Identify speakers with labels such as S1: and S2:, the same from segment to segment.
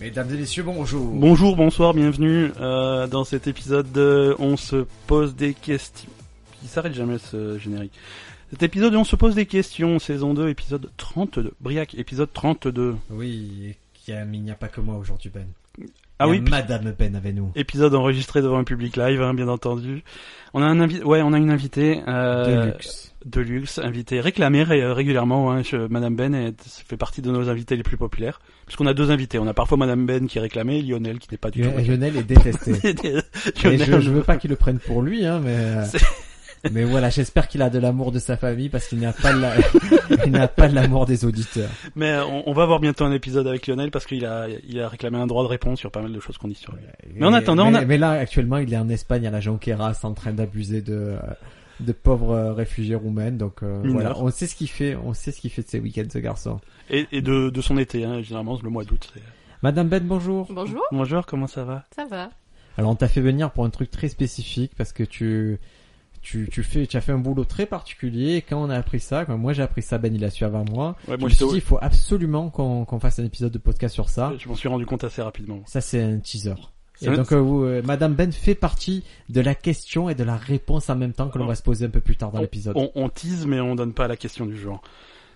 S1: Mesdames et messieurs, bonjour.
S2: Bonjour, bonsoir, bienvenue euh, dans cet épisode. de on se pose des questions. Il s'arrête jamais ce générique. Cet épisode, on se pose des questions, saison 2, épisode 32. Briac, épisode 32.
S1: Oui, et qu'il y a- mais il n'y a pas que moi aujourd'hui, Ben.
S2: Ah
S1: Il y
S2: oui,
S1: a Madame Ben avec nous.
S2: épisode enregistré devant un public live, hein, bien entendu. On a un invité, ouais, on a une invitée euh,
S1: de luxe.
S2: de luxe, invitée réclamée ré- régulièrement. Hein, je- Madame Ben est- fait partie de nos invités les plus populaires, puisqu'on a deux invités. On a parfois Madame Ben qui est réclamée, et Lionel qui n'est pas du tout.
S1: Et Lionel est détesté. Et je,
S2: Lionel-
S1: je veux pas qu'il le prenne pour lui, hein, mais. Mais voilà, j'espère qu'il a de l'amour de sa famille parce qu'il n'a pas de la- il n'a pas de l'amour des auditeurs.
S2: Mais euh, on, on va avoir bientôt un épisode avec Lionel parce qu'il a, il a réclamé un droit de réponse sur pas mal de choses qu'on dit sur lui. Mais en
S1: Et-
S2: attendant,
S1: mais,
S2: on a-
S1: mais là actuellement, il est en Espagne à la Jonqueras en train d'abuser de euh, de pauvres euh, réfugiés roumaines. Donc euh,
S2: Mineur.
S1: voilà, on sait ce qu'il fait, on sait ce qu'il fait de ses week-ends, ce garçon.
S2: Et, et de, de son été, hein, généralement le mois d'août. c'est-
S1: Madame Ben, bonjour.
S3: Bonjour,
S2: Bonjour, comment ça va
S3: ça va
S1: Alors on t'a fait venir pour un truc très spécifique parce que tu tu tu fais tu as fait un boulot très particulier. Et quand on a appris ça, quand moi j'ai appris ça, Ben il a su avant moi.
S2: Ouais,
S1: je
S2: moi
S1: me
S2: j'étais
S1: suis
S2: au-
S1: dit il faut absolument qu'on qu'on fasse un épisode de podcast sur ça.
S2: je m'en suis rendu compte assez rapidement.
S1: Ça c'est un teaser.
S2: C'est
S1: hein. Et
S2: vrai-
S1: donc euh, vous, euh, Madame Ben fait partie de la question et de la réponse en même temps que l'on va se poser un peu plus tard dans l'épisode.
S2: On, on tease mais on donne pas la question du jour.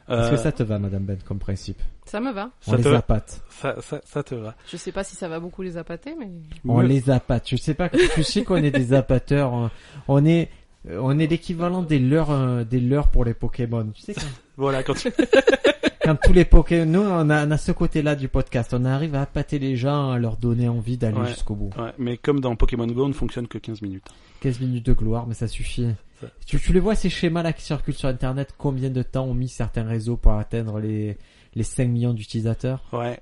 S2: Euh,
S1: Est-ce que ça te va, Madame Ben, comme principe
S3: Ça me va.
S1: On
S2: ça
S1: les
S2: te,
S1: appâte.
S2: ça, ça- ça te va
S3: Je sais pas si ça va beaucoup les appâter, mais
S1: On
S2: Ouais.
S1: les appâte. Je sais pas, tu sais qu'on est des appâteurs. hein. On est, euh, on est l'équivalent des leurs, euh, des leurs pour les Pokémon. Tu sais, quand,
S2: Voilà, quand tu-
S1: quand tous les Pokémon, nous, on a, on a ce côté-là du podcast. On arrive à appâter les gens, à leur donner envie d'aller
S2: Ouais.
S1: jusqu'au bout.
S2: ouais, mais comme dans Pokémon Go, on ne fonctionne que 15 minutes.
S1: 15 minutes de gloire, mais ça suffit.
S2: Ça-
S1: Tu, tu les vois ces schémas-là qui circulent sur Internet, combien de temps ont mis certains réseaux pour atteindre les, les 5 millions d'utilisateurs
S2: Ouais,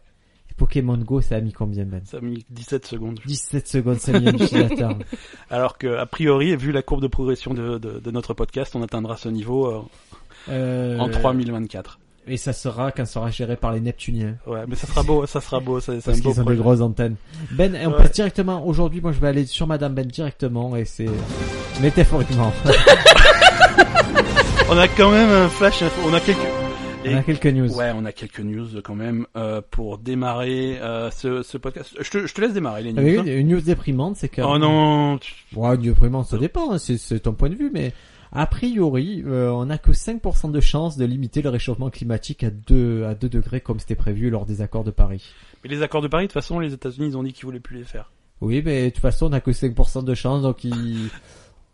S1: Et Pokémon Go, ça a mis combien, Ben
S2: ça a mis 17 secondes.
S1: 17 secondes, 5 millions d'utilisateurs.
S2: Alors que, a priori, et vu la courbe de progression de, de, de notre podcast, on atteindra ce niveau euh,
S1: Euh,
S2: en 3024.
S1: Et ça sera quand ça sera géré par les Neptuniens.
S2: Ouais, mais ça sera beau, ça sera beau, ça- c'est
S1: Parce
S2: un beau
S1: qu'ils ont des
S2: projet.
S1: grosses antennes. Ben, et on
S2: Ouais.
S1: passe directement aujourd'hui. Moi, je vais aller sur Madame Ben directement et c'est métaphoriquement.
S2: On a quand même un flash, info, on a quelques...
S1: on a quelques news.
S2: Ouais, on a quelques news quand même euh, pour démarrer euh, ce, ce podcast. Je te, je te laisse démarrer les news.
S1: Ah Oui,
S2: hein.
S1: une news déprimante, c'est que.
S2: Oh non, tu-
S1: Ouais, une news déprimante, ça dépend. hein, c'est- C'est ton point de vue, mais a priori, euh, on a que 5% de chances de limiter le réchauffement climatique à 2 à 2 degrés comme c'était prévu lors des accords de Paris.
S2: mais les accords de Paris, de toute façon, les États-Unis, ils ont dit qu'ils voulaient plus les faire.
S1: Oui, mais de toute façon, on a que 5% de chances, donc ils.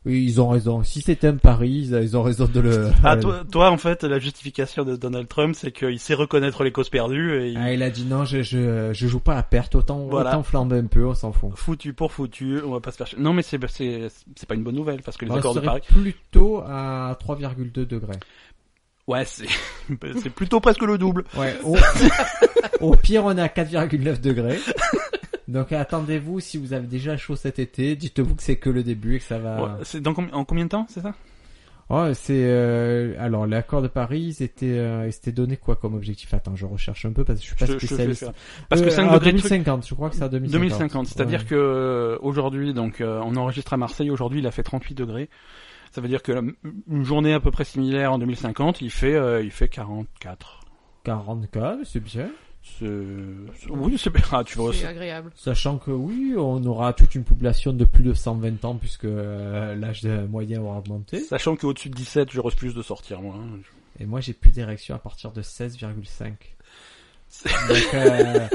S1: Ils ont raison. Si c'était un pari, ils- ils ont raison de le.
S2: Ah, toi, toi, en fait, la justification de Donald Trump, c'est qu'il sait reconnaître les causes perdues et il
S1: Ah, il a dit non, je, je, je joue pas à perte, autant,
S2: Voilà.
S1: autant flamber un peu, on s'en fout.
S2: foutu pour foutu, on va pas se faire. chier. Non, mais c'est c'est c'est pas une bonne nouvelle parce que les
S1: On
S2: accords de
S1: serait
S2: Paris.
S1: plutôt à 3,2 degrés.
S2: Ouais, c'est c'est plutôt presque le double.
S1: Ouais, au, au pire, on est à 4,9 degrés. Donc attendez-vous, si vous avez déjà chaud cet été, dites-vous que c'est que le début et que ça va...
S2: Ouais, c'est dans com- en combien de temps, c'est ça
S1: Oh, c'est... euh, alors, l'accord de Paris, ils étaient, euh, ils s'étaient donné quoi comme objectif Attends, je recherche un peu parce que je suis pas
S2: Je te- je te fais
S1: spécialiste.
S2: faire. Parce que
S1: Euh,
S2: 5
S1: en
S2: degrés de truc-
S1: 2050, je crois que c'est à 2050.
S2: 2050, c'est-à-dire
S1: Ouais.
S2: que euh, aujourd'hui, donc euh, on enregistre à Marseille, aujourd'hui il a fait 38 degrés. Ça veut dire que la- une journée à peu près similaire en 2050, il fait euh, il fait 44.
S1: 44, c'est bien.
S2: C'est- c'est- Oui, c'est bien. Ah, tu vois,
S3: c'est
S1: euh,
S2: c'est-
S3: agréable.
S1: Sachant que oui, on aura toute une population de plus de 120 ans puisque euh, l'âge de- moyen aura augmenté.
S2: sachant qu'au-dessus de 17, je refuse de sortir moi. hein.
S1: Et moi, j'ai plus d'érection à partir de 16,5.
S2: C'est-
S1: Donc, euh,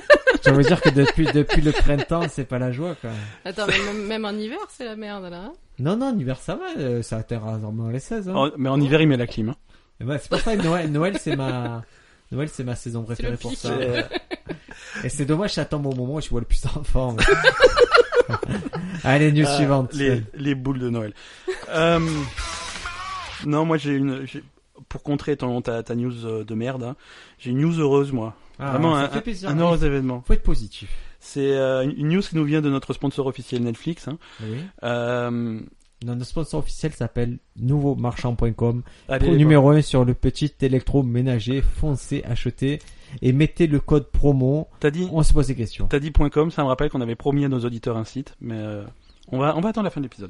S1: je veux dire que depuis depuis le printemps, c'est pas la joie quoi.
S3: Attends, mais même, même en hiver, c'est la merde là. hein
S1: Non non, en hiver ça va, euh, ça atteint rarement les 16. Hein.
S2: En- mais en hiver, il met la clim. hein.
S1: Et ouais, c'est pour ça que Noël Noël c'est ma Noël c'est ma saison
S3: le
S1: préférée pour
S3: pic.
S1: ça.
S2: Euh,
S1: Et c'est dommage, ça tombe au moment où je vois le plus en forme. Allez, news
S2: Ah,
S1: suivante.
S2: Les, les boules de Noël. Euh, non, moi j'ai une. j'ai- Pour contrer ton, ta, ta news euh, de merde, hein, j'ai une news heureuse moi.
S1: Ah,
S2: Vraiment
S1: ça
S2: un-
S1: fait plaisir.
S2: un heureux événement.
S1: Faut être positif.
S2: C'est euh, une news qui nous vient de notre sponsor officiel Netflix. Hein.
S1: Oui.
S2: Euh,
S1: Notre sponsor officiel s'appelle nouveaumarchand.com.
S2: allez,
S1: Pro numéro 1 sur le petit électroménager. Foncez, achetez et mettez le code promo.
S2: T'as dit,
S1: On se pose des questions.
S2: t'as dit .com, ça me rappelle qu'on avait promis à nos auditeurs un site, mais euh, on va, on va attendre la fin de l'épisode.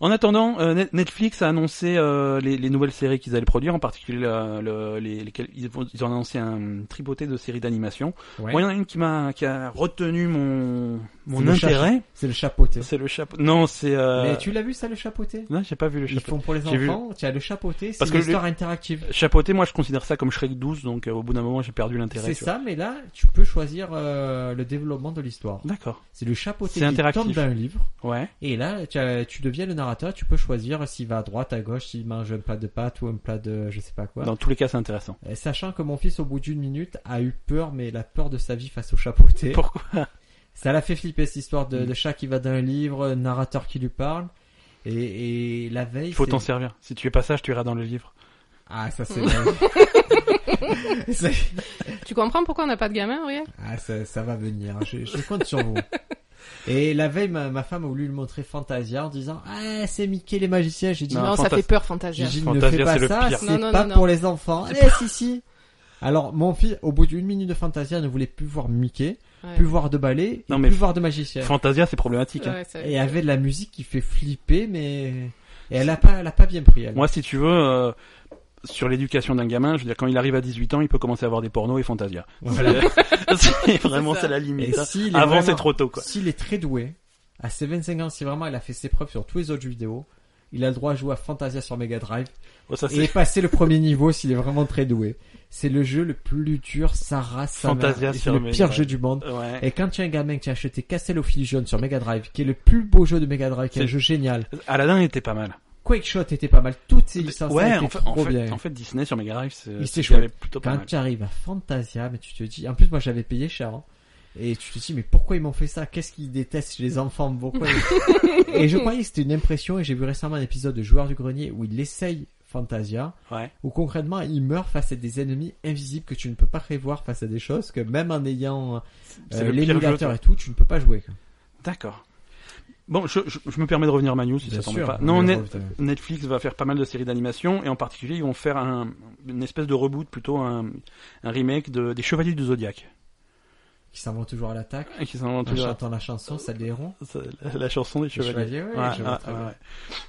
S2: En attendant, euh, Net- Netflix a annoncé euh, les, les nouvelles séries qu'ils allaient produire, en particulier euh, le- les, lesquelles- ils, vont- ils ont annoncé un tripoté de séries d'animation.
S1: Ouais.
S2: Moi, il y en a une qui m'a qui a retenu mon mon
S1: le
S2: intérêt.
S1: C'est le chapeauté.
S2: C'est le chapeau. Non, c'est. Euh...
S1: Mais tu l'as vu ça le chapeauté
S2: Non, j'ai pas vu le
S1: Ils
S2: chapeau.
S1: font pour les
S2: J'ai vu.
S1: enfants, tu as le chapeauté, c'est
S2: Parce
S1: une
S2: que le-
S1: histoire interactive.
S2: Chapeauté, moi, je considère ça comme Shrek 12, donc euh, au bout d'un moment, j'ai perdu l'intérêt.
S1: C'est
S2: tu vois.
S1: ça, mais là, tu peux choisir euh, le développement de l'histoire.
S2: D'accord.
S1: C'est le chapeauté
S2: C'est
S1: qui
S2: interactif.
S1: tombe dans un livre.
S2: Ouais.
S1: Et là, tu, as- tu deviens le narrateur, tu peux choisir s'il va à droite, à gauche, s'il mange un plat de pâtes ou un plat de je sais pas quoi.
S2: Dans tous les cas, c'est intéressant.
S1: Et Sachant que mon fils, au bout d'une minute, a eu peur, mais la peur de sa vie face au chapeauté.
S2: Pourquoi
S1: Ça l'a fait flipper cette histoire de,
S2: Mm.
S1: de chat qui va dans un livre, un narrateur qui lui parle. Et, et la veille.
S2: Il faut
S1: c'est-
S2: t'en servir. Si tu es pas sage, tu iras dans le livre.
S1: Ah, ça
S3: Mm.
S1: c'est. dingue. C'est-
S3: Tu comprends pourquoi on n'a pas de gamin, Auriel
S1: ah, ça, ça va venir. Je, je compte sur vous. Et la veille, ma, ma femme a voulu lui montrer Fantasia en disant Ah, c'est Mickey les magiciens. J'ai dit
S2: Non,
S3: Non,
S2: Fantas-
S3: ça fait peur, hein.
S1: J'ai
S3: Fantasia.
S1: dit, ne
S2: Fantasia,
S1: fais pas
S2: c'est le
S1: ça,
S2: pire.
S1: c'est
S3: Non, non,
S1: pas
S3: non, non.
S1: pour les enfants. Eh, si, si. Alors, mon fils, au bout d'une minute de Fantasia, ne voulait plus voir Mickey,
S3: Ouais.
S1: plus voir de ballet, et
S2: Non, mais
S1: plus voir de magicien.
S2: Fantasia, c'est problématique. hein.
S3: Ouais, c'est-
S1: Et avait de la musique qui fait flipper, mais... Et elle a pas, elle a pas bien pris, elle.
S2: Moi, si tu veux, euh, sur l'éducation d'un gamin, je veux dire, quand il arrive à 18 ans, il peut commencer à avoir des pornos et Fantasia.
S1: Voilà.
S2: C'est- c'est vraiment,
S3: C'est ça.
S2: c'est la
S1: Et
S2: limite. hein.
S1: s'il est
S2: Avant,
S1: vraiment-
S2: c'est trop tôt, quoi.
S1: S'il est très doué, à ses 25 ans, si vraiment il a fait ses preuves sur tous les autres jeux vidéo, il a le droit à jouer à Fantasia sur Mega Drive
S2: Oh, ça,
S1: et
S2: c'est
S1: passer le premier niveau s'il est vraiment très doué. C'est le jeu le plus dur, sa race, sa mère.
S2: Fantasia
S1: C'est
S2: sur
S1: le
S2: Mega
S1: pire
S2: Drive.
S1: jeu du monde.
S2: Ouais.
S1: Et quand tu es un gamin qui a acheté Castle of Illusion sur Mega Drive, qui est le plus beau jeu de Mega Drive, qui est un
S2: C'est-
S1: jeu génial,
S2: Aladdin était pas mal.
S1: Quake Shot était pas mal, toutes ces licences
S2: ouais,
S1: étaient
S2: en fait, en
S1: trop
S2: fait-
S1: bien.
S2: en fait, Disney sur Mega Drive, c'est
S1: Il
S2: c'est-
S1: s'est Hein
S2: il y avait plutôt pas
S1: Quand
S2: mal.
S1: tu arrives à Fantasia, mais tu te dis, en plus moi j'avais payé cher, hein. et tu te dis mais pourquoi ils m'ont fait ça Qu'est-ce qu'ils détestent chez les enfants Pourquoi ils- Et je croyais que c'était une impression, et j'ai vu récemment un épisode de Joueur du Grenier où il essaye Fantasia,
S2: Ouais.
S1: où concrètement il meurt face à des ennemis invisibles que tu ne peux pas prévoir, face à des choses que même en ayant
S2: C'est
S1: euh,
S2: le pire jeu.
S1: l'émulateur et tout, tu ne peux pas jouer. quoi.
S2: D'accord. Bon, je, je, je me permets de revenir à ma news si
S1: Bien
S2: ça tombe
S1: sûr,
S2: pas.
S1: on
S2: Non,
S1: y
S2: Net-
S1: revient.
S2: Netflix va faire pas mal de séries d'animation et en particulier ils vont faire un, une espèce de reboot, plutôt un, un remake de, des Chevaliers du Zodiaque.
S1: Qui s'en vont toujours à l'attaque,
S2: Et Ah, Qui sont
S1: en
S2: toujours-
S1: chantant la chanson, ça les rend.
S2: ça- la, la chanson des
S1: Les
S2: Chevaliers.
S1: chevaliers, ouais,
S2: Ouais,
S1: je vois
S2: ouais,
S1: très
S2: ouais,
S1: bien.
S2: ouais.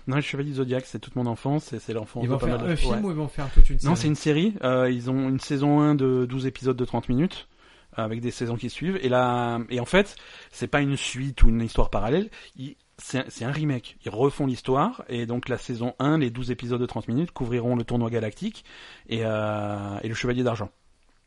S2: Non, les Chevaliers du Zodiaque, c'est toute mon enfance et c'est l'enfance
S1: Ils
S2: de
S1: vont
S2: pas
S1: faire
S2: mal de
S1: un film
S2: ouais.
S1: ou ils vont faire toute une série
S2: Non, c'est une série. Euh, ils ont une saison 1 de 12 épisodes de 30 minutes euh, avec des saisons qui suivent. Et là, et en fait, c'est pas une suite ou une histoire parallèle. Ils- C'est un- c'est un remake. Ils refont l'histoire et donc la saison 1, les 12 épisodes de 30 minutes couvriront le tournoi galactique et, euh, et le chevalier d'argent.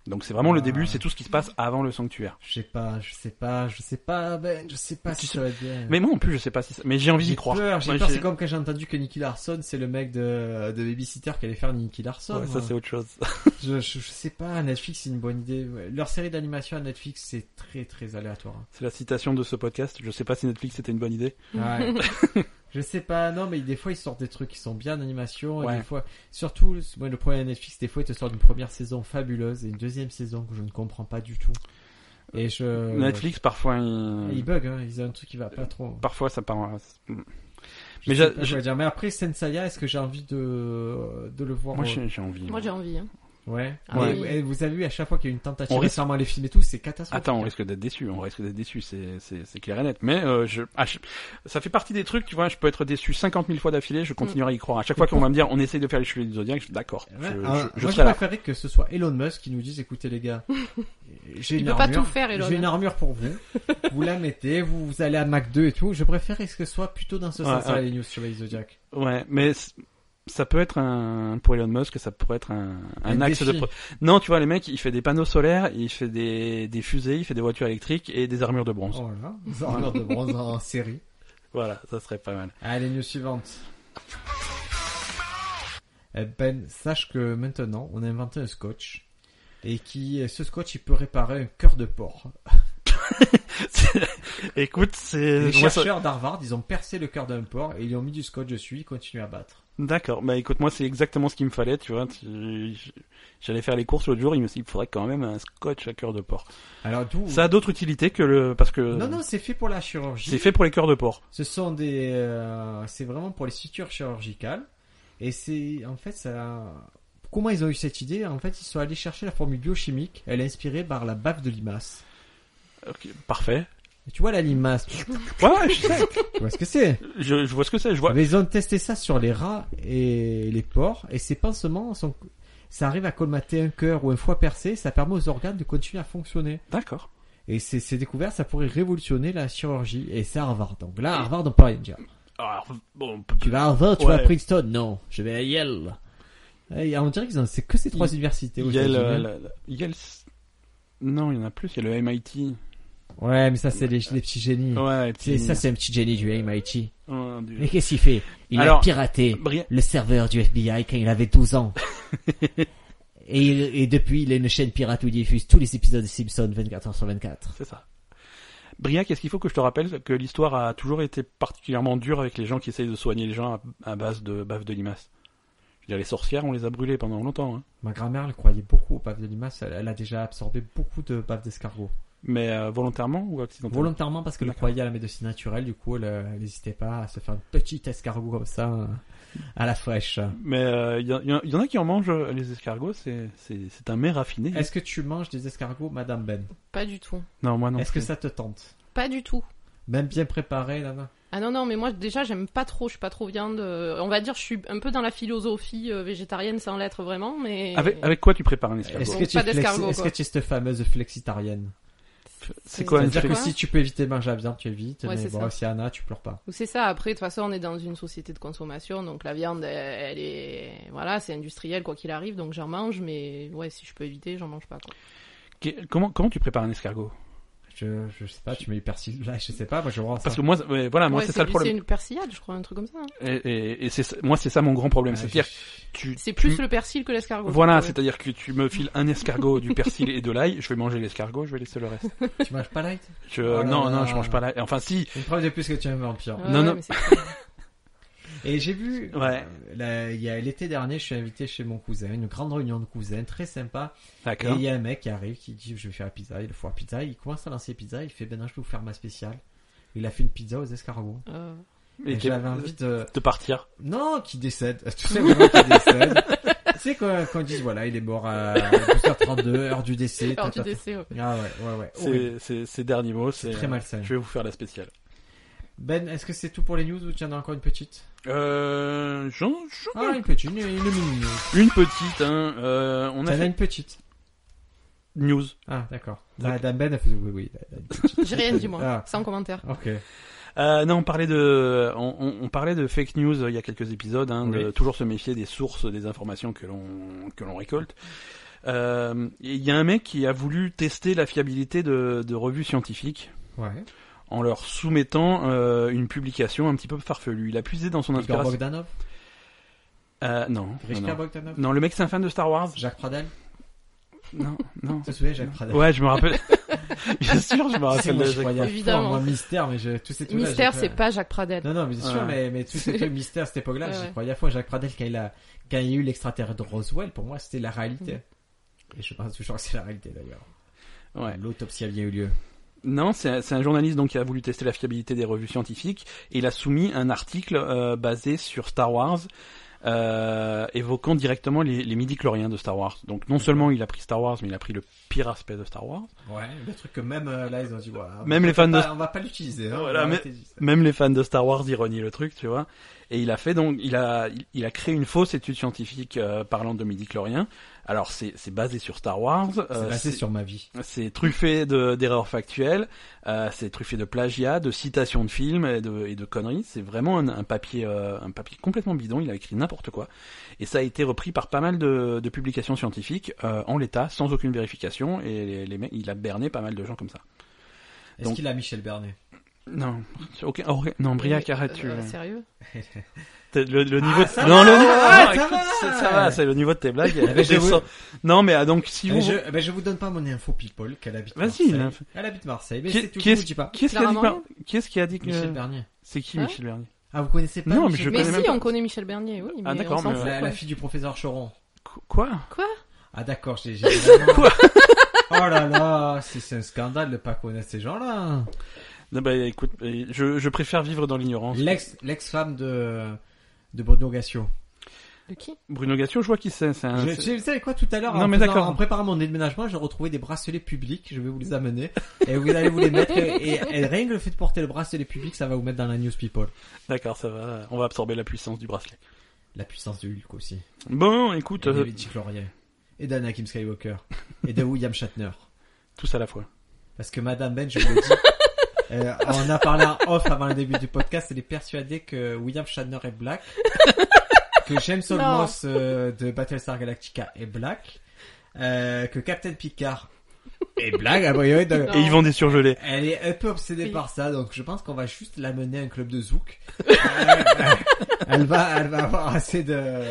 S2: Donc c'est vraiment le
S1: Ah.
S2: début, c'est tout ce qui se passe avant le sanctuaire.
S1: Je sais pas, je sais pas, je sais pas, Ben, je sais pas si
S2: Tu sais-
S1: ça va bien.
S2: Mais moi en plus, je sais pas si ça... mais j'ai envie
S1: j'ai
S2: d'y croire.
S1: peur, j'ai
S2: Moi,
S1: peur,
S2: j'ai-
S1: c'est comme quand j'ai entendu que Nicky Larson, c'est le mec de, de Babysitter qui allait faire Nicky Larson.
S2: Ouais, ça c'est autre chose.
S1: je, je, je sais pas, Netflix c'est une bonne idée. Ouais, Leur série d'animation à Netflix c'est très très aléatoire. hein.
S2: C'est la citation de ce podcast. Je sais pas si Netflix c'était une bonne idée.
S1: Ouais. je sais pas, non mais des fois ils sortent des trucs qui sont bien d'animation,
S2: Ouais.
S1: des fois, surtout moi, le problème de Netflix, des fois ils te sortent une première saison fabuleuse et une deuxième saison que je ne comprends pas du tout. Et Euh, je...
S2: Netflix parfois
S1: Ils
S2: ils...
S1: bug, hein, ils ont un truc qui va pas trop.
S2: parfois ça part euh,
S1: Je
S2: Mais
S1: Hmm. mais,
S2: j'a-
S1: je... dire. mais après, Sensaya, est-ce que j'ai envie de, de le voir
S2: Moi
S1: au-
S2: j'ai j'ai envie.
S3: Moi, j'ai envie. hein.
S1: Ouais.
S3: Ah
S1: Mais-
S3: oui.
S1: et vous avez vu, à chaque fois qu'il y a une tentative
S2: On risque-
S1: récemment les films et tout, c'est catastrophique.
S2: Attends, on risque d'être déçu, on risque d'être déçu, c'est c'est- c'est clair et net. Mais euh, je, ah, je- ça fait partie des trucs, tu vois, je peux être déçu 50 000 fois d'affilée, je continuerai à y croire. À chaque fois qu'on va me dire, on essaye de faire les cheveux du zodiaque, je suis d'accord. Je,
S1: Ouais, hein,
S2: je- je
S1: moi, je
S2: serai là.
S1: préférerais que ce soit Elon Musk qui nous dise, écoutez les gars, j'ai
S3: Il
S1: une
S3: peut pas
S1: armure,
S3: tout faire, Elon.
S1: j'ai une armure pour vous, vous la mettez, vous, vous allez à Mac 2 et tout. Je préférerais que ce soit plutôt dans ce
S2: Ouais,
S1: sens-là
S2: ouais.
S1: les news sur les Zodiac.
S2: Ouais, mais c- ça peut être un pour Elon Musk, ça pourrait être un, un
S1: Un
S2: axe de.
S1: défi.
S2: pro- Non, tu vois, les mecs, il fait des panneaux solaires, il fait des, des fusées, il fait des voitures électriques et des armures de bronze.
S1: Oh là, des armures de bronze en série.
S2: Voilà, ça serait pas mal.
S1: Allez, news suivante. Eh Ben, sache que maintenant, on a inventé un scotch. Et qui, ce scotch, il peut réparer un cœur de porc.
S2: Écoute, c'est.
S1: Les
S2: je vois Euh, ça-
S1: chercheurs d'Harvard, ils ont percé le cœur d'un porc et ils lui ont mis du scotch dessus, ils continuent à battre.
S2: D'accord, bah écoute, moi c'est exactement ce qu'il me fallait, tu vois. tu- J'allais faire les courses l'autre jour, il me dit il faudrait quand même un scotch à cœur de porc.
S1: Alors d'où
S2: Ça a d'autres utilités que le. Parce que.
S1: Non, non, c'est fait pour la
S2: C'est
S1: chirurgie.
S2: fait pour les cœurs de porc.
S1: Ce sont des... euh, c'est vraiment pour les sutures chirurgicales. Et c'est... En fait, ça... Comment ils ont eu cette idée En fait, ils sont allés chercher la formule biochimique. Elle est inspirée par la bave de limace.
S2: Ok, parfait.
S1: Tu vois la limace, tu
S2: Ouais, ouais, je sais.
S1: vois ce que c'est
S2: Je, je vois ce que c'est, je vois.
S1: Mais ils ont testé ça sur les rats et les porcs, et ces pansements sont... Ça arrive à colmater un cœur ou un foie percé, ça permet aux organes de continuer à fonctionner.
S2: D'accord.
S1: Et ces, ces découvertes, ça pourrait révolutionner la chirurgie. Et c'est à Harvard. Donc là, à Harvard, on peut rien dire.
S2: Alors, bon, on peut-
S1: Tu vas à Harvard, tu vas à
S2: Ouais.
S1: Princeton Non, je vais à Yale. Eh, on dirait qu'ils ont... C'est que ces trois universités. aux
S2: Yale, euh,
S1: États-Unis.
S2: la- la- Yale s- Non, il y en a plus, il y a le MIT.
S1: Ouais, mais ça, c'est les, les petits génies.
S2: Ouais, et
S1: Hmm. C'est,
S2: puis-
S1: ça, c'est un petit génie du MIT.
S2: Oh,
S1: Mais
S2: Dieu.
S1: qu'est-ce qu'il fait Il
S2: Alors-
S1: a piraté
S2: Bri-
S1: le serveur du FBI quand il avait 12 ans. et, il- et depuis, il est une chaîne pirate où il diffuse tous les épisodes des Simpsons 24 heures sur 24.
S2: C'est ça. Briac, est-ce qu'il faut que je te rappelle que l'histoire a toujours été particulièrement dure avec les gens qui essayent de soigner les gens à, à base de baves de limaces Je veux dire, les sorcières, on les a brûlées pendant longtemps. hein.
S1: Ma grand-mère, elle croyait beaucoup aux baves de limace. Elle, elle a déjà absorbé beaucoup de baves d'escargot.
S2: Mais euh, volontairement ou accidentellement
S1: Volontairement parce qu'elle
S2: D'accord.
S1: croyait à la médecine naturelle. Du coup, elle euh, elle n'hésitait pas à se faire un petit escargot comme ça, euh, à la fraîche.
S2: Mais euh, il y, a- il y a- il y en a qui en mangent euh, les escargots, c'est- c'est c'est un mets raffiné.
S1: Est-ce que tu manges des escargots, Madame Ben
S3: Pas du tout.
S2: Non, moi non.
S1: Est-ce que
S2: plus.
S1: ça te tente
S3: Pas du tout.
S1: Même bien préparé, Nana
S3: Ah non, non, mais moi déjà j'aime pas trop, je suis pas trop viande. euh, on va dire, je suis un peu dans la philosophie euh, végétarienne sans l'être vraiment, mais.
S1: Ah
S2: Avec, avec quoi tu prépares un escargot
S1: Est-ce
S3: Donc,
S1: que, tu
S3: pas
S1: es flexi-
S3: d'escargot,
S1: est-ce que
S3: quoi.
S1: tu es cette fameuse flexitarienne
S2: C'est quoi une
S1: C'est-à-dire que
S2: flexi-
S1: si tu peux éviter de manger à viande, tu évites.
S3: Ouais,
S1: mais
S3: c'est
S1: bon,
S3: ça.
S1: si Anna, tu pleures pas.
S3: Ou C'est ça, après, de toute façon, on est dans une société de consommation, donc la viande, elle, elle est. Voilà, c'est industriel quoi qu'il arrive, donc j'en mange, mais ouais, si je peux éviter, j'en mange pas. Quoi.
S2: Que- Comment, comment tu prépares un escargot
S1: Je, je sais pas, tu mets du persil. Là, je sais pas, moi je vois ça.
S2: Parce que moi, ouais, voilà, moi
S3: Ouais,
S2: Ah, c'est ça le
S3: du-
S2: problème.
S3: C'est une persillade, je crois, un truc comme ça. hein.
S2: Et, et- et c'est ça- moi c'est ça mon grand problème,
S1: Ah,
S2: c'est-à-dire
S1: je-
S2: tu
S3: C'est
S2: tu-
S3: plus le persil que l'escargot.
S2: Voilà,
S3: je trouve,
S2: c'est-à-dire que tu me files un escargot, du persil et de l'ail, je vais manger l'escargot, je vais laisser le reste.
S1: Tu manges pas light
S2: Je,
S1: Oh là
S2: non,
S1: là.
S2: non, je mange pas l'ail. Enfin, si,
S1: Une preuve de plus que tu es un vampire.
S3: ouais.
S2: non, non.
S3: mais c'est ça.
S1: Et j'ai vu,
S2: Ouais.
S1: euh, là, il y a l'été dernier, je suis invité chez mon cousin, une grande réunion de cousins, très sympa. Et
S2: d'accord.
S1: il y a un mec qui arrive, qui dit je vais faire la pizza, il le foire pizza, il commence à lancer pizza, il fait ben non, je vais vous faire ma spéciale. Il a fait une pizza aux escargots.
S3: Euh,
S2: Et
S1: Et
S2: t'es-
S1: j'avais envie de...
S2: de partir.
S1: Non, qui décède. Tout simplement qui décède. tu sais quoi, quand ils disent voilà, il est mort à 12h32, heure du décès. ta,
S3: alors tu
S1: ta, ta.
S3: décès, ouais.
S1: Ah ouais, ouais, ouais. Horrible.
S2: C'est c'est- ces derniers mots, c'est
S1: C'est très malsain.
S2: Je vais vous faire la spéciale.
S1: Ben, est-ce que c'est tout pour les news ou tu en as encore une petite
S2: Euh, j'en- j'en-
S1: Ah, une petite, une, une mini news.
S2: une petite, hein. euh, on
S1: On
S2: a fait
S1: une petite.
S2: news.
S1: Ah, d'accord.
S2: D'accord.
S1: Madame Ben a fait oui, oui. elle a une petite.
S3: J'ai rien dit, moi,
S1: Ah.
S3: sans commentaire.
S1: Ok.
S2: Euh, non, on parlait de, on, on- on parlait de fake news euh, il y a quelques épisodes, hein, de
S1: Oui.
S2: toujours se méfier des sources, des informations que l'on que l'on récolte. Euh, et Il y a un mec qui a voulu tester la fiabilité de, de revues scientifiques
S1: Ouais.
S2: en leur soumettant euh, une publication un petit peu farfelue. Il a puisé dans son
S1: Igor
S2: inspiration.
S1: Bogdanov
S2: Euh, non, non,
S1: Richard
S2: non.
S1: Bogdanov
S2: Non, le mec c'est un fan de Star Wars.
S1: Jacques Pradel
S2: Non, non.
S1: Tu te souviens, Jacques Pradel
S2: Ouais, je me rappelle. Bien sûr, je
S1: C'est
S2: me rappelle.
S1: moi,
S2: de
S1: je croyais à fond,
S3: Évidemment.
S1: Moi, mystère, mais je, tous ces trucs-là,
S3: Mystère,
S1: j'ai
S3: c'est
S1: pas-
S3: pas Jacques Pradel.
S1: Non, non, mais c'est
S2: Ouais.
S1: sûr, mais, mais tout ce truc mystère à cette époque-là,
S3: Ouais,
S1: j'y
S3: ouais.
S1: croyais à fond. Jacques Pradel, quand il a, quand il y a eu l'extraterrestre de Roswell, pour moi, c'était la réalité. Et je pense toujours que c'est la réalité, d'ailleurs.
S2: Ouais.
S1: L'autopsie a bien eu lieu.
S2: Non, c'est un, c'est un journaliste donc qui a voulu tester la fiabilité des revues scientifiques et il a soumis un article euh, basé sur Star Wars euh, évoquant directement les, les midi-chloriens de Star Wars. Donc non seulement il a pris Star Wars, mais il a pris le pire aspect de Star Wars.
S1: Ouais, le truc que même, euh, là, ils ont dit, ouais, on
S2: Même
S1: va
S2: les fans de-
S1: pas- On va pas l'utiliser, hein,
S2: Voilà,
S1: on va
S2: mais-
S1: arrêter de dire ça.
S2: Même les fans de Star Wars ironient le truc, tu vois. Et il a fait donc, il a, il, il a créé une fausse étude scientifique euh, parlant de midi-chloriens. Alors c'est c'est basé sur Star Wars. euh,
S1: C'est basé
S2: c'est-
S1: sur ma vie.
S2: C'est truffé de- d'erreurs factuelles, euh, c'est truffé de plagiat, de citations de films et de, et de conneries. C'est vraiment un, un papier, euh, un papier complètement bidon. Il a écrit n'importe quoi, et ça a été repris par pas mal de, de publications scientifiques euh, en l'état, sans aucune vérification. Et les, les mecs- il a berné pas mal de gens comme ça.
S1: Est-ce
S2: Donc-
S1: qu'il a Michel Bernet
S2: Non, aucun, aucun- non, Briac,
S3: Mais,
S2: arrête.
S3: euh,
S2: tu-
S3: euh, sérieux
S1: Eh,
S2: t'es- le, le niveau,
S1: Ah, ça
S2: non,
S1: va,
S2: le niveau,
S1: ah,
S2: non,
S1: ça
S2: écoute,
S1: va.
S2: c'est- ça va, c'est le niveau de tes blagues.
S1: ben, je
S2: descend.
S1: vous-
S2: Non, mais ah, donc si
S1: Eh,
S2: vous,
S1: je, ben, je vous donne pas mon info people qu'elle habite
S2: Vas-y,
S1: Marseille.
S2: l'info.
S1: Elle habite Marseille, mais
S2: Qui-
S1: c'est tout,
S2: qui
S1: je
S2: est-
S1: vous dis pas.
S2: qui est-ce qui a
S3: Clara
S2: dit,
S3: Morgan
S2: par- qui est-ce qui a dit que
S1: Michel Bernier.
S2: c'est qui
S3: Hein
S2: Michel Bernier?
S1: Ah, vous connaissez pas
S2: Non, mais
S1: Michel
S2: je
S3: Mais
S2: connais
S1: Bernier
S2: même
S3: si,
S2: pas.
S3: on connaît Michel Bernier, oui.
S2: Ah,
S3: mais
S2: d'accord,
S3: on s'en
S2: mais,
S3: fout,
S1: La,
S3: quoi.
S1: la fille du professeur Choron.
S2: Qu- Quoi?
S1: Ah d'accord, j'ai j'ai vraiment-
S2: Quoi
S1: Oh là là, c'est c'est un scandale de pas connaître ces gens-là.
S2: Non, bah écoute, euh, je, je préfère vivre dans l'ignorance.
S1: L'ex l'ex-femme de de Bruno Gassio.
S3: De qui
S2: Bruno Gassio, je vois qui c'est. c'est un-
S1: Je-
S2: Ah, c'est-
S1: Tu sais quoi tout à l'heure
S2: Non,
S1: en,
S2: mais
S1: faisant-
S2: d'accord.
S1: en préparant mon déménagement, j'ai retrouvé des bracelets publics. Je vais vous les amener et vous allez vous les mettre. Et, et- et rien que le fait de porter le bracelet public, ça va vous mettre dans la news people.
S2: D'accord, ça va. On va absorber la puissance du bracelet.
S1: La puissance de Hulk aussi.
S2: Bon, écoute,
S1: Et
S2: euh,
S1: David Chlorien. Et d'Anakin Skywalker. Et de William Shatner.
S2: tous à la fois.
S1: Parce que Madame Ben, je vous le dis, euh, on a parlé en off avant le début du podcast, elle est persuadée que William Shatner est black, que James
S3: Non.
S1: Olmos euh, de Battlestar Galactica est black, euh, que Captain Picard est black, a priori, donc-
S3: Non.
S2: Et ils vendent des surgelés.
S1: Elle est un peu obsédée
S3: Oui.
S1: par ça, donc je pense qu'on va juste l'amener à un club de zouk. Euh, elle va, elle va avoir assez de,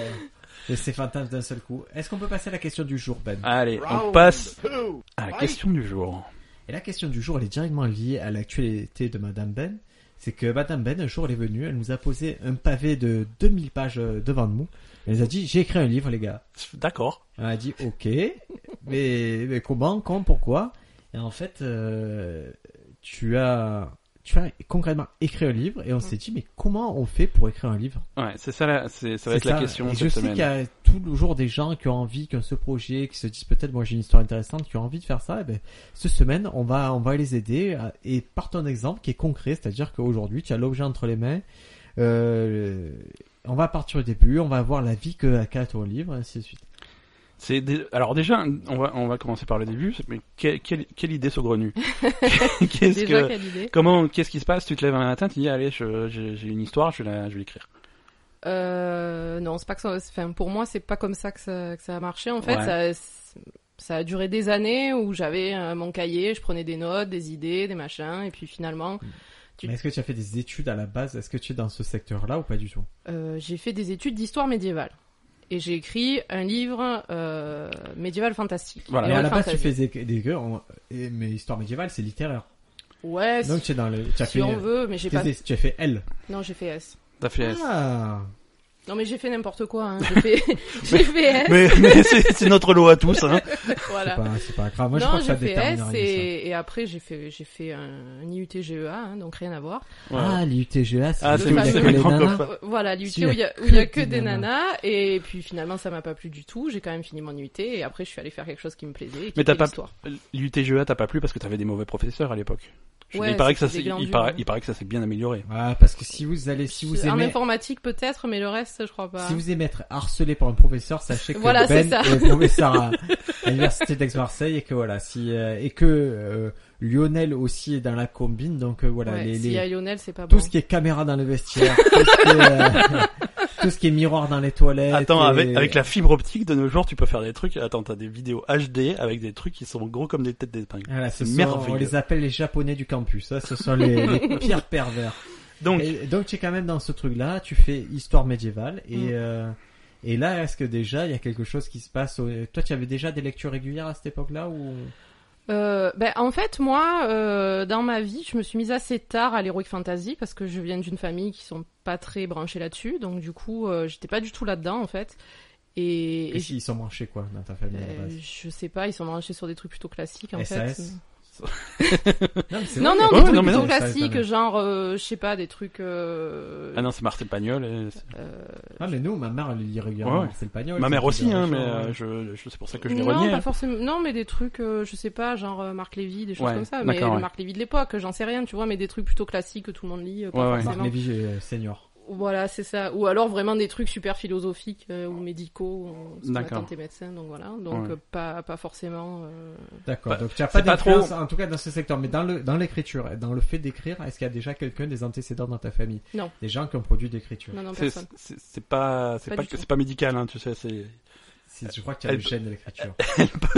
S1: de ses fantasmes d'un seul coup. Est-ce qu'on peut passer à la question du jour, Ben
S2: Allez, on
S4: Round
S2: passe
S4: two.
S2: à la
S4: Fight.
S2: question du jour.
S1: Et la question du jour, elle est directement liée à l'actualité de Madame Ben. C'est que Madame Ben, un jour, elle est venue, elle nous a posé un pavé de 2000 pages euh, devant nous. Elle nous a dit, j'ai écrit un livre, les gars.
S2: D'accord.
S1: On a dit, ok, mais, mais comment, quand, pourquoi Et en fait, euh, tu as... Tu as concrètement écrit un livre et on s'est dit mais comment on fait pour écrire un livre
S2: Ouais, c'est ça, la, c'est, ça va
S1: C'est
S2: être la question
S1: Et
S2: cette
S1: je sais
S2: semaine.
S1: qu'il y a toujours des gens qui ont envie, qui ont ce projet, qui se disent peut-être moi j'ai une histoire intéressante, qui ont envie de faire ça. Et ben, cette semaine, on va, on va les aider. à- Et par ton exemple qui est concret, c'est-à-dire qu'aujourd'hui tu as l'objet entre les mains. Euh, on va partir au début, on va voir la vie que qu'a ton livre, et ainsi de suite.
S2: C'est dé- alors déjà, on va on va commencer par le début. Mais que- quelle quelle idée saugrenue Qu'est-ce
S3: Déjà,
S2: que
S3: quelle idée
S2: comment qu'est-ce qui se passe Tu te lèves un matin, tu dis allez, je- j'ai j'ai une histoire, je vais la je vais l'écrire.
S3: Euh, non, c'est pas que ça. Enfin, pour moi, c'est pas comme ça que ça, que ça a marché. En fait,
S2: Ouais.
S3: ça, ça a duré des années où j'avais euh, mon cahier, je prenais des notes, des idées, des machins, et puis finalement, Tu-
S1: Mm. Mais est-ce que tu as fait des études à la base Est-ce que tu es dans ce secteur-là ou pas du tout
S3: euh, j'ai fait des études d'histoire médiévale. Et j'ai écrit un livre euh, médiéval fantastique.
S2: Voilà.
S1: Mais
S3: Héroïque
S1: à la base, tu
S3: Bah, fantasy.
S1: faisais des gueux, on- et- mais histoire médiévale, c'est littéraire.
S3: Ouais,
S1: Donc
S3: si,
S1: tu es dans le, tu as
S3: si
S1: fait,
S3: on veut, mais j'ai
S1: t'es-
S3: pas.
S1: tu as fait L.
S3: Non, j'ai fait S.
S2: T'as fait.
S1: Ah.
S3: Non, mais j'ai fait n'importe quoi. Hein. J'ai fait, j'ai fait S.
S2: Mais, mais c'est c'est notre lot à tous. Hein.
S3: Voilà.
S1: C'est pas, c'est pas grave. Moi, je
S3: non,
S1: crois que ça
S3: j'ai fait S
S1: détermine rien,
S3: et, et après j'ai fait j'ai fait un, un IUT-GEA, hein, donc rien à voir.
S1: ça.
S2: Ouais.
S1: Ah, l'IUTGA, c'est
S2: Ah,
S1: le
S2: c'est
S1: truc
S3: c'est
S1: avec
S3: mes
S1: les
S2: francophones.
S1: nanas.
S3: Euh, Voilà, l'IUT
S1: Si,
S3: où il y a, où il y a que des nanas.
S1: nanas.
S3: et puis finalement ça m'a pas plu du tout. J'ai quand même fini mon IUT et après je suis allée faire quelque chose qui me plaisait. Et qui
S2: Mais t'as
S3: était
S2: pas-
S3: l'histoire.
S2: L'UTGEA, t'as pas plu parce que t'avais des mauvais professeurs à l'époque. Je-
S3: Ouais,
S2: il paraît que ça
S3: c'était
S2: s'est il
S3: des glandus, hein.
S2: paraît,
S3: ouais.
S2: il paraît que ça s'est bien amélioré.
S1: Ah, parce que si vous allez, si vous
S3: En
S1: aimez,
S3: informatique peut-être, mais le reste je crois pas.
S1: si vous aimez être harcelé par un professeur, sachez que
S3: Voilà,
S1: Ben
S3: c'est ça.
S1: est professeur à, à l'université d'Aix-Marseille et que voilà, si, euh, et que, euh, Lionel aussi est dans la combine, donc euh, voilà,
S3: Ouais,
S1: les,
S3: s'il
S1: les-
S3: y a Lionel c'est pas
S1: tout
S3: bon.
S1: ce qui est caméra dans le vestiaire, tout ce qui est, euh, tout ce qui est miroir dans les toilettes.
S2: Attends,
S1: et-
S2: avec, avec la fibre optique de nos jours, tu peux faire des trucs. Attends, t'as des vidéos HD avec des trucs qui sont gros comme des têtes d'épingle.
S1: Voilà, ce
S2: C'est
S1: sont-
S2: merveilleux.
S1: on les appelle les japonais du campus. Ça, ce sont les, les pires pervers.
S2: Donc,
S1: Et donc tu es quand même dans ce truc-là, tu fais histoire médiévale et
S3: Mm.
S1: euh, et là est-ce que déjà il y a quelque chose qui se passe au- Toi tu avais déjà des lectures régulières à cette époque-là ou
S3: Euh, ben, en fait, moi, euh, dans ma vie, je me suis mise assez tard à l'heroic fantasy parce que je viens d'une famille qui sont pas très branchées là-dessus, donc du coup, euh, j'étais pas du tout là-dedans en fait. Et, et
S1: et ils sont branchés quoi dans ta famille à la
S3: euh,
S1: base
S3: je sais pas, ils sont branchés sur des trucs plutôt classiques en fait.
S1: SAS Non, mais c'est
S3: Euh,
S1: vrai,
S3: Non, non,
S1: il y a
S2: Ouais,
S3: des
S1: beaucoup
S3: trucs
S2: non, mais
S1: de SAS
S3: plutôt
S1: dans
S3: classiques,
S1: le-
S3: genre, euh, je sais pas, des trucs. euh,
S2: ah non, c'est Marcel Pagnol. et c'est-
S3: euh,
S1: Ah mais nous ma mère elle lit régulièrement
S2: Ouais, ouais.
S1: Marcel Pagnol.
S2: Ma
S1: c'est
S2: mère
S1: tout
S2: aussi,
S1: genre
S2: hein,
S1: de
S2: mais
S1: choses,
S2: euh,
S1: ouais.
S2: je, je- c'est pour ça que je l'ai
S3: non,
S2: renié.
S3: pas
S2: hein.
S3: forcément. Non, mais des trucs, euh, je sais pas, genre euh, Marc Lévy, des choses
S2: Ouais,
S3: comme ça. Mais
S2: d'accord,
S3: le
S2: ouais.
S3: Marc Lévy de l'époque, j'en sais rien, tu vois, mais des trucs plutôt classiques que tout le monde lit, euh, pas
S2: Ouais, ouais.
S1: Marc
S3: forcément.
S1: Lévy euh, senior.
S3: Voilà, c'est ça. Ou alors vraiment des trucs super philosophiques euh, ou médicaux. On, on
S2: D'accord.
S3: attend tes médecins, donc voilà. Donc
S2: Ouais.
S3: euh, pas, pas forcément. euh,
S1: D'accord.
S2: Bah,
S1: Donc tu as
S2: c'est
S1: pas
S2: pas
S1: d'influence
S2: trop-
S1: en tout cas dans ce secteur mais dans le dans l'écriture, hein, dans le fait d'écrire, est-ce qu'il y a déjà quelqu'un des antécédents dans ta famille
S3: Non.
S1: Des gens qui ont produit d'écriture.
S3: Non, non,
S2: C'est-
S3: personne.
S2: C'est c'est pas, c'est
S3: Pas
S2: pas,
S3: du
S2: que-
S3: tout.
S2: c'est pas médical, hein, tu sais. C'est
S1: C'est- Je crois qu'il y a
S2: Elle
S1: le
S2: peut-
S1: gène de l'écriture.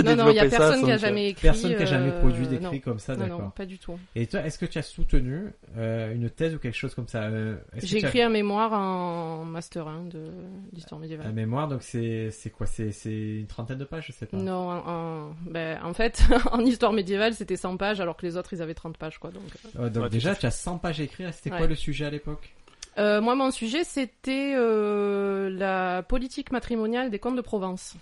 S3: Non, non, il y a
S2: développer ça
S3: personne
S2: sans
S3: qui a
S2: que-
S3: jamais écrit.
S1: Personne qui a jamais
S3: euh,
S1: produit
S3: non.
S1: d'écrit comme ça,
S3: Non, non,
S1: d'accord.
S3: pas du tout.
S1: Et toi, est-ce que tu as soutenu euh, une thèse ou quelque chose comme ça euh, est-ce que
S3: J'ai
S1: tu as-
S3: écrit un mémoire en master 1 de d'histoire médiévale.
S1: un mémoire, donc c'est c'est quoi C'est c'est une trentaine de pages, je sais pas.
S3: Non, en, en- ben, en fait, en histoire médiévale, c'était 100 pages, alors que les autres, ils avaient 30 pages, quoi. Donc, euh.
S1: Euh, donc
S2: Ouais,
S1: déjà, tu as 100 pages à écrire. C'était quoi
S3: Ouais.
S1: le sujet à l'époque
S3: Euh, moi, mon sujet, c'était euh, la politique matrimoniale des comtes de Provence.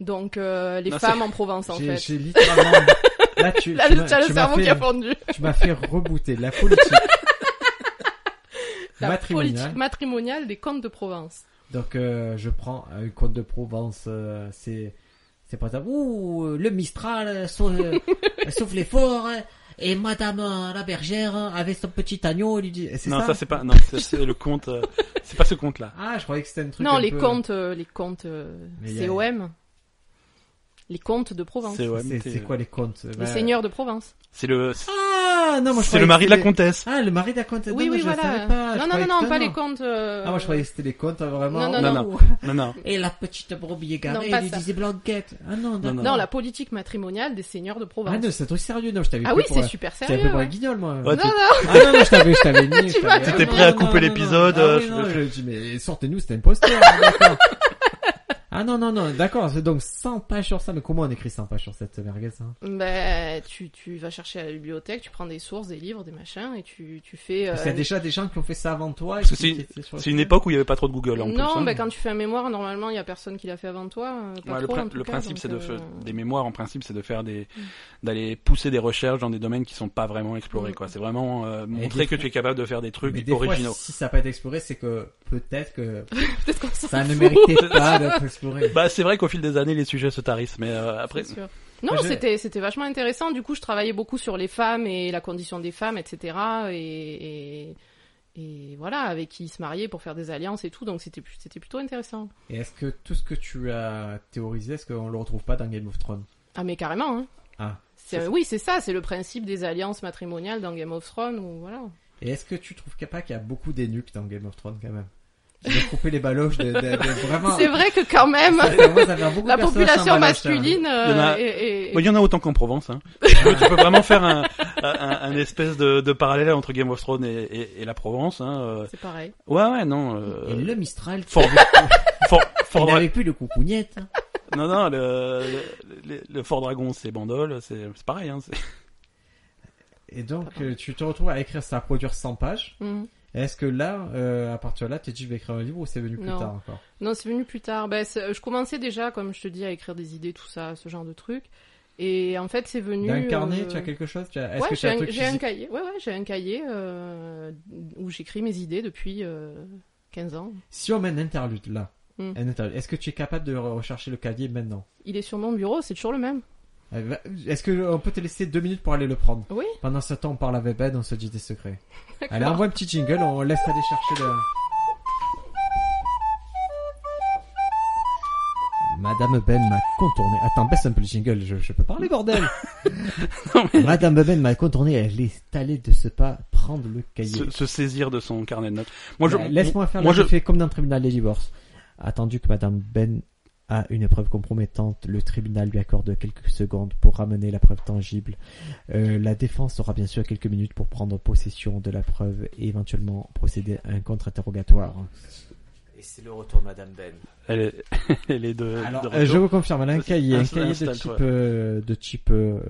S3: Donc, euh, les
S2: Non,
S3: femmes en Provence, en
S1: J'ai
S3: fait.
S1: j'ai littéralement. Là, tu,
S3: Là,
S1: tu
S3: le-
S1: m'as-
S3: t'as le
S1: tu m'as
S3: cerveau qui a
S1: fait,
S3: fondu.
S1: tu m'as fait rebooter la politique
S3: La
S1: matrimoniale.
S3: politique matrimoniale des comtes de Provence.
S1: Donc euh, je prends un compte de Provence, euh, c'est c'est pas ça. Ouh, euh, le Mistral euh, sau- euh, soufflait fort hein, et Madame euh, la bergère euh, avait son petit agneau. lui dit- C'est
S2: Non,
S1: ça.
S2: ça, c'est pas. Non, c'est- c'est le compte. euh, c'est pas ce compte-là.
S1: Ah, je croyais que c'était un truc.
S3: Non,
S1: un
S3: les
S1: peu-
S3: comptes, euh, les comptes euh,
S1: Mais y a-
S3: COM. Les comptes de Provence.
S2: C'est ouais,
S1: euh, C'est
S2: t'es-
S1: c'est quoi les comptes
S3: Les seigneurs de Provence.
S2: C'est le. c'est-
S1: Ah non, moi je
S2: C'est
S1: croyais
S2: le
S1: que
S2: mari de la
S1: c'était-
S2: comtesse.
S1: Ah, le mari de la comtesse.
S3: oui,
S1: non,
S3: oui,
S1: je savais
S3: voilà.
S1: pas, je
S3: non,
S1: croyais
S3: non, non,
S1: que
S3: non,
S1: c'était-
S3: pas les comptes. euh,
S1: Ah, moi je croyais que c'était les comptes vraiment.
S3: Non, non,
S2: Non,
S3: non.
S2: Non, non.
S1: Et la petite brebis égarée,
S3: Non, pas
S1: elle
S3: ça.
S1: disait Blanquette. Ah non,
S2: Non, non.
S1: non.
S3: Non, la politique matrimoniale des seigneurs de Provence.
S1: Ah non, c'est un truc sérieux. Non, je t'avais
S3: Ah
S1: pris
S3: oui,
S1: pour
S3: c'est
S1: la-
S3: super
S1: Je t'avais pris
S3: sérieux.
S1: pour
S3: ouais.
S1: un guignol, moi.
S2: Ouais,
S3: Non, non,
S1: Ah non, non, je t'avais, je t'avais nié.
S3: Tu m'as
S2: T'étais prêt à couper l'épisode,
S1: Ah,
S2: euh,
S1: oui,
S2: je-
S1: non,
S2: je-
S1: je dis, mais sortez-nous, c'était imposteur. hein, d'accord. ah non, non, non, d'accord. c'est Donc 100 pages sur ça. Mais comment on écrit 100 pages sur cette merguez hein
S3: Ben, tu, tu vas chercher à la bibliothèque, tu prends des sources, des livres, des machins, et tu, tu fais... euh,
S1: Parce qu'il y a déjà des gens qui ont fait ça avant toi. et
S2: Parce que
S1: qui- qui étaient sur le
S2: C'est une
S1: sujet.
S2: époque où il y avait pas trop de Google. En plus,
S3: Non,
S2: hein.
S3: ben, quand tu fais un mémoire, normalement, il y a personne qui l'a fait avant toi. euh, pas
S2: Ouais, le,
S3: trop,
S2: prin-
S3: en tout
S2: le
S3: cas,
S2: principe,
S3: donc,
S2: c'est de
S3: euh, Mm.
S2: f- des mémoires. En principe, c'est de faire des, d'aller pousser des recherches dans des domaines qui sont pas vraiment explorés.
S3: Mm.
S2: Quoi, c'est vraiment euh, montrer
S1: des
S2: que
S1: fois-
S2: tu es capable de faire des trucs
S1: Mais des
S2: originaux.
S1: fois, si ça n'a pas été exploré, c'est que peut-être que
S3: Peut-être qu'on s'en
S1: ça ne
S3: fout,
S1: méritait pas d'être exploré.
S2: Bah, c'est vrai qu'au fil des années, les sujets se tarissent. Mais euh, après,
S3: c'est sûr. Non,
S1: Moi, j'ai-
S3: c'était c'était vachement intéressant. Du coup, je travaillais beaucoup sur les femmes et la condition des femmes, etc. Et, et, et voilà, avec qui ils se mariaient pour faire des alliances et tout. Donc c'était pu- c'était plutôt intéressant.
S1: Et est-ce que tout ce que tu as théorisé, est-ce qu'on le retrouve pas dans Game of Thrones
S3: Ah mais carrément. Hein.
S1: Ah.
S3: C'est-
S2: C'est-
S3: oui, c'est ça. C'est le principe des alliances matrimoniales dans Game of Thrones. Ou voilà.
S1: Et est-ce que tu trouves qu'il y a pas qu'il y a beaucoup d'énuques dans Game of Thrones quand même J'ai coupé les baloches de, de- de- vraiment.
S3: C'est vrai que quand même,
S1: Ça fait- moi, ça fait Ah. beaucoup
S3: la
S1: de personnages
S3: population
S1: sans baloches, hein.
S3: masculine
S2: Il y en a-
S3: euh, est- est-
S2: Bon, il y en a autant qu'en Provence. Hein. tu, peux, tu peux vraiment faire un, un, un espèce de, de parallèle entre Game of Thrones et, et- et la Provence. Hein. euh.
S3: c'est pareil.
S2: Ouais, ouais, non. euh,
S1: Et le Mistral, qui
S2: Fort, fort, fort,
S1: il
S2: Dra-
S1: n'avait plus de coucougnette. hein.
S2: non, non, le, le, le Fort Dragon, c'est Bandol, c'est c'est pareil. Hein, c'est-
S1: Et donc, euh, tu te retrouves à écrire ça, à produire 100 pages.
S3: Mhm.
S1: Est-ce que là, euh, à partir de là, tu te dis, je vais écrire un livre ou c'est venu plus
S3: Non.
S1: tard encore
S3: Non, c'est venu plus tard. Ben, c'est- je commençais déjà, comme je te dis, à écrire des idées, tout ça, ce genre de trucs. Et en fait, c'est venu.
S1: D'un carnet,
S3: euh,
S1: tu as quelque chose Tu as- Est-ce
S3: Ouais,
S1: que tu
S3: j'ai
S1: as un
S3: un,
S1: truc
S3: j'ai un
S1: physique
S3: cahier. Ouais, ouais, j'ai un cahier euh, où j'écris mes idées depuis euh, 15 ans.
S1: Si on met un interlude là,
S3: Hmm.
S1: un interlude, est-ce que tu es capable de re- rechercher le cahier maintenant
S3: Il est sur mon bureau, c'est toujours le même.
S1: Euh, va- Est-ce que on peut te laisser deux minutes pour aller le prendre
S3: Oui.
S1: Pendant ce temps, on parle à Webed, on se dit des secrets.
S3: D'accord.
S1: Allez, envoie un petit jingle, on laisse aller chercher le... Madame Ben m'a contourné. Attends, baisse un peu le jingle, je, je peux parler, bordel Madame Ben m'a contourné, elle est allée de ce pas prendre le cahier.
S2: se, se saisir de son carnet de notes. Moi, je,
S1: Bah, Laisse-moi faire
S2: moi,
S1: le
S2: je,
S1: fait comme dans le tribunal des divorces. Attendu que Madame Ben a une preuve compromettante, le tribunal lui accorde quelques secondes pour ramener la preuve tangible. Euh, la défense aura bien sûr quelques minutes pour prendre possession de la preuve et éventuellement procéder à un contre-interrogatoire.
S4: Et c'est le retour de Madame Ben.
S2: Elle est, elle est de.
S1: Alors,
S2: de
S1: euh, je
S2: retour.
S1: vous confirme, elle a un
S2: Vas-y,
S1: cahier, un
S2: insta-
S1: cahier de
S2: installe-toi.
S1: type, euh, de type euh,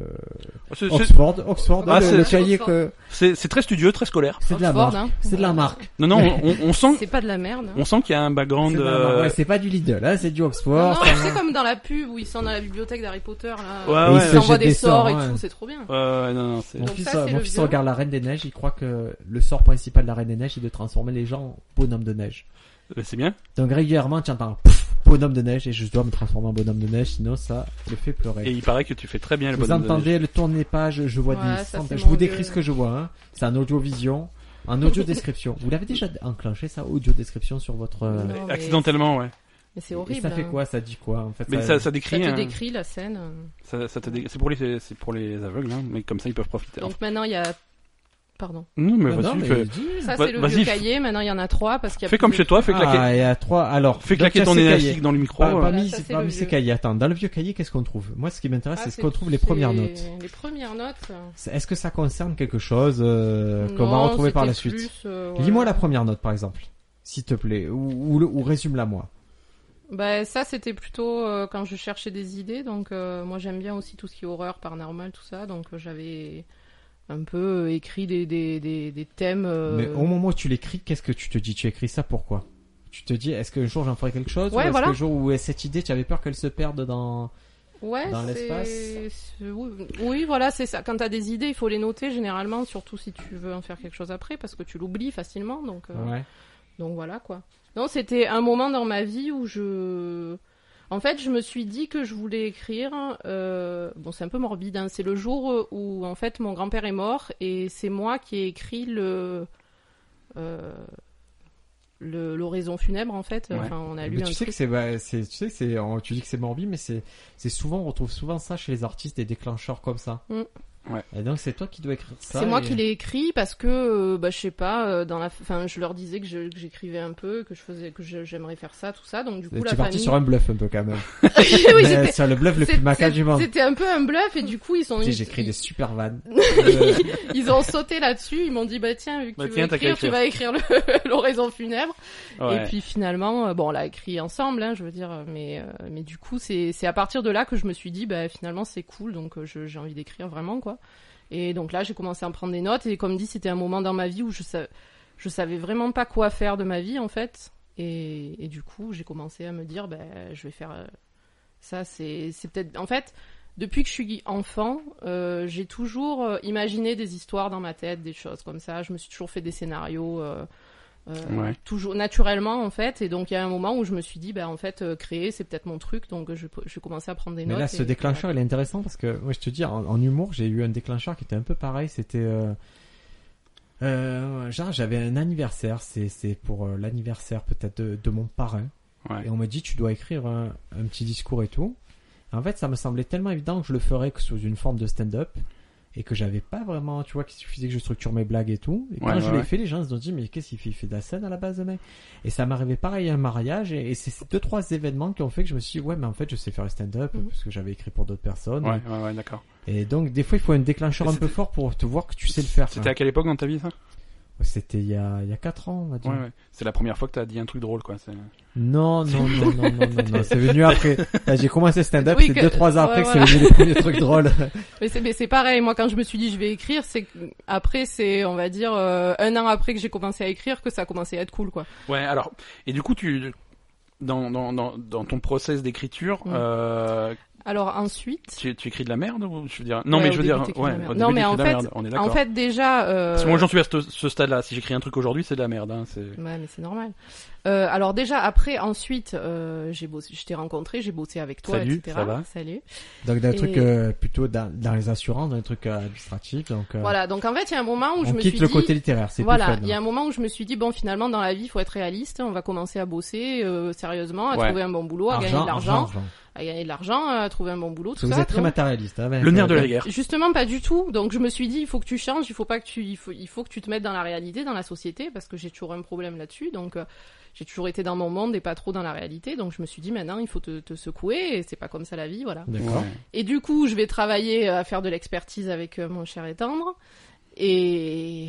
S2: C'est- c'est-
S1: Oxford, Oxford,
S2: Ah,
S1: le-
S2: c'est-
S1: le cahier que
S2: C'est c'est très studieux, très scolaire.
S1: c'est de la
S3: Oxford,
S1: marque,
S3: hein.
S1: c'est de la marque,
S2: Non, non, on, on- on sent,
S3: C'est pas de la merde. hein.
S2: on sent qu'il y a un
S1: c'est
S2: background.
S1: de la marque.
S2: euh,
S1: Ouais, c'est pas du Lidl, hein, c'est du
S3: Non,
S1: Oxford.
S3: non,
S1: ça
S3: c'est
S1: va.
S3: comme dans la pub où ils sont dans la bibliothèque d'Harry Potter là.
S2: Ouais,
S1: Et
S2: ouais,
S1: il
S3: Ils
S1: se
S3: envoient
S1: jette
S3: des sorts et
S1: hein.
S3: tout, c'est trop bien.
S2: ouais, ouais, non, non, c'est-
S1: Mon
S3: Donc
S1: fils,
S3: ça,
S1: euh,
S3: c'est
S1: mon
S3: le
S1: fils
S3: violon.
S1: regarde la Reine des Neiges, il croit que le sort principal de la Reine des Neiges, c'est de transformer les gens en bonhomme de neige.
S2: mais c'est bien.
S1: Donc régulièrement, tiens, un pouf, bonhomme de neige, et je dois me transformer en bonhomme de neige, sinon ça le fait pleurer.
S2: Et il paraît que tu fais très bien le
S1: vous
S2: bonhomme de neige.
S1: entendez le tourner page, je vois
S3: Ouais,
S1: des
S3: ça,
S1: centaines-
S3: c'est
S1: Je vous
S3: mon
S1: décris
S3: vieux.
S1: ce que je vois, hein. C'est un audiovision, un audio description. Vous l'avez déjà enclenché ça, audio description sur votre. euh,
S3: Non, mais-
S2: Accidentellement, ouais.
S3: Mais c'est
S1: et
S3: horrible.
S1: ça fait
S3: hein.
S1: quoi Ça dit quoi en fait
S2: Mais
S1: ça-
S2: ça, ça
S3: Ça
S2: décrit.
S3: te
S2: hein.
S3: décrit la scène.
S2: Ça- ça te dé- C'est pour les, c'est pour les aveugles, hein, mais comme ça ils peuvent profiter.
S3: Donc maintenant il y a. Pardon.
S2: Non, mais
S1: Non,
S2: vas-y,
S1: non, mais
S2: fais,
S1: dis.
S3: Ça
S2: Va-
S3: c'est le
S2: Bah, vas-y,
S3: vieux
S2: fais-
S3: cahier. Maintenant il y en a trois parce qu'il y a.
S2: fais
S3: plus
S2: comme
S3: de-
S2: chez toi, fais claquer,
S1: Ah, il y a trois. Alors, donc, il y
S2: fais claquer
S1: a
S2: ton
S1: ces cahiers.
S2: élastique dans le micro.
S1: Ah, parmi
S2: euh.
S3: Voilà, ça, c'est
S1: parmi
S3: le
S1: ces
S3: vieux.
S1: cahiers, attends, dans le vieux cahier, qu'est-ce qu'on trouve Moi, ce qui m'intéresse,
S3: Ah,
S1: c'est ce qu'on trouve les premières
S3: c'est-
S1: notes.
S3: Les premières notes.
S1: C'est- Est-ce que ça concerne quelque chose euh,
S3: Non,
S1: qu'on va retrouver par la
S3: c'était
S1: suite
S3: plus, euh,
S1: Lis-moi
S3: voilà.
S1: la première note, par exemple, s'il te plaît, ou, ou, le- ou résume-la moi.
S3: Bah, ça, c'était plutôt euh, quand je cherchais des idées. Donc, euh, moi, j'aime bien aussi tout ce qui est horreur, paranormal, tout ça. Donc, euh, j'avais un peu euh, écrit des, des, des, des thèmes. euh,
S1: Mais au moment où tu l'écris, qu'est-ce que tu te dis Tu écris ça pourquoi Tu te dis, est-ce que le jour j'en ferai quelque chose
S3: Ouais,
S1: Ou est-ce
S3: voilà.
S1: que le jour où cette idée, tu avais peur qu'elle se perde dans...
S3: ouais,
S1: dans
S3: c'est-
S1: l'espace.
S3: c'est- Oui, oui, voilà, c'est ça. Quand t'as des idées, il faut les noter généralement, surtout si tu veux en faire quelque chose après, parce que tu l'oublies facilement. Donc, euh,
S1: Ouais.
S3: Donc voilà quoi. Non, c'était un moment dans ma vie où je. En fait, je me suis dit que je voulais écrire. euh, Bon, c'est un peu morbide. hein. C'est le jour où en fait mon grand-père est mort et c'est moi qui ai écrit le. euh, le- L'oraison funèbre en fait.
S2: Ouais.
S3: Enfin, on a lu
S1: Mais
S3: un
S1: tu sais
S3: truc-
S1: que c'est, bah, c'est- tu sais que c'est, on- tu dis que c'est morbide, mais c'est, c'est souvent, on retrouve souvent ça chez les artistes, des déclencheurs comme ça.
S3: Mm.
S2: Ouais.
S1: Et donc c'est toi qui dois écrire ça.
S3: C'est moi
S1: et-
S3: qui l'ai écrit parce que, euh, bah, je sais pas, euh, dans la, enfin, je leur disais que je- que j'écrivais un peu, que je faisais, que je- j'aimerais faire ça, tout ça. Donc du
S1: Tu
S3: coup,
S1: es
S3: la
S1: parti
S3: famille.
S1: sur un bluff un peu quand même.
S3: oui,
S1: Mais
S3: c'était-
S1: sur le bluff le plus
S3: c'est-
S1: macabre du
S3: c'est-
S1: monde.
S3: C'était un peu un bluff et du coup, ils sont,
S1: Tu sais,
S3: ils,
S1: J'écris des
S3: ils,
S1: super vannes. Euh,
S3: ils ont sauté là-dessus. Ils m'ont dit, bah tiens, vu que
S2: Bah,
S3: tu
S2: tiens,
S3: veux
S2: t'as qu'à
S3: écrire, tu
S2: écrire.
S3: vas écrire le- l'oraison funèbre. Et
S2: euh, Ouais.
S3: puis finalement, euh, bon, on l'a écrit ensemble, hein, je veux dire, mais euh, mais du coup, c'est c'est à partir de là que je me suis dit, bah finalement, c'est cool, donc euh, je- j'ai envie d'écrire vraiment quoi. Et donc là, j'ai commencé à en prendre des notes et comme dit, c'était un moment dans ma vie où je savais je savais vraiment pas quoi faire de ma vie en fait, et et du coup, j'ai commencé à me dire, bah je vais faire euh, ça, c'est c'est peut-être en fait. Depuis que je suis enfant, euh, j'ai toujours euh, imaginé des histoires dans ma tête, des choses comme ça. Je me suis toujours fait des scénarios euh, euh,
S2: Ouais.
S3: toujours naturellement en fait. Et donc il y a un moment où je me suis dit, bah en fait, euh, créer c'est peut-être mon truc, donc euh, je, je vais commencer à prendre des
S1: Mais
S3: notes.
S1: là, ce
S3: et-
S1: déclencheur, il est intéressant parce que, moi, je te dis, en, en humour, j'ai eu un déclencheur qui était un peu pareil. C'était, euh, euh, genre, j'avais un anniversaire. C'est, c'est pour euh, l'anniversaire peut-être de, de mon parrain.
S2: Ouais.
S1: Et on m'a dit, tu dois écrire un, un petit discours et tout. En fait, ça me semblait tellement évident que je le ferais que sous une forme de stand-up et que j'avais pas vraiment, tu vois, qu'il suffisait que je structure mes blagues et tout. Et quand
S2: Ouais,
S1: je
S2: ouais,
S1: l'ai
S2: ouais.
S1: fait, les gens se sont dit, mais qu'est-ce qu'il fait Il fait de la scène à la base, le mec. Et ça m'arrivait pareil à un mariage et, et c'est ces deux, trois événements qui ont fait que je me suis dit, ouais, mais en fait, je sais faire le stand-up
S3: Mhm.
S1: parce que j'avais écrit pour d'autres personnes.
S2: Ouais, ouais, ouais, d'accord.
S1: Et donc, des fois, il faut un déclencheur
S2: Et
S1: un peu
S2: c'était-
S1: fort pour te voir que tu sais le faire.
S2: C'était
S1: quoi.
S2: à quelle époque dans ta vie ça
S1: C'était il y a, il y a quatre ans, on va dire.
S2: Ouais, ouais. C'est la première fois que t'as dit un truc drôle, quoi. C'est-
S1: Non, non, non, non, non, non, non, c'est venu après. Là, J'ai commencé stand-up,
S3: Oui,
S1: c'est
S3: que-
S1: deux, trois ans
S3: ouais,
S1: après que
S3: voilà.
S1: c'est venu les premiers trucs drôles.
S3: Mais c'est mais c'est pareil. Moi, quand je me suis dit, je vais écrire, c'est que- après, c'est on va dire euh, un an après que j'ai commencé à écrire que ça a commencé à être cool, quoi.
S2: Ouais, alors. Et du coup, tu. Dans, dans, dans, dans ton process d'écriture,
S3: Mm.
S2: euh,
S3: Alors ensuite.
S2: tu, tu écris de la merde ou je veux dire Non,
S3: Ouais,
S2: mais
S3: au
S2: je veux
S3: début,
S2: dire,
S3: t'écris de la
S2: ouais,
S3: merde.
S2: au
S3: Non,
S2: début,
S3: mais
S2: t'écris
S3: en
S2: de la
S3: fait-
S2: merde, on est d'accord.
S3: En fait, déjà. euh,
S2: Parce que moi, j'en suis à ce, ce stade-là. Si j'écris un truc aujourd'hui, c'est de la merde. Hein, c'est...
S3: Ouais, mais c'est normal. Euh, alors déjà après, ensuite, euh, j'ai bossé, je t'ai rencontré, j'ai bossé avec toi,
S2: Salut,
S3: etc.
S2: ça va
S3: Salut.
S1: Donc d'un
S3: Et-
S1: truc euh, plutôt dans, dans les assurances, dans les trucs euh, administratifs. Donc euh,
S3: Voilà. Donc en fait, il y a un moment où je
S1: on
S3: me
S1: quitte
S3: suis
S1: le
S3: dit,
S1: côté littéraire, c'est
S3: voilà,
S1: plus fun.
S3: il y a un moment où je me suis dit bon, finalement, dans la vie, il faut être réaliste. On va commencer à bosser euh, sérieusement, à
S2: Ouais.
S3: trouver un bon boulot, à gagner
S1: Argent,
S3: de l'argent,
S1: argent.
S3: à gagner de l'argent, à trouver un bon boulot,
S1: Parce
S3: tout
S1: que
S3: ça.
S1: vous êtes très
S3: donc-
S1: matérialiste. hein, mec.
S2: Le nerf de la guerre.
S3: Justement, pas du tout. Donc, je me suis dit, il faut que tu changes, il faut pas que tu, il faut, il faut que tu te mettes dans la réalité, dans la société, parce que j'ai toujours un problème là-dessus. Donc, euh, j'ai toujours été dans mon monde et pas trop dans la réalité. Donc, je me suis dit, maintenant, il faut te, te secouer. Et c'est pas comme ça la vie, voilà.
S1: D'accord.
S2: Ouais.
S3: Et du coup, je vais travailler euh, à faire de l'expertise avec euh, mon cher et tendre. Et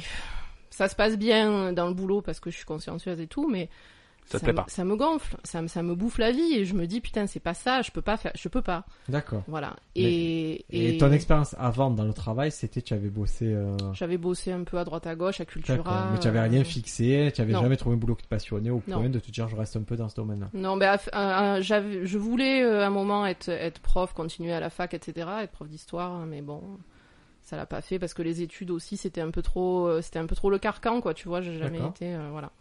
S3: ça se passe bien dans le boulot parce que je suis consciencieuse et tout, mais
S2: Ça te plaît
S3: me-
S2: pas.
S3: ça me gonfle, ça me, ça me bouffe la vie et je me dis putain, c'est pas ça, je peux pas faire, je peux pas.
S1: D'accord.
S3: Voilà.
S1: Mais-
S3: Et,
S1: Et, ton expérience avant dans le travail, c'était tu avais bossé. Euh...
S3: j'avais bossé un peu à droite à gauche, à
S1: d'accord.
S3: Cultura.
S1: Mais tu avais rien
S3: euh,
S1: fixé, tu avais
S3: non.
S1: jamais trouvé un boulot qui te passionnait au point
S3: Non.
S1: de te dire je reste un peu dans ce domaine-là.
S3: Non, ben, à f- à- à- j'avais, je voulais euh, un moment être, être prof, continuer à la fac, etc., être prof d'histoire, hein, mais bon, ça l'a pas fait parce que les études aussi, c'était un peu trop, euh, c'était un peu trop le carcan, quoi, tu vois, j'ai jamais
S1: D'accord.
S3: été, euh, voilà.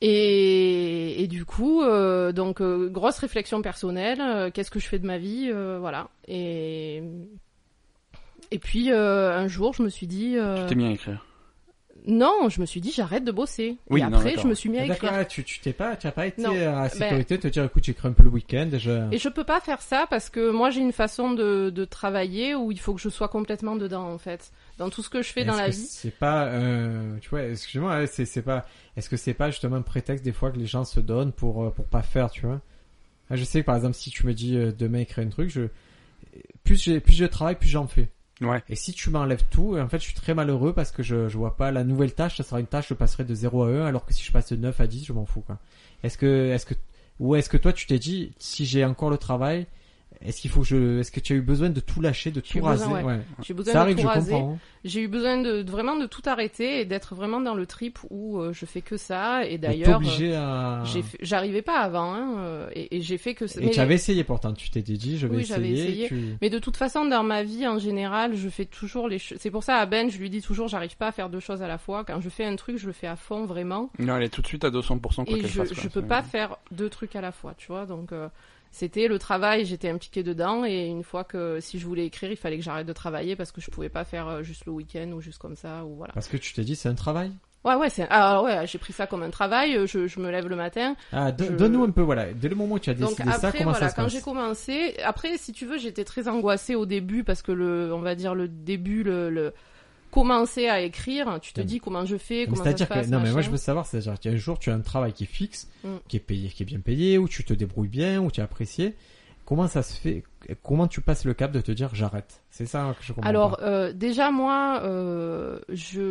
S3: Et, et du coup, euh, donc euh, grosse réflexion personnelle, euh, qu'est-ce que je fais de ma vie, euh, voilà. Et et puis euh, un jour, je me suis dit, euh,
S2: Tu t'es mis à écrire.
S3: non, je me suis dit, j'arrête de bosser.
S2: Oui,
S3: et
S2: non,
S3: après,
S2: d'accord.
S3: je me suis mis à
S1: Ah,
S3: écrire.
S1: D'accord. ah, Tu tu t'es pas, tu as pas été
S3: Non.
S1: à la
S3: Ben-
S1: sécurité de te dire écoute j'écris un peu le week-end. Je...
S3: Et je peux pas faire ça parce que moi j'ai une façon de, de travailler où il faut que je sois complètement dedans en fait. Dans tout ce que je fais dans
S1: Est-ce
S3: la
S1: que
S3: vie.
S1: C'est pas, euh, tu vois, excuse-moi, hein, c'est, c'est pas, est-ce que c'est pas justement un prétexte des fois que les gens se donnent pour euh, pour pas faire, tu vois Ah, Je sais que par exemple si tu me dis euh, demain écris un truc, je plus j'ai plus je travaille, plus j'en fais.
S2: Ouais.
S1: Et si tu m'enlèves tout, en fait, je suis très malheureux parce que je, je vois pas la nouvelle tâche, ça sera une tâche, je passerai de 0 à 1, alors que si je passe de 9 à 10, je m'en fous, quoi. Est-ce que, est-ce que, ou est-ce que toi, tu t'es dit, si j'ai encore le travail, Est-ce qu'il faut que je, est-ce que tu as eu besoin de tout lâcher, de
S3: J'ai
S1: tout
S3: eu
S1: raser
S3: besoin, ouais.
S1: Ouais.
S3: J'ai
S1: Ça
S3: besoin de
S1: arrive,
S3: tout
S1: je
S3: raser.
S1: comprends. hein.
S3: J'ai eu besoin de de vraiment de tout arrêter et d'être vraiment dans le trip où euh, je fais que ça. Et
S1: Mais
S3: d'ailleurs, euh,
S1: t'obliger à.
S3: j'ai fait- j'arrivais pas avant hein, euh, et, et j'ai fait que. ça-
S1: Et tu avais essayé pourtant. Tu t'étais dit, je vais
S3: Oui, j'avais
S1: essayer.
S3: essayé.
S1: tu-
S3: Mais de toute façon, dans ma vie en général, je fais toujours les choses. C'est pour ça à Ben, je lui dis toujours, j'arrive pas à faire deux choses à la fois. Quand je fais un truc, je le fais à fond vraiment.
S2: Non, elle est tout de suite à 200% quoi
S3: Et
S2: qu'elle
S3: je,
S2: fasse. quoi.
S3: je peux
S2: C'est-
S3: pas faire deux trucs à la fois, tu vois. Donc euh, c'était le travail, j'étais impliquée dedans et une fois que si je voulais écrire, il fallait que j'arrête de travailler parce que je pouvais pas faire euh, juste le week-end ou juste comme ça ou voilà.
S1: Parce que tu t'es dit, c'est un travail.
S3: Ouais ouais, c'est ah ouais, j'ai pris ça comme un travail. euh, Je, je me lève le matin.
S1: Ah, do-
S3: Je-
S1: donne-nous un peu, voilà. Dès le moment où tu as
S3: Donc
S1: décidé
S3: après
S1: ça, comment
S3: voilà,
S1: ça
S3: quand
S1: se
S3: j'ai
S1: passe
S3: commencé, après si tu veux, j'étais très angoissée au début parce que le, on va dire le début le, le- commencer à écrire, tu te
S1: Mais-
S3: dis comment je fais,
S1: Mm. Mais
S3: comment ça se
S1: C'est-à-dire que
S3: passe.
S1: non, mais moi
S3: machin.
S1: je veux savoir, c'est-à-dire qu'un jour tu as un travail qui est fixe,
S3: Mm.
S1: qui est payé, qui est bien payé, où tu te débrouilles bien, où tu es apprécié. Comment ça se fait Comment tu passes le cap de te dire j'arrête C'est ça que je comprends.
S3: Alors
S1: pas.
S3: euh, déjà moi, euh,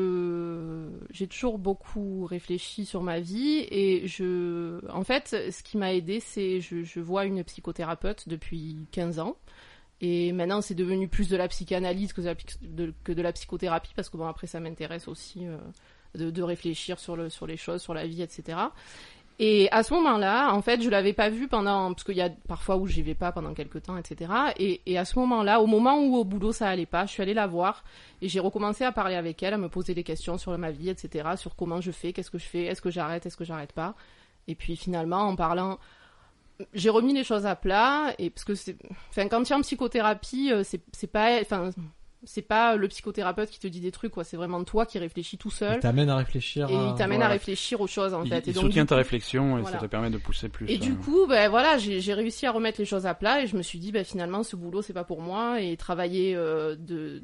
S3: je j'ai toujours beaucoup réfléchi sur ma vie et je, en fait, ce qui m'a aidé, c'est je, je vois une psychothérapeute depuis 15 ans. Et maintenant, c'est devenu plus de la psychanalyse que de la, psy- de- que de la psychothérapie, parce que bon, après, ça m'intéresse aussi euh, de, de réfléchir sur, le, sur les choses, sur la vie, etc. Et à ce moment-là, en fait, je l'avais pas vu pendant, parce qu'il y a parfois où j'y vais pas pendant quelques temps, etc. Et, et à ce moment-là, au moment où au boulot ça allait pas, je suis allée la voir et j'ai recommencé à parler avec elle, à me poser des questions sur ma vie, etc., sur comment je fais, qu'est-ce que je fais, est-ce que j'arrête, est-ce que j'arrête pas. Et puis finalement, en parlant, j'ai remis les choses à plat et parce que c'est, enfin, quand tu es en psychothérapie, euh, c'est, c'est pas, enfin, c'est pas le psychothérapeute qui te dit des trucs, quoi. C'est vraiment toi qui réfléchis tout
S1: il
S3: seul.
S1: t'amène à réfléchir.
S3: euh, Et il
S1: à-
S3: t'amène à
S2: voilà.
S3: réfléchir aux choses en
S2: Il,
S3: fait.
S2: il
S3: et donc,
S2: soutient
S3: du
S2: ta
S3: coup-
S2: réflexion et
S3: voilà.
S2: ça te permet de pousser plus.
S3: et du
S2: euh.
S3: coup, ben voilà, j'ai j'ai réussi à remettre les choses à plat et je me suis dit, ben finalement, ce boulot, c'est pas pour moi et travailler euh, de,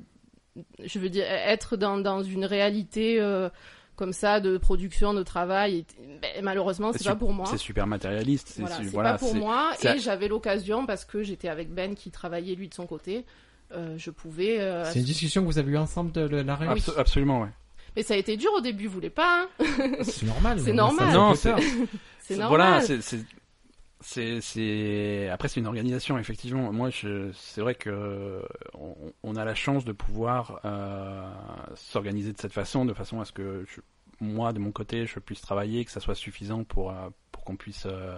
S3: je veux dire, être dans, dans une réalité euh, comme ça de production, de travail, et- ben, malheureusement, c'est
S2: C'est
S3: pas pour moi.
S2: C'est super matérialiste. C'est
S3: Voilà,
S2: su-
S3: c'est
S2: voilà,
S3: pas pour
S2: c'est-
S3: moi
S2: c'est-
S3: et j'avais l'occasion parce que j'étais avec Ben qui travaillait lui de son côté. euh, je pouvais. euh,
S1: C'est une discussion que vous avez eue ensemble de le- la réunion.
S2: Abso- Absolument, ouais.
S3: Mais ça a été dur au début, vous voulez pas, hein
S1: C'est normal.
S3: C'est
S1: mais ça
S3: normal.
S1: me fait
S2: Non,
S1: peur.
S2: c'est-
S3: Ah, C'est
S2: C'est-
S3: normal.
S2: Voilà, c'est- c'est. C'est, c'est, après c'est une organisation effectivement. Moi, je, c'est vrai que euh, on, on a la chance de pouvoir euh, s'organiser de cette façon, de façon à ce que je- moi, de mon côté, je puisse travailler, que ça soit suffisant pour euh, pour qu'on puisse euh,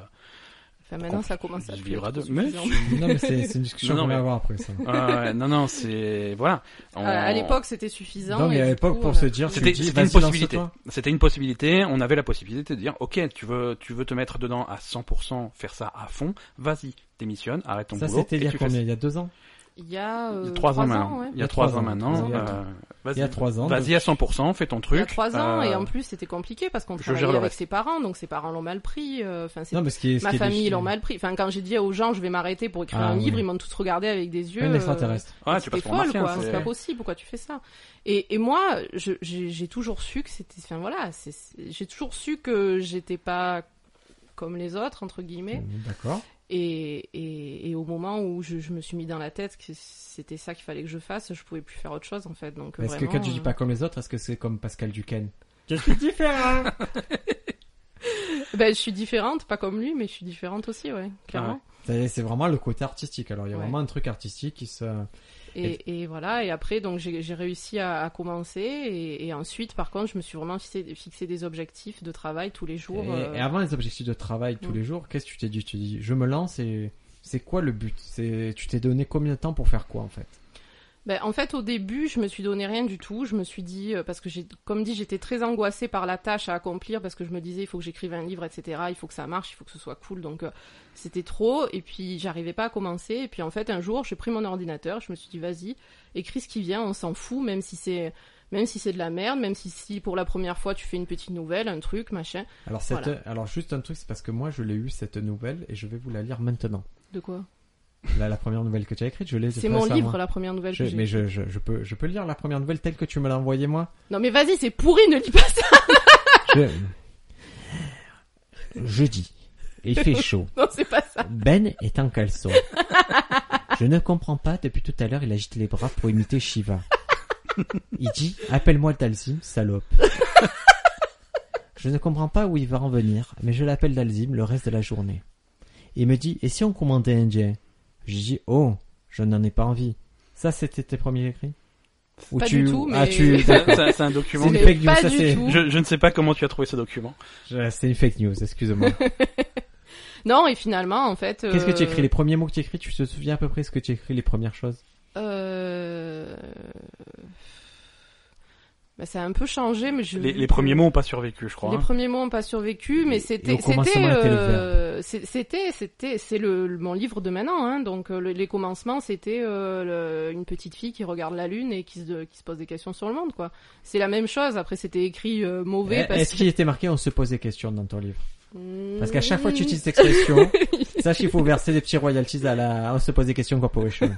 S3: Enfin, maintenant, ça commence à
S2: Je
S3: plus
S2: vivrai
S3: être
S2: à deux. Mais-
S3: suffisant.
S1: Non, mais c'est c'est une discussion
S2: Non,
S1: qu'on
S2: non,
S1: va
S2: mais-
S1: avoir après ça.
S2: euh, non, non, c'est voilà. On-
S3: Euh, À l'époque, c'était suffisant.
S1: Non, mais
S3: et
S1: à
S3: du
S1: l'époque,
S3: coup,
S1: pour
S3: euh,
S1: se dire, tu
S2: c'était,
S1: te dis,
S2: c'était une
S1: vas-y, lance-toi.
S2: possibilité. C'était une possibilité. On avait la possibilité de dire, ok, tu veux, tu veux te mettre dedans à 100%, faire ça à fond. Vas-y, démissionne, arrête ton
S1: Ça,
S2: boulot.
S1: c'était
S2: et
S1: il y a
S2: tu fais
S1: combien Il y a deux ans
S3: Il y a
S2: Il y
S3: euh,
S2: a trois ans maintenant.
S3: ouais.
S2: Il y a trois ans maintenant.
S3: trois ans.
S2: euh, Vas-y.
S1: Il y a trois ans.
S2: Vas-y à 100%, fais ton
S3: Il
S2: truc.
S3: y a trois ans
S2: euh,
S3: et en plus c'était compliqué parce qu'on
S2: je
S3: travaillait
S2: gère le
S3: avec
S2: reste.
S3: ses parents, donc ses parents l'ont mal pris. euh, Enfin, c'est-
S1: Non, mais ce qui est, ce
S3: ma
S1: qui est
S3: famille
S1: déchirant.
S3: l'ont mal pris. Enfin, quand j'ai dit aux gens je vais m'arrêter pour écrire
S1: Ah,
S3: un
S1: oui.
S3: livre, ils m'ont tous regardé avec des yeux.
S1: Même
S3: euh,
S1: extraterrestre.
S2: Ouais, tu
S3: C'était
S2: passes pour
S3: folle,
S2: martien.
S3: quoi.
S2: c'est-
S3: C'est pas possible. Pourquoi tu fais ça Et, et moi, je- j'ai j'ai toujours su que c'était. Enfin voilà, c'est- c'est- j'ai toujours su que j'étais pas comme les autres entre guillemets.
S1: Mm, D'accord.
S3: Et, et, et au moment où je, je me suis mis dans la tête que c'était ça qu'il fallait que je fasse, je pouvais plus faire autre chose en fait. Donc
S1: Est-ce que
S3: vraiment,
S1: quand tu dis
S3: euh,
S1: pas comme les autres, est-ce que c'est comme Pascal Duquesne Je suis différent
S3: Ben, je suis différente, pas comme lui, mais je suis différente aussi, ouais, clairement.
S1: C'est c'est vraiment le côté artistique. Alors, il y a
S3: Ouais.
S1: vraiment un truc artistique qui se.
S3: Et, et voilà, et après, donc j'ai j'ai réussi à, à commencer, et, et ensuite, par contre, je me suis vraiment fixé, fixé des objectifs de travail tous les jours.
S1: et,
S3: euh,
S1: et avant les objectifs de travail tous
S3: Mm.
S1: les jours, qu'est-ce que tu t'es dit Tu t'es dit, je me lance et c'est quoi le but C'est tu t'es donné combien de temps pour faire quoi en fait
S3: Ben, en fait, au début, je me suis donné rien du tout. Je me suis dit, euh, parce que j'ai, comme dit, j'étais très angoissée par la tâche à accomplir, parce que je me disais, il faut que j'écrive un livre, etc. Il faut que ça marche, il faut que ce soit cool. Donc, euh, c'était trop. Et puis, j'arrivais pas à commencer. Et puis, en fait, un jour, j'ai pris mon ordinateur. Je me suis dit, vas-y, écris ce qui vient. On s'en fout, même si c'est, même si c'est de la merde, même si, si pour la première fois, tu fais une petite nouvelle, un truc, machin.
S1: Alors cette,
S3: Voilà.
S1: alors juste un truc, c'est parce que moi je l'ai eu cette nouvelle et je vais vous la lire maintenant.
S3: De quoi
S1: Là, la première nouvelle que tu as écrite, je l'ai.
S3: C'est
S1: récemment.
S3: mon livre, la première nouvelle
S1: Je-
S3: que j'ai.
S1: mais je, je, je peux je peux lire la première nouvelle telle que tu me l'as envoyée moi.
S3: Non, mais vas-y, c'est pourri, ne lis pas ça.
S1: Je... Jeudi, il fait chaud.
S3: Non, c'est pas ça.
S1: Ben est en caleçon. Je ne comprends pas, depuis tout à l'heure, il agite les bras pour imiter Shiva. Il dit Appelle-moi Dalzim, salope. Je ne comprends pas où il va en venir, mais je l'appelle Dalzim le reste de la journée. Il me dit Et si on commandait indien J'ai dit, oh, je n'en ai pas envie. Ça, c'était tes premiers écrits Ou
S3: Pas
S1: tu...
S3: du tout,
S1: Ah,
S3: mais-
S1: tu...
S2: C'est un- c'est un document.
S1: une
S3: Mais
S1: fake news,
S3: pas
S1: ça,
S3: du
S1: c'est-
S3: tout.
S2: Je, je ne sais pas comment tu as trouvé ce document.
S1: Je- Ah, C'est une fake news, excuse-moi.
S3: Non, et finalement, en fait.
S1: Qu'est-ce que tu
S3: euh,
S1: écris Les premiers mots que tu écris, tu te souviens à peu près ce que tu écris, les premières choses
S3: euh... bah, Ça a un peu changé, mais je.
S2: Les, les premiers mots ont pas survécu, je crois.
S3: Les
S2: hein.
S3: premiers mots n'ont pas survécu,
S1: Et-
S3: mais
S1: et au
S3: c'était, c'était,
S1: commencement était le
S3: euh, c'est- c'était, c'était, c'est le, le- mon livre de maintenant, hein. Donc euh, le- les commencements, c'était euh, le- une petite fille qui regarde la lune et qui se, qui se pose des questions sur le monde, quoi. C'est la même chose. Après, c'était écrit euh, mauvais parce
S1: Eh, Est-ce
S3: que.
S1: qu'il était marqué on se pose des questions dans ton livre Parce qu'à chaque fois que tu
S3: Hmm.
S1: utilises cette expression, sache qu'il faut verser des petits royalties à la on se pose des questions corporation.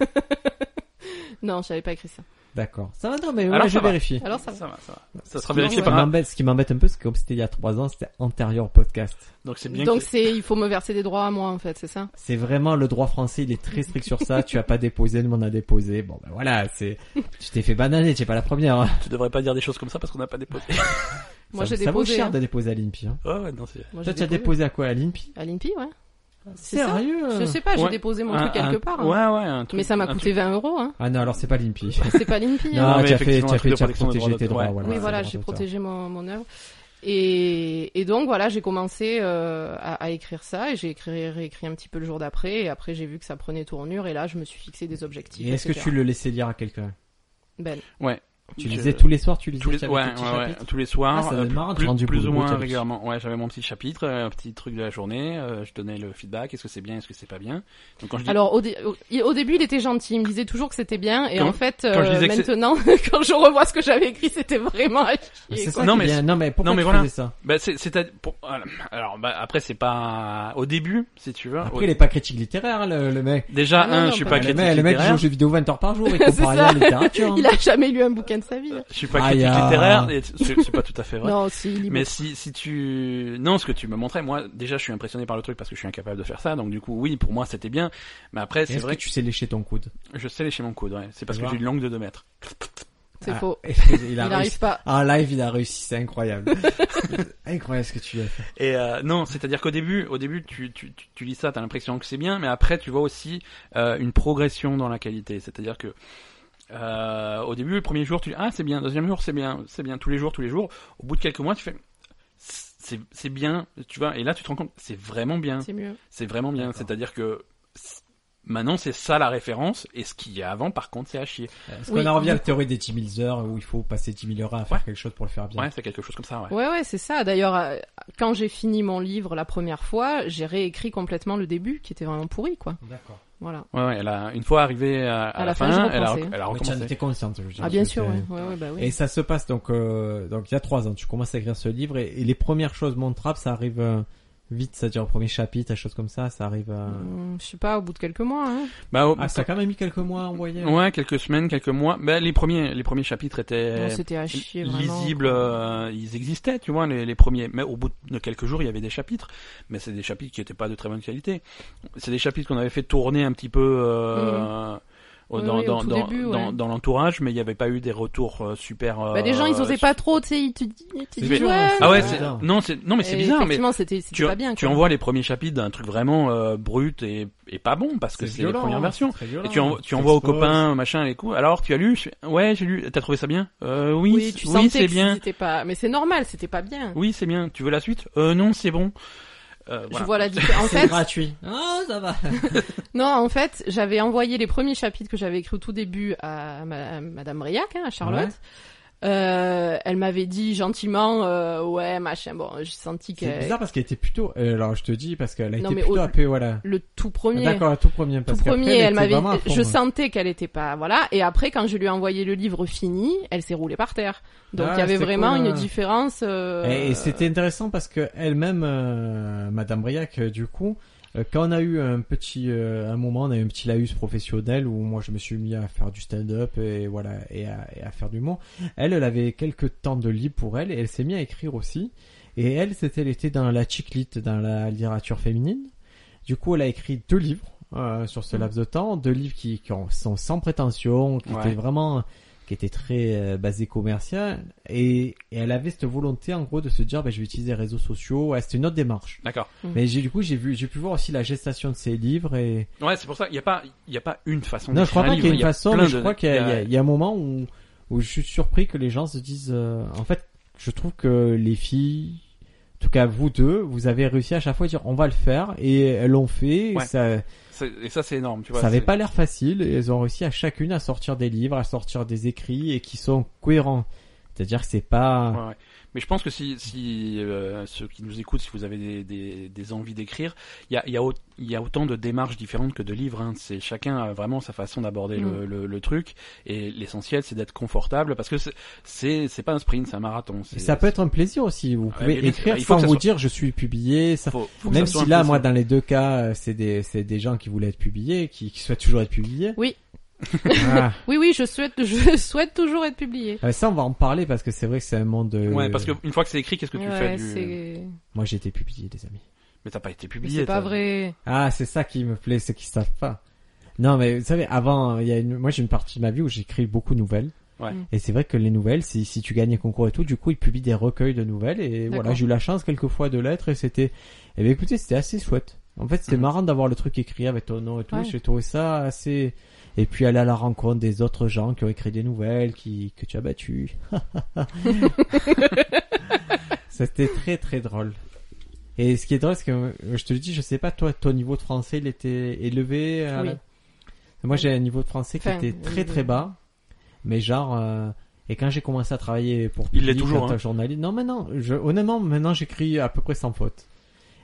S3: Non, j'avais pas écrit ça.
S1: D'accord. Ça va, non, mais
S2: Alors,
S1: ouais, je
S2: ça va.
S1: vérifie.
S3: Alors ça va.
S2: Ça va, ça va.
S1: Ce
S2: Ça sera
S1: qui-
S2: vérifié
S1: ce
S2: par
S1: qui
S2: un...
S1: m'embête- Ce qui m'embête un peu, c'est que comme c'était il y a trois ans, c'était antérieur au podcast.
S2: Donc c'est bien
S3: Donc
S2: que-
S3: c'est, il faut me verser des droits à moi, en fait, c'est ça.
S1: C'est vraiment le droit français, il est très strict sur ça. tu as pas déposé, nous on a déposé. Bon ben voilà, c'est tu t'es fait bananer, t'es pas la première.
S2: tu devrais pas dire des choses comme ça parce qu'on n'a pas déposé.
S3: Moi,
S1: ça,
S3: j'ai
S1: ça vaut
S3: déposé.
S1: cher
S3: hein.
S1: de déposer à l'INPI. Hein.
S2: Oh, ouais, non, c'est...
S1: Toi,
S3: Moi, j'ai
S1: tu as déposé à quoi à l'INPI
S3: À l'INPI, ouais. C'est ça.
S1: Sérieux euh?
S3: Je sais pas, j'ai
S2: Ouais.
S3: déposé mon
S2: Un-
S3: truc quelque
S2: un-
S3: part. hein.
S2: Ouais, ouais, un truc.
S3: Mais ça m'a
S2: un
S3: coûté 20 euros, hein.
S1: Ah non, alors c'est pas l'INPI.
S3: C'est pas l'INPI, hein.
S1: non,
S2: mais
S1: tu as fait,
S2: effectivement,
S1: tu
S2: un
S1: as,
S2: truc
S1: fait,
S2: de
S1: tu as
S2: protection des
S1: protégé
S2: droits
S1: tes droits.
S2: d'auteur.
S1: Voilà,
S3: Oui, voilà,
S1: c'est
S3: j'ai
S1: droits d'auteur.
S3: protégé mon, mon œuvre. Et, et donc voilà, j'ai commencé euh, à, à écrire ça et j'ai écrit, réécrit un petit peu le jour d'après. Et après, j'ai vu que ça prenait tournure et là, je me suis fixé des objectifs.
S1: Et est-ce que
S3: etc.
S1: tu le laissais lire à quelqu'un
S3: Ben,
S2: truc-
S1: Tu
S2: je-
S1: lisais tous les soirs, tu lisais
S2: tous les,
S1: chapitre,
S2: ouais,
S1: petit
S2: ouais, ouais,
S1: chapitre
S2: tous les soirs,
S1: Ah, ça
S2: euh,
S1: donne marre de
S2: plus,
S1: rendre du
S2: plus
S1: boulot,
S2: ou
S1: t'as
S2: moins
S1: vu.
S2: régulièrement. Ouais, j'avais mon petit chapitre, euh, un petit truc de la journée, euh, je donnais le feedback, est-ce que c'est bien, est-ce que c'est pas bien. Donc quand je dis
S3: alors au, dé- au- il- au début, il était gentil, il me disait toujours que c'était bien. Et
S2: Quand-
S3: en fait,
S2: quand je
S3: euh,
S2: disais que c'est-
S3: maintenant, quand je revois ce que j'avais écrit, c'était vraiment à
S1: Mais
S3: chier,
S1: c'est
S3: quoi.
S1: ça
S2: Non,
S1: qui
S2: mais
S1: est bien. non mais pourquoi
S2: non, mais
S1: tu
S2: voilà.
S1: faisais ça
S2: Bah, c'est, c'est à- pour- voilà. alors bah, après c'est pas au début si tu veux.
S1: Après
S2: Au-
S1: il est pas critique littéraire le, le mec.
S2: Déjà
S3: Ah non,
S2: un,
S3: non,
S2: je suis
S3: pas-
S2: pas
S1: le
S2: critique
S1: mec, le mec joue aux
S2: littéraire.
S1: jeux vidéo 20 heures par jour et
S3: C'est
S1: compare rien à
S3: ça.
S1: la littérature.
S2: hein.
S3: Il a jamais lu un bouquin de sa vie.
S2: Je suis pas
S1: Aïe,
S2: critique
S1: ah.
S2: littéraire, et c'est, c'est pas tout à fait vrai.
S3: Non, si, il est
S2: Mais si, si tu... Non, ce que tu me montrais, moi, déjà, je suis impressionné par le truc parce que je suis incapable de faire ça. Donc, du coup, oui, pour moi, c'était bien. Mais après, c'est
S1: Est-ce
S2: vrai
S1: que tu sais lécher ton coude
S2: que je sais lécher mon coude, ouais. C'est parce
S1: Tu
S2: que
S1: vois.
S2: j'ai une langue de 2 mètres.
S3: C'est
S1: Ah,
S3: faux.
S1: Il
S3: Il
S1: a réussi.
S3: n'arrive pas.
S1: En live, il a réussi, c'est incroyable. incroyable ce que tu as fait.
S2: Et euh, non, c'est-à-dire qu'au début, au début, tu, tu, tu, tu lis ça, t'as l'impression que c'est bien, mais après, tu vois aussi euh, une progression dans la qualité. C'est-à-dire que euh, au début, le premier jour, tu dis ah c'est bien, deuxième jour, c'est bien, c'est bien, tous les jours, tous les jours. Au bout de quelques mois, tu fais c'est c'est bien, tu vois. Et là, tu te rends compte, c'est vraiment bien,
S3: C'est mieux.
S2: c'est vraiment bien.
S1: D'accord.
S2: C'est-à-dire que c'est- maintenant, c'est ça la référence, et ce qu'il y a avant, par contre, c'est à chier.
S1: Est-ce
S3: Oui,
S1: qu'on en revient à la
S3: du
S1: théorie des 10 000 heures où il faut passer 10 000 heures à faire quelque chose pour le faire bien
S2: Ouais, c'est quelque chose comme ça. Ouais.
S3: Ouais, ouais, c'est ça. D'ailleurs, euh, quand j'ai fini mon livre la première fois, j'ai réécrit complètement le début, qui était vraiment pourri, quoi.
S1: D'accord.
S3: Voilà.
S2: Ouais, ouais, elle a, une fois arrivée à, à
S3: À
S2: la
S3: la
S2: fin,
S3: fin, je
S2: elle, a,
S3: repensais.
S2: elle
S1: Mais tu
S2: a
S1: en
S2: recommencé.
S1: étais consciente. je veux dire,
S3: Ah, bien
S1: tu
S3: sûr,
S1: étais-
S3: ouais. Ouais, ouais, bah oui.
S1: Et ça se passe donc, euh, donc il y a trois ans, tu commences à écrire ce livre et, et les premières choses montrables, ça arrive euh, vite, c'est-à-dire au premier chapitre, des choses comme ça, ça arrive. euh,
S2: Mm.
S3: Hum, Je sais pas, au bout de quelques mois, hein.
S2: Bah, au-
S1: Ah, ça a quand même mis quelques mois à envoyer.
S2: Ouais, quelques semaines, quelques mois. Ben, les premiers, les premiers chapitres étaient
S3: Non, c'était à chier, vraiment.
S2: lisibles. euh, ils existaient, tu vois, les, les premiers. Mais au bout de quelques jours, il y avait des chapitres. Mais c'est des chapitres qui n'étaient pas de très bonne qualité. C'est des chapitres qu'on avait fait tourner un petit peu euh, au-
S3: Mhm. Oui,
S2: dans,
S3: oui, au
S2: dans,
S3: tout
S2: dans,
S3: début, ouais.
S2: dans, dans l'entourage, mais il n'y avait pas eu des retours euh, super. euh,
S3: Bah, les gens, ils osaient pas trop, tu sais, ils te disent, ils te
S1: C'est
S3: disent,
S1: dur, hein,
S3: ouais.
S2: Ah ouais,
S1: C'est
S2: c'est...
S1: bizarre.
S2: non, c'est non, mais c'est
S3: Et
S2: bizarre. Mais
S3: Effectivement, c'était c'était
S2: tu,
S3: pas bien,
S2: tu
S3: quoi.
S2: envoies les premiers chapitres d'un truc vraiment euh, brut et, et pas bon parce que
S1: C'est
S2: c'est,
S1: violent,
S2: les premières
S1: hein,
S2: versions.
S1: c'est très violent.
S2: Et tu, envo- tu envoies aux
S1: t'exposes.
S2: copains, machin, les coups. Alors, tu as lu Je fais, Ouais, j'ai lu. T'as trouvé ça bien euh, Oui,
S3: Oui,
S2: c-
S3: tu
S2: oui,
S3: sentais
S2: c'est
S3: que
S2: bien.
S3: c'était pas, mais c'est normal, c'était pas bien.
S2: Oui, c'est bien. Tu veux la suite euh, Non, c'est bon. Euh,
S3: Je
S2: voilà.
S3: vois la différence. En
S1: C'est
S3: fait,
S1: gratuit. Ah, ça va.
S3: Non, en fait, j'avais envoyé les premiers chapitres que j'avais écrits au tout début à, ma- à Madame Briac, hein, à Charlotte. Euh, elle m'avait dit gentiment, euh, ouais, machin. Bon, j'ai senti que
S1: C'est bizarre parce qu'elle était plutôt. euh, alors je te dis parce qu'elle a
S3: Non,
S1: été
S3: mais
S1: plutôt
S3: au-
S1: happée, voilà.
S3: le tout premier,
S1: D'accord, le tout premier.
S3: tout
S1: Parce qu'après,
S3: premier, elle
S1: était
S3: m'avait,
S1: vraiment à fond, hein.
S3: je
S1: ouais.
S3: sentais qu'elle était pas, voilà. Et après, quand je lui ai envoyé le livre fini, elle s'est roulée par terre. Donc
S1: Ah,
S3: il y avait
S1: c'est
S3: vraiment
S1: cool,
S3: une
S1: hein.
S3: différence. euh,
S1: Et, et c'était intéressant parce que elle-même, euh, Madame Briac, euh, du coup, euh, quand on a eu un petit, euh, un moment, on a eu un petit laïus professionnel où moi je me suis mis à faire du stand-up et voilà et à, et à faire du mot. Elle, elle avait quelques temps de libre pour elle et elle s'est mise à écrire aussi. Et elle, c'était, elle était dans la chiclite, dans la littérature féminine. Du coup, elle a écrit deux livres euh, sur ce laps de temps, deux livres qui, qui ont- sont sans prétention, qui
S2: Ouais.
S1: étaient vraiment, qui qui était très euh, basée commerciale, et, et elle avait cette volonté en gros de se dire, bah, je vais utiliser les réseaux sociaux. Ouais, c'était une autre démarche.
S2: D'accord.
S1: Mais j'ai du coup j'ai vu j'ai pu voir aussi la gestation de ces livres et
S2: Ouais, c'est pour ça. Il n'y a pas, il y a pas une façon.
S1: non je
S2: d'écrire
S1: crois
S2: un
S1: pas qu'il y ait
S2: livre,
S1: une
S2: a
S1: façon
S2: plein
S1: mais je
S2: de-
S1: crois qu'il y, a-
S2: il
S1: il y a- il y a un moment où où je suis surpris que les gens se disent euh, en fait je trouve que les filles en tout cas vous deux vous avez réussi à chaque fois à dire on va le faire et elles l'ont fait
S2: Ouais.
S1: ça
S2: c'est- Et ça, c'est énorme. Tu vois,
S1: ça avait
S2: c'est-
S1: pas l'air facile et elles ont réussi à chacune à sortir des livres à sortir des écrits et qui sont cohérents c'est-à-dire que c'est pas
S2: Ouais, ouais. Mais je pense que si, si euh, ceux qui nous écoutent, si vous avez des, des, des envies d'écrire, il y a, il y, a au- il y a autant de démarches différentes que de livres. hein. C'est chacun a vraiment sa façon d'aborder
S3: Mm.
S2: le, le, le truc. Et l'essentiel, c'est d'être confortable parce que c'est- c'est c'est pas un sprint, c'est un marathon.
S1: et
S2: C'est-
S1: ça peut être un plaisir aussi vous
S2: Ouais,
S1: pouvez
S2: mais bien sûr,
S1: écrire
S2: il faut
S1: sans
S2: que ça
S1: vous
S2: soit-
S1: dire je suis publié ça
S2: faut- faut que
S1: Même
S2: ça soit
S1: si
S2: un
S1: là,
S2: plaisir.
S1: moi, dans les deux cas, euh, c'est des, c'est des gens qui voulaient être publiés, qui, qui souhaitent toujours être publiés.
S3: Oui.
S1: Ah.
S3: Oui, oui, je souhaite, je souhaite toujours être publié.
S1: Ah, mais ça, on va en parler parce que c'est vrai que c'est un monde. euh,
S2: Ouais, parce que une fois que c'est écrit, qu'est-ce que tu fais
S3: Ouais,
S2: du...
S3: c'est,
S1: Moi, j'ai été publié, les amis.
S2: Mais t'as pas été
S3: mais
S2: publié.
S3: c'est pas
S2: t'as-
S3: vrai.
S1: Ah, c'est ça qui me plaît, ceux qui savent pas. Non, mais vous savez, avant, euh, il y a une... moi, j'ai une partie de ma vie où j'écris beaucoup de nouvelles.
S2: Ouais.
S3: Mm.
S1: Et c'est vrai que les nouvelles, si, si tu gagnes un concours et tout, du coup, ils publient des recueils de nouvelles. Et
S3: D'accord.
S1: voilà, j'ai eu la chance quelquefois de l'être et c'était, eh bien, écoutez, c'était assez chouette. En fait, c'était
S2: Mhm.
S1: marrant d'avoir le truc écrit avec ton nom et tout.
S3: Ouais.
S1: J'ai trouvé ça assez, et puis aller à la rencontre des autres gens qui ont écrit des nouvelles, qui, que tu as battu. c'était très, très drôle. Et ce qui est drôle, c'est que euh, je te le dis, je sais pas, toi, ton niveau de français, il était élevé. euh,
S3: Oui.
S1: Moi, j'ai un niveau de français qui
S3: Enfin, euh,
S1: était très
S3: élevé.
S1: très bas, mais genre. euh, et quand j'ai commencé à travailler pour
S2: Il l'est
S1: Public,
S2: toujours,
S1: en tant que
S2: hein.
S1: journaliste, non, maintenant, je, honnêtement, maintenant j'écris à peu près sans faute.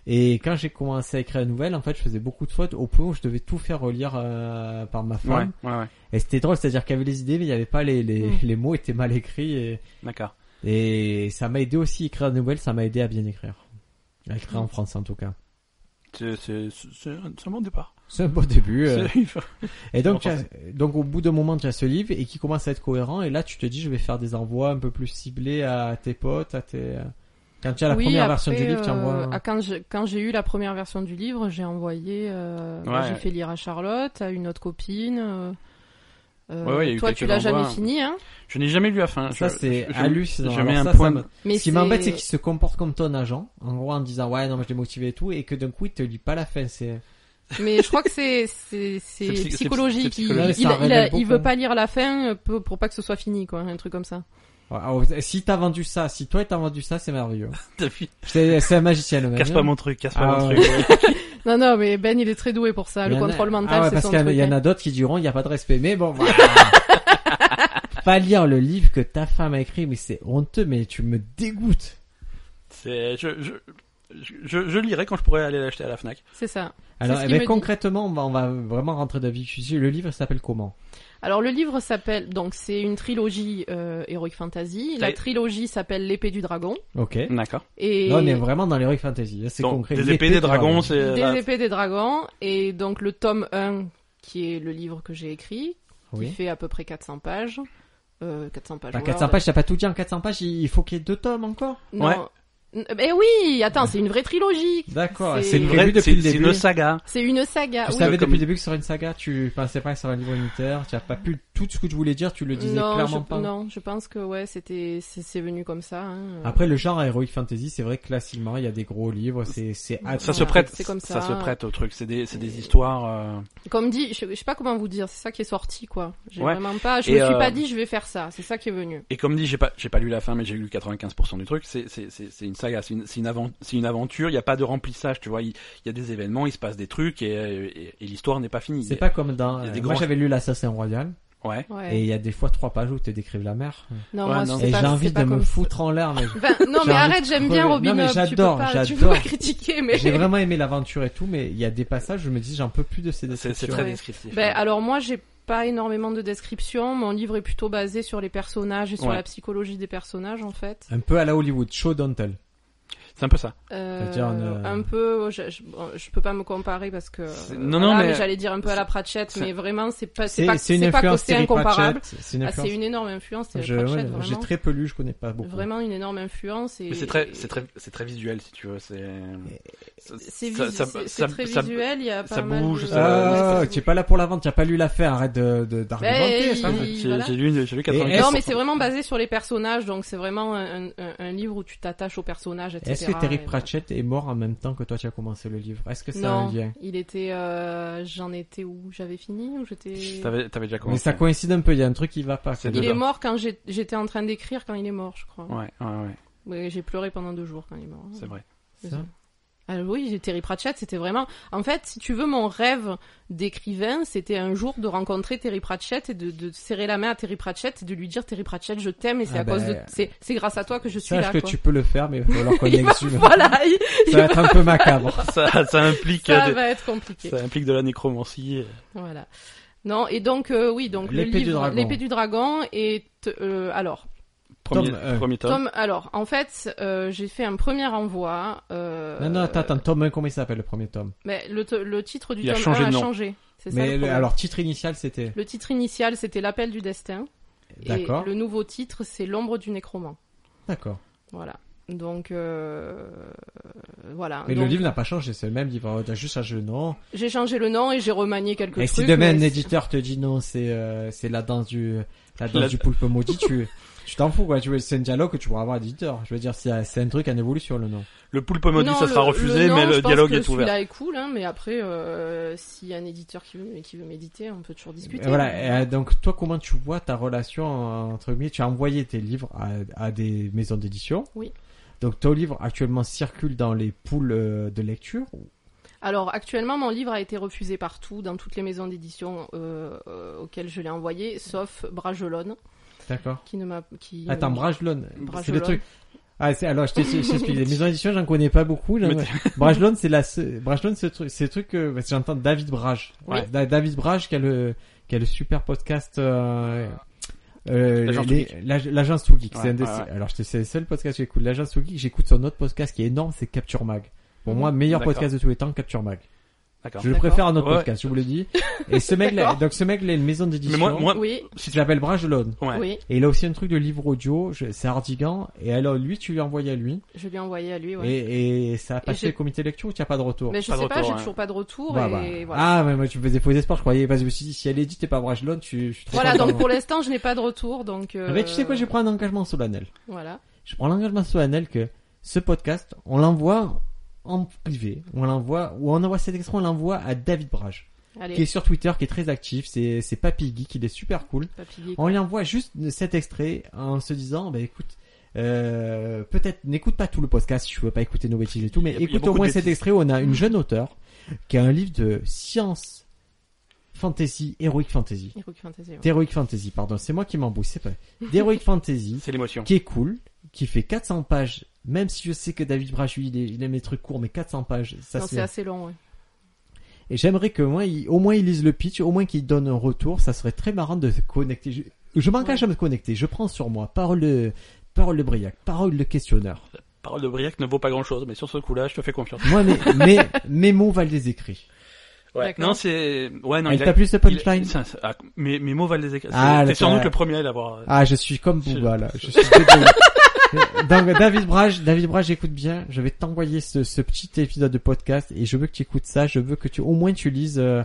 S1: Et quand j'ai commencé à écrire la nouvelle, en fait, je faisais beaucoup de fautes au point où je devais tout faire relire euh, par ma
S2: Ouais,
S1: femme.
S2: ouais, ouais.
S1: Et c'était drôle, c'est-à-dire qu'il y avait les idées, mais il n'y avait pas les les,
S3: Mm.
S1: les mots étaient mal écrits et,
S2: D'accord.
S1: et ça m'a aidé aussi, écrire la nouvelle, ça m'a aidé à bien écrire. À écrire en français en tout cas.
S2: C'est c'est- c'est- c'est un c'est un bon départ.
S1: C'est un bon début. euh.
S2: C'est-
S1: Et donc,
S2: en
S1: tu as- donc au bout d'un moment, tu as ce livre et qui commence à être cohérent. Et là, tu te dis, je vais faire des envois un peu plus ciblés à tes potes, à tes. euh, Quand tu as la
S3: oui,
S1: première
S3: après,
S1: version du livre, tu
S3: euh,
S1: envoies.
S3: ah, quand j'ai quand j'ai eu la première version du livre, j'ai envoyé, euh, moi,
S2: Ouais.
S3: j'ai fait lire à Charlotte, à une autre copine. euh, euh,
S2: Ouais, ouais, il y a eu
S3: toi,
S2: quelques
S3: tu l'as jamais
S2: envois.
S3: fini, hein
S2: Je n'ai jamais lu la fin.
S1: Ça,
S2: Ah, Je-
S1: c'est
S2: je- je-
S1: hallucinant.
S2: Je mets
S1: Alors
S2: un
S1: ça, ça
S2: point.
S1: me-
S3: Mais
S1: Ce qui m'embête, c'est qu'il se comporte comme ton agent, en gros, en disant ouais, non, mais je l'ai motivé et tout, et que d'un coup, il te lit pas la fin. C'est
S3: Mais je crois que c'est c'est c'est
S2: C'est psy- c'est
S3: psychologique.
S2: psy-
S3: Il,
S2: c'est psychologique.
S3: il,
S1: Ça
S3: il, a-
S1: révèle
S3: il
S1: beaucoup. hein.
S3: veut pas lire la fin euh, pour, pour pas que ce soit fini, quoi, un truc comme ça.
S1: Alors, oh, si t'as vendu ça, si toi t'as vendu ça, c'est merveilleux.
S2: T'as vu
S1: C'est c'est un magicien le mec.
S2: Casse pas mon truc, casse pas
S1: Ah
S2: mon
S1: ouais.
S2: truc.
S3: Non, non, mais Ben, il est très doué pour ça.
S1: Il
S3: Le
S1: y en a-
S3: contrôle mental,
S1: Ah ouais,
S3: c'est
S1: parce
S3: son
S1: qu'il y en a-
S3: truc.
S1: il y en
S3: hein.
S1: a d'autres qui diront il n'y a pas de respect, mais bon. Voilà. pas lire le livre que ta femme a écrit, mais c'est honteux, mais tu me dégoûtes.
S2: C'est, je, je, je, je- je lirai quand je pourrai aller l'acheter à la Fnac.
S3: C'est ça.
S1: Alors,
S3: C'est ce
S1: eh
S3: qu'il
S1: ben,
S3: me dit.
S1: concrètement, on va, on va vraiment rentrer dans le vif du sujet. Le livre s'appelle comment
S3: Alors le livre s'appelle donc c'est une trilogie euh, heroic fantasy. La
S2: Et-
S3: trilogie s'appelle l'épée du dragon
S1: Ok.
S2: D'accord.
S3: et
S1: Là, on est vraiment dans l'heroic fantasy. là, C'est
S2: Donc,
S1: concret.
S2: des
S1: L'épée
S2: épées, des
S1: du dragon.
S2: dragons, c'est. euh,
S3: des
S2: la-
S3: épées des dragons et donc le tome 1 qui est le livre que j'ai écrit qui
S1: Oui.
S3: fait à peu près 400 pages. Euh, 400 pages.
S1: Bah,
S3: Word.
S1: 400 pages, t'as pas tout dit en 400 pages. Il faut qu'il y ait deux tomes encore.
S3: Non.
S2: Ouais.
S3: N- Eh oui, attends, c'est une vraie trilogie.
S1: D'accord.
S3: C'est-
S1: C'est
S2: C'est une
S1: prévu
S2: vraie,
S1: depuis
S2: c'est
S1: le
S2: c'est
S1: début.
S2: une saga.
S3: C'est une saga.
S1: Tu
S3: oui.
S1: savais
S2: Comme-
S1: depuis le début que sur une saga, tu pensais pas sur un livre unitaire. Tu as pas pu tout ce que tu voulais dire. Tu le disais
S3: non,
S1: clairement
S3: je,
S1: pas.
S3: non, je pense que ouais, c'était c'est c'est venu comme ça. hein.
S1: Après, le genre heroic fantasy, c'est vrai que classiquement, il y a des gros livres. C'est c'est
S2: Ça
S3: Voilà,
S2: se prête.
S3: c'est comme
S2: ça.
S3: ça.
S2: se prête au truc. C'est des, c'est des histoires. euh,
S3: Comme dit, je, je sais pas comment vous dire, c'est ça qui est sorti quoi. J'ai
S2: Ouais.
S3: vraiment pas, je
S2: Et,
S3: me suis
S2: euh,
S3: pas dit je vais faire ça, c'est ça qui est venu.
S2: Et comme dit, j'ai pas, j'ai pas lu la fin, mais j'ai lu 95% du truc. C'est, c'est, c'est, c'est une saga. C'est une, c'est une, aven- c'est une aventure. Il n'y a pas de remplissage. Tu vois, il il y a des événements, il se passe des trucs et, euh, et, et l'histoire n'est pas finie.
S1: C'est pas comme dans.
S2: Il y a des
S1: euh, Moi,
S2: grands-
S1: j'avais lu l'Assassin Royal.
S2: Ouais.
S3: Ouais.
S1: Et il y a des fois trois pages où ils te décrivent la mer.
S3: Non,
S2: Ouais,
S3: moi,
S2: non.
S3: c'est
S1: Et
S3: pas-
S1: j'ai
S3: c'est
S1: envie
S3: pas
S1: de me
S3: comme-
S1: foutre en l'air, mais
S3: Enfin, non,
S1: J'ai
S3: mais
S1: envie
S3: arrête,
S1: de
S3: j'aime bien
S1: crever.
S3: Robin
S1: Non, mais
S3: Hood. Tu peux
S1: j'adore,
S3: pas, tu peux
S1: j'adore.
S3: pas critiquer, mais.
S1: J'ai vraiment aimé l'aventure et tout, mais il y a des passages, je me dis, j'en peux plus de ces
S2: C'est, c'est
S1: descriptions.
S2: très
S3: Ouais.
S2: descriptif.
S3: Ben, alors moi, j'ai pas énormément de descriptions. Mon livre est plutôt basé sur les personnages et sur
S2: Ouais.
S3: la psychologie des personnages, en fait.
S1: Un peu à la Hollywood, show don't tell.
S2: C'est un peu ça.
S3: Euh,
S1: C'est-à-dire, euh,
S3: Un peu, oh, je, je, bon, je peux pas me comparer parce que.
S2: C'est-
S3: euh,
S2: non, non,
S3: voilà,
S2: mais-
S3: j'allais dire un peu à la Pratchett,
S2: c'est-
S3: mais vraiment, c'est pas, c'est
S1: C'est
S3: pas,
S1: c'est une
S3: c'est pas
S1: influence
S3: côté
S1: Terry
S3: incomparable.
S1: Pratchett. C'est une
S3: Ah, c'est
S1: influence.
S3: une énorme influence, Terry
S1: Je-
S3: Pratchett,
S1: ouais, J'ai
S3: vraiment.
S1: très peu lu, je connais pas beaucoup.
S3: Vraiment une énorme influence. Et...
S2: Mais c'est très, c'est très, c'est très visuel si tu veux. C'est. ça-
S3: C'est
S2: ça-
S3: visu-
S2: ça-
S3: c'est-
S2: ça-
S3: c'est très
S2: ça-
S3: visuel, il y a pas
S2: ça
S3: mal
S2: bouge,
S3: de...
S2: ça-
S1: Ah,
S3: Ouais,
S1: tu es pas là pour la vente, tu as pas lu l'affaire, arrête de de-
S3: Ben,
S1: d'argumenter.
S3: il-
S1: ça.
S3: Et
S2: J'ai
S3: voilà.
S2: j'ai lu, j'ai lu 90%.
S1: Est-ce-
S3: Non, mais c'est vraiment basé sur les personnages, donc c'est vraiment un, un- un- un livre où tu t'attaches aux personnages, etc.
S1: Est-ce que Terry
S3: Et ben, voilà.
S1: Pratchett est mort en même temps que toi tu as commencé le livre Est-ce que ça a un
S3: Non,
S1: lien
S3: il était, euh, j'en étais où J'avais fini ou j'étais
S2: T'avais, t'avais déjà
S1: Mais
S2: commencé.
S1: ça coïncide un peu, il y a un truc qui va pas.
S2: C'est
S1: quoi.
S3: Il est
S2: dedans.
S3: mort quand j'ai- j'étais en train d'écrire quand il est mort, je crois.
S2: Ouais, ouais, ouais,
S3: Ouais, j'ai pleuré pendant deux jours quand il est mort.
S2: c'est vrai.
S1: C'est ça
S3: Ah oui, j'ai- Terry Pratchett, c'était vraiment. En fait, si tu veux, mon rêve d'écrivain, c'était un jour de rencontrer Terry Pratchett et de, de serrer la main à Terry Pratchett et de lui dire Terry Pratchett, je t'aime et c'est
S1: Ah
S3: à
S1: ben,
S3: cause de. C'est c'est grâce à toi que je suis
S1: Sache
S3: là.
S1: que
S3: quoi.
S1: tu peux le faire, mais il va falloir qu'on y
S3: Il va-
S1: exhume.
S3: voilà, il-
S1: Ça va être un peu macabre.
S2: ça, ça implique,
S3: Ah.
S2: euh,
S3: ça
S2: des-
S3: va être compliqué.
S2: ça implique de la nécromancie. euh,
S3: Voilà. Non, et donc, euh, oui, donc le
S1: L'épée du
S3: livre-
S1: dragon.
S3: L'épée du dragon est. euh, alors,
S2: Premier,
S1: Tom, euh,
S2: premier tome.
S3: Tom, alors, en fait, euh, j'ai fait un premier envoi. euh,
S1: Non, non, attends, attends, tome 1, comment il s'appelle le premier tome
S3: Mais le, to- le titre du
S2: Il a
S3: tome
S2: changé de
S3: 1 a
S2: nom.
S3: changé. C'est ça
S1: Mais
S3: le
S1: le-
S3: problème.
S1: alors, titre initial c'était.
S3: Le titre initial, c'était L'appel du destin. Et
S1: D'accord,
S3: le nouveau titre, c'est L'ombre du nécroman.
S1: d'accord.
S3: Voilà. Donc, euh, voilà.
S1: Mais
S3: Donc,
S1: le livre n'a pas changé, c'est le même livre, t'as juste un jeu nom.
S3: J'ai changé le nom et j'ai remanié quelques
S1: Et
S3: trucs.
S1: si demain un
S3: mais-
S1: éditeur te dit non, c'est euh, c'est la danse du la danse
S2: La-
S1: du poulpe maudit, tu tu t'en fous quoi, tu veux c'est un dialogue que tu pourras avoir à l'éditeur. Je veux dire c'est c'est un truc en évolution le nom.
S2: Le poulpe maudit,
S3: Non,
S2: ça sera
S3: le-
S2: refusé,
S3: nom,
S2: mais
S3: je
S2: le
S3: pense
S2: dialogue
S3: que
S2: est ouvert.
S3: Celui-là est cool, hein, mais après, euh, s'il y a un éditeur qui veut, qui veut m'éditer, on peut toujours discuter.
S1: Et voilà, et, euh, donc toi comment tu vois ta relation euh, entre guillemets, tu as envoyé tes livres à, à des maisons d'édition
S3: Oui.
S1: Donc ton livre actuellement circule dans les poules euh, de lecture
S3: Alors actuellement, mon livre a été refusé partout, dans toutes les maisons d'édition euh, euh, auxquelles je l'ai envoyé, sauf Bragelonne,
S1: D'accord.
S3: qui ne m'a qui.
S1: Attends, Brajlon, c'est le
S3: Bragelonne.
S1: truc. Ah, c'est, alors, je t'ai- je t'explique. Les maisons d'édition, j'en connais pas beaucoup. j'en-
S2: Mais
S1: Brajlon, c'est la, se- Brajlon, c'est le truc, c'est le truc que, parce que j'entends David Brage.
S2: Oui.
S1: Da- David Brage qui a le, qui a le super podcast, euh, euh,
S2: L'Agence
S1: les-
S2: Too
S1: l'ag- l'agence Too Geek.
S2: Ouais,
S1: c'est un des,
S2: ouais, ouais.
S1: c'est- Alors, je t'ai- c'est le seul podcast que j'écoute. L'agence Too Geek, j'écoute son autre podcast qui est énorme, c'est Capture Mag. Pour moi, meilleur
S2: D'accord.
S1: podcast de tous les temps, Capture Mag.
S2: D'accord.
S1: Je le
S3: D'accord.
S1: préfère à notre
S2: Ouais.
S1: podcast, je vous le dis. Et ce mec-là,
S3: D'accord.
S1: donc ce mec-là, il a une maison d'édition.
S2: Mais moi, moi,
S3: Oui,
S1: qui s'appelle Brajlon.
S2: ouais.
S3: oui,
S1: Et il a aussi un truc de livre audio, je- c'est Ardigan. Et alors, lui, tu lui envoyé à lui.
S3: je lui ai envoyé à lui. Ouais.
S1: Et, et ça a passé
S3: j'ai-
S1: le comité de lecture ou tu n'as pas de retour
S3: Mais je
S2: Pas de
S3: sais pas,
S2: retour,
S3: j'ai
S2: hein.
S3: toujours pas de retour
S1: Bah, bah.
S3: et voilà.
S1: Ah, mais moi, tu me faisais faux espoir, je croyais. Parce que je me suis dit, si elle est dit, t'es pas Brajlon, tu, je suis trop
S3: Voilà,
S1: content.
S3: donc pour l'instant, je n'ai pas de retour, donc. euh,
S1: Mais tu sais quoi, je prends un engagement solennel.
S3: Voilà.
S1: Je prends l'engagement solennel que ce podcast, on l'envoie en privé. On l'envoie, ou on envoie cet extrait, on l'envoie à David Brage, qui est
S3: Allez,
S1: sur Twitter, qui est très actif. C'est, c'est Papy Geek, il est super cool.
S3: papillé.
S1: On lui envoie juste cet extrait en se disant, bah écoute, euh, peut-être n'écoute pas tout le podcast si tu veux pas écouter nos bêtises et tout, mais
S2: Il y a- il y a
S1: écoute au
S2: beaucoup de
S1: moins cet
S2: bêtises.
S1: extrait où on a une jeune auteure qui a un livre de science, fantasy, heroic fantasy.
S3: Heroic Fantasy. ouais.
S1: D'heroic fantasy, pardon, c'est moi qui m'embrouille, c'est pas. D'heroic fantasy,
S2: C'est l'émotion.
S1: qui est cool, qui fait 400 pages, même si je sais que David Brach, lui, il, est- il aime les trucs courts, mais 400 pages, ça
S3: Non,
S1: c'est-
S3: c'est assez long. ouais.
S1: Et j'aimerais que moi, il- au moins il lise le pitch, au moins qu'il donne un retour. Ça serait très marrant de se connecter. Je, je m'engage à me connecter. Je prends sur moi. Parole de, parole de Briac. Parole de questionneur.
S2: Parole de Briac ne vaut pas grand chose, mais sur ce coup-là, je te fais confiance.
S1: Moi, mes, mes, mes mots valent des écrits.
S3: D'accord.
S2: Non, c'est, ouais, non,
S1: Elle
S2: il a-
S1: t'a plu ce
S2: il-
S1: punchline
S2: ça- ça- ah, mes, mes mots valent les écrits.
S1: Ah,
S2: T'es
S1: là,
S2: sans
S1: ça-
S2: doute le premier à l'avoir. euh,
S1: Ah, je suis comme
S2: Je-
S1: Booba, là. Je suis dégueu. Donc, David Brage, David Brage, écoute bien. Je vais t'envoyer ce, ce petit épisode de podcast et je veux que tu écoutes ça. Je veux que tu, au moins, tu lises, euh,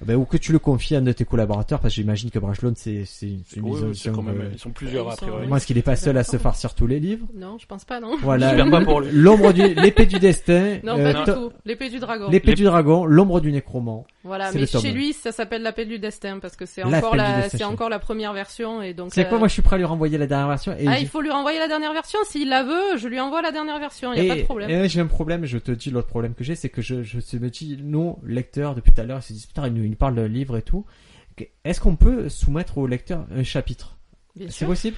S1: ben, ou que tu le confies à un de tes collaborateurs, parce que j'imagine que Brachelon, c'est, c'est une, c'est une
S2: Ouais, ouais, c'est
S1: émission,
S2: quand même,
S1: euh,
S2: ils sont plusieurs,
S3: ils
S2: a priori.
S3: sont-
S1: Moi, est-ce qu'il est pas seul à se farcir tous les livres
S3: Non, je pense pas, non.
S1: Voilà.
S2: J'espère pas pour lui.
S1: L'ombre du, l'épée du destin,
S3: Non,
S1: euh,
S3: pas du
S1: to-
S3: tout. L'épée du dragon.
S1: l'épée
S2: Les-
S1: du dragon, l'ombre du nécromant.
S3: Voilà,
S1: C'est
S3: mais
S1: le tome.
S3: chez lui, ça s'appelle l'appel du destin parce que c'est
S1: L'appel
S3: encore
S1: du
S3: la,
S1: destin,
S3: c'est
S1: chez
S3: encore la première version et donc.
S1: C'est
S3: euh,
S1: quoi Moi, je suis prêt à lui renvoyer la dernière version. Et
S3: Ah,
S1: j'ai-
S3: il faut lui renvoyer la dernière version. S'il la veut, je lui envoie la dernière version. Il y a
S1: et-
S3: pas de problème.
S1: et ouais, j'ai un problème. Je te dis l'autre problème que j'ai, c'est que je, je me dis non, lecteur depuis tout à l'heure, ils se disent putain, il nous il nous parle de livre et tout. Que- Est-ce qu'on peut soumettre au lecteur un chapitre
S3: Bien
S1: C'est
S3: sûr.
S1: possible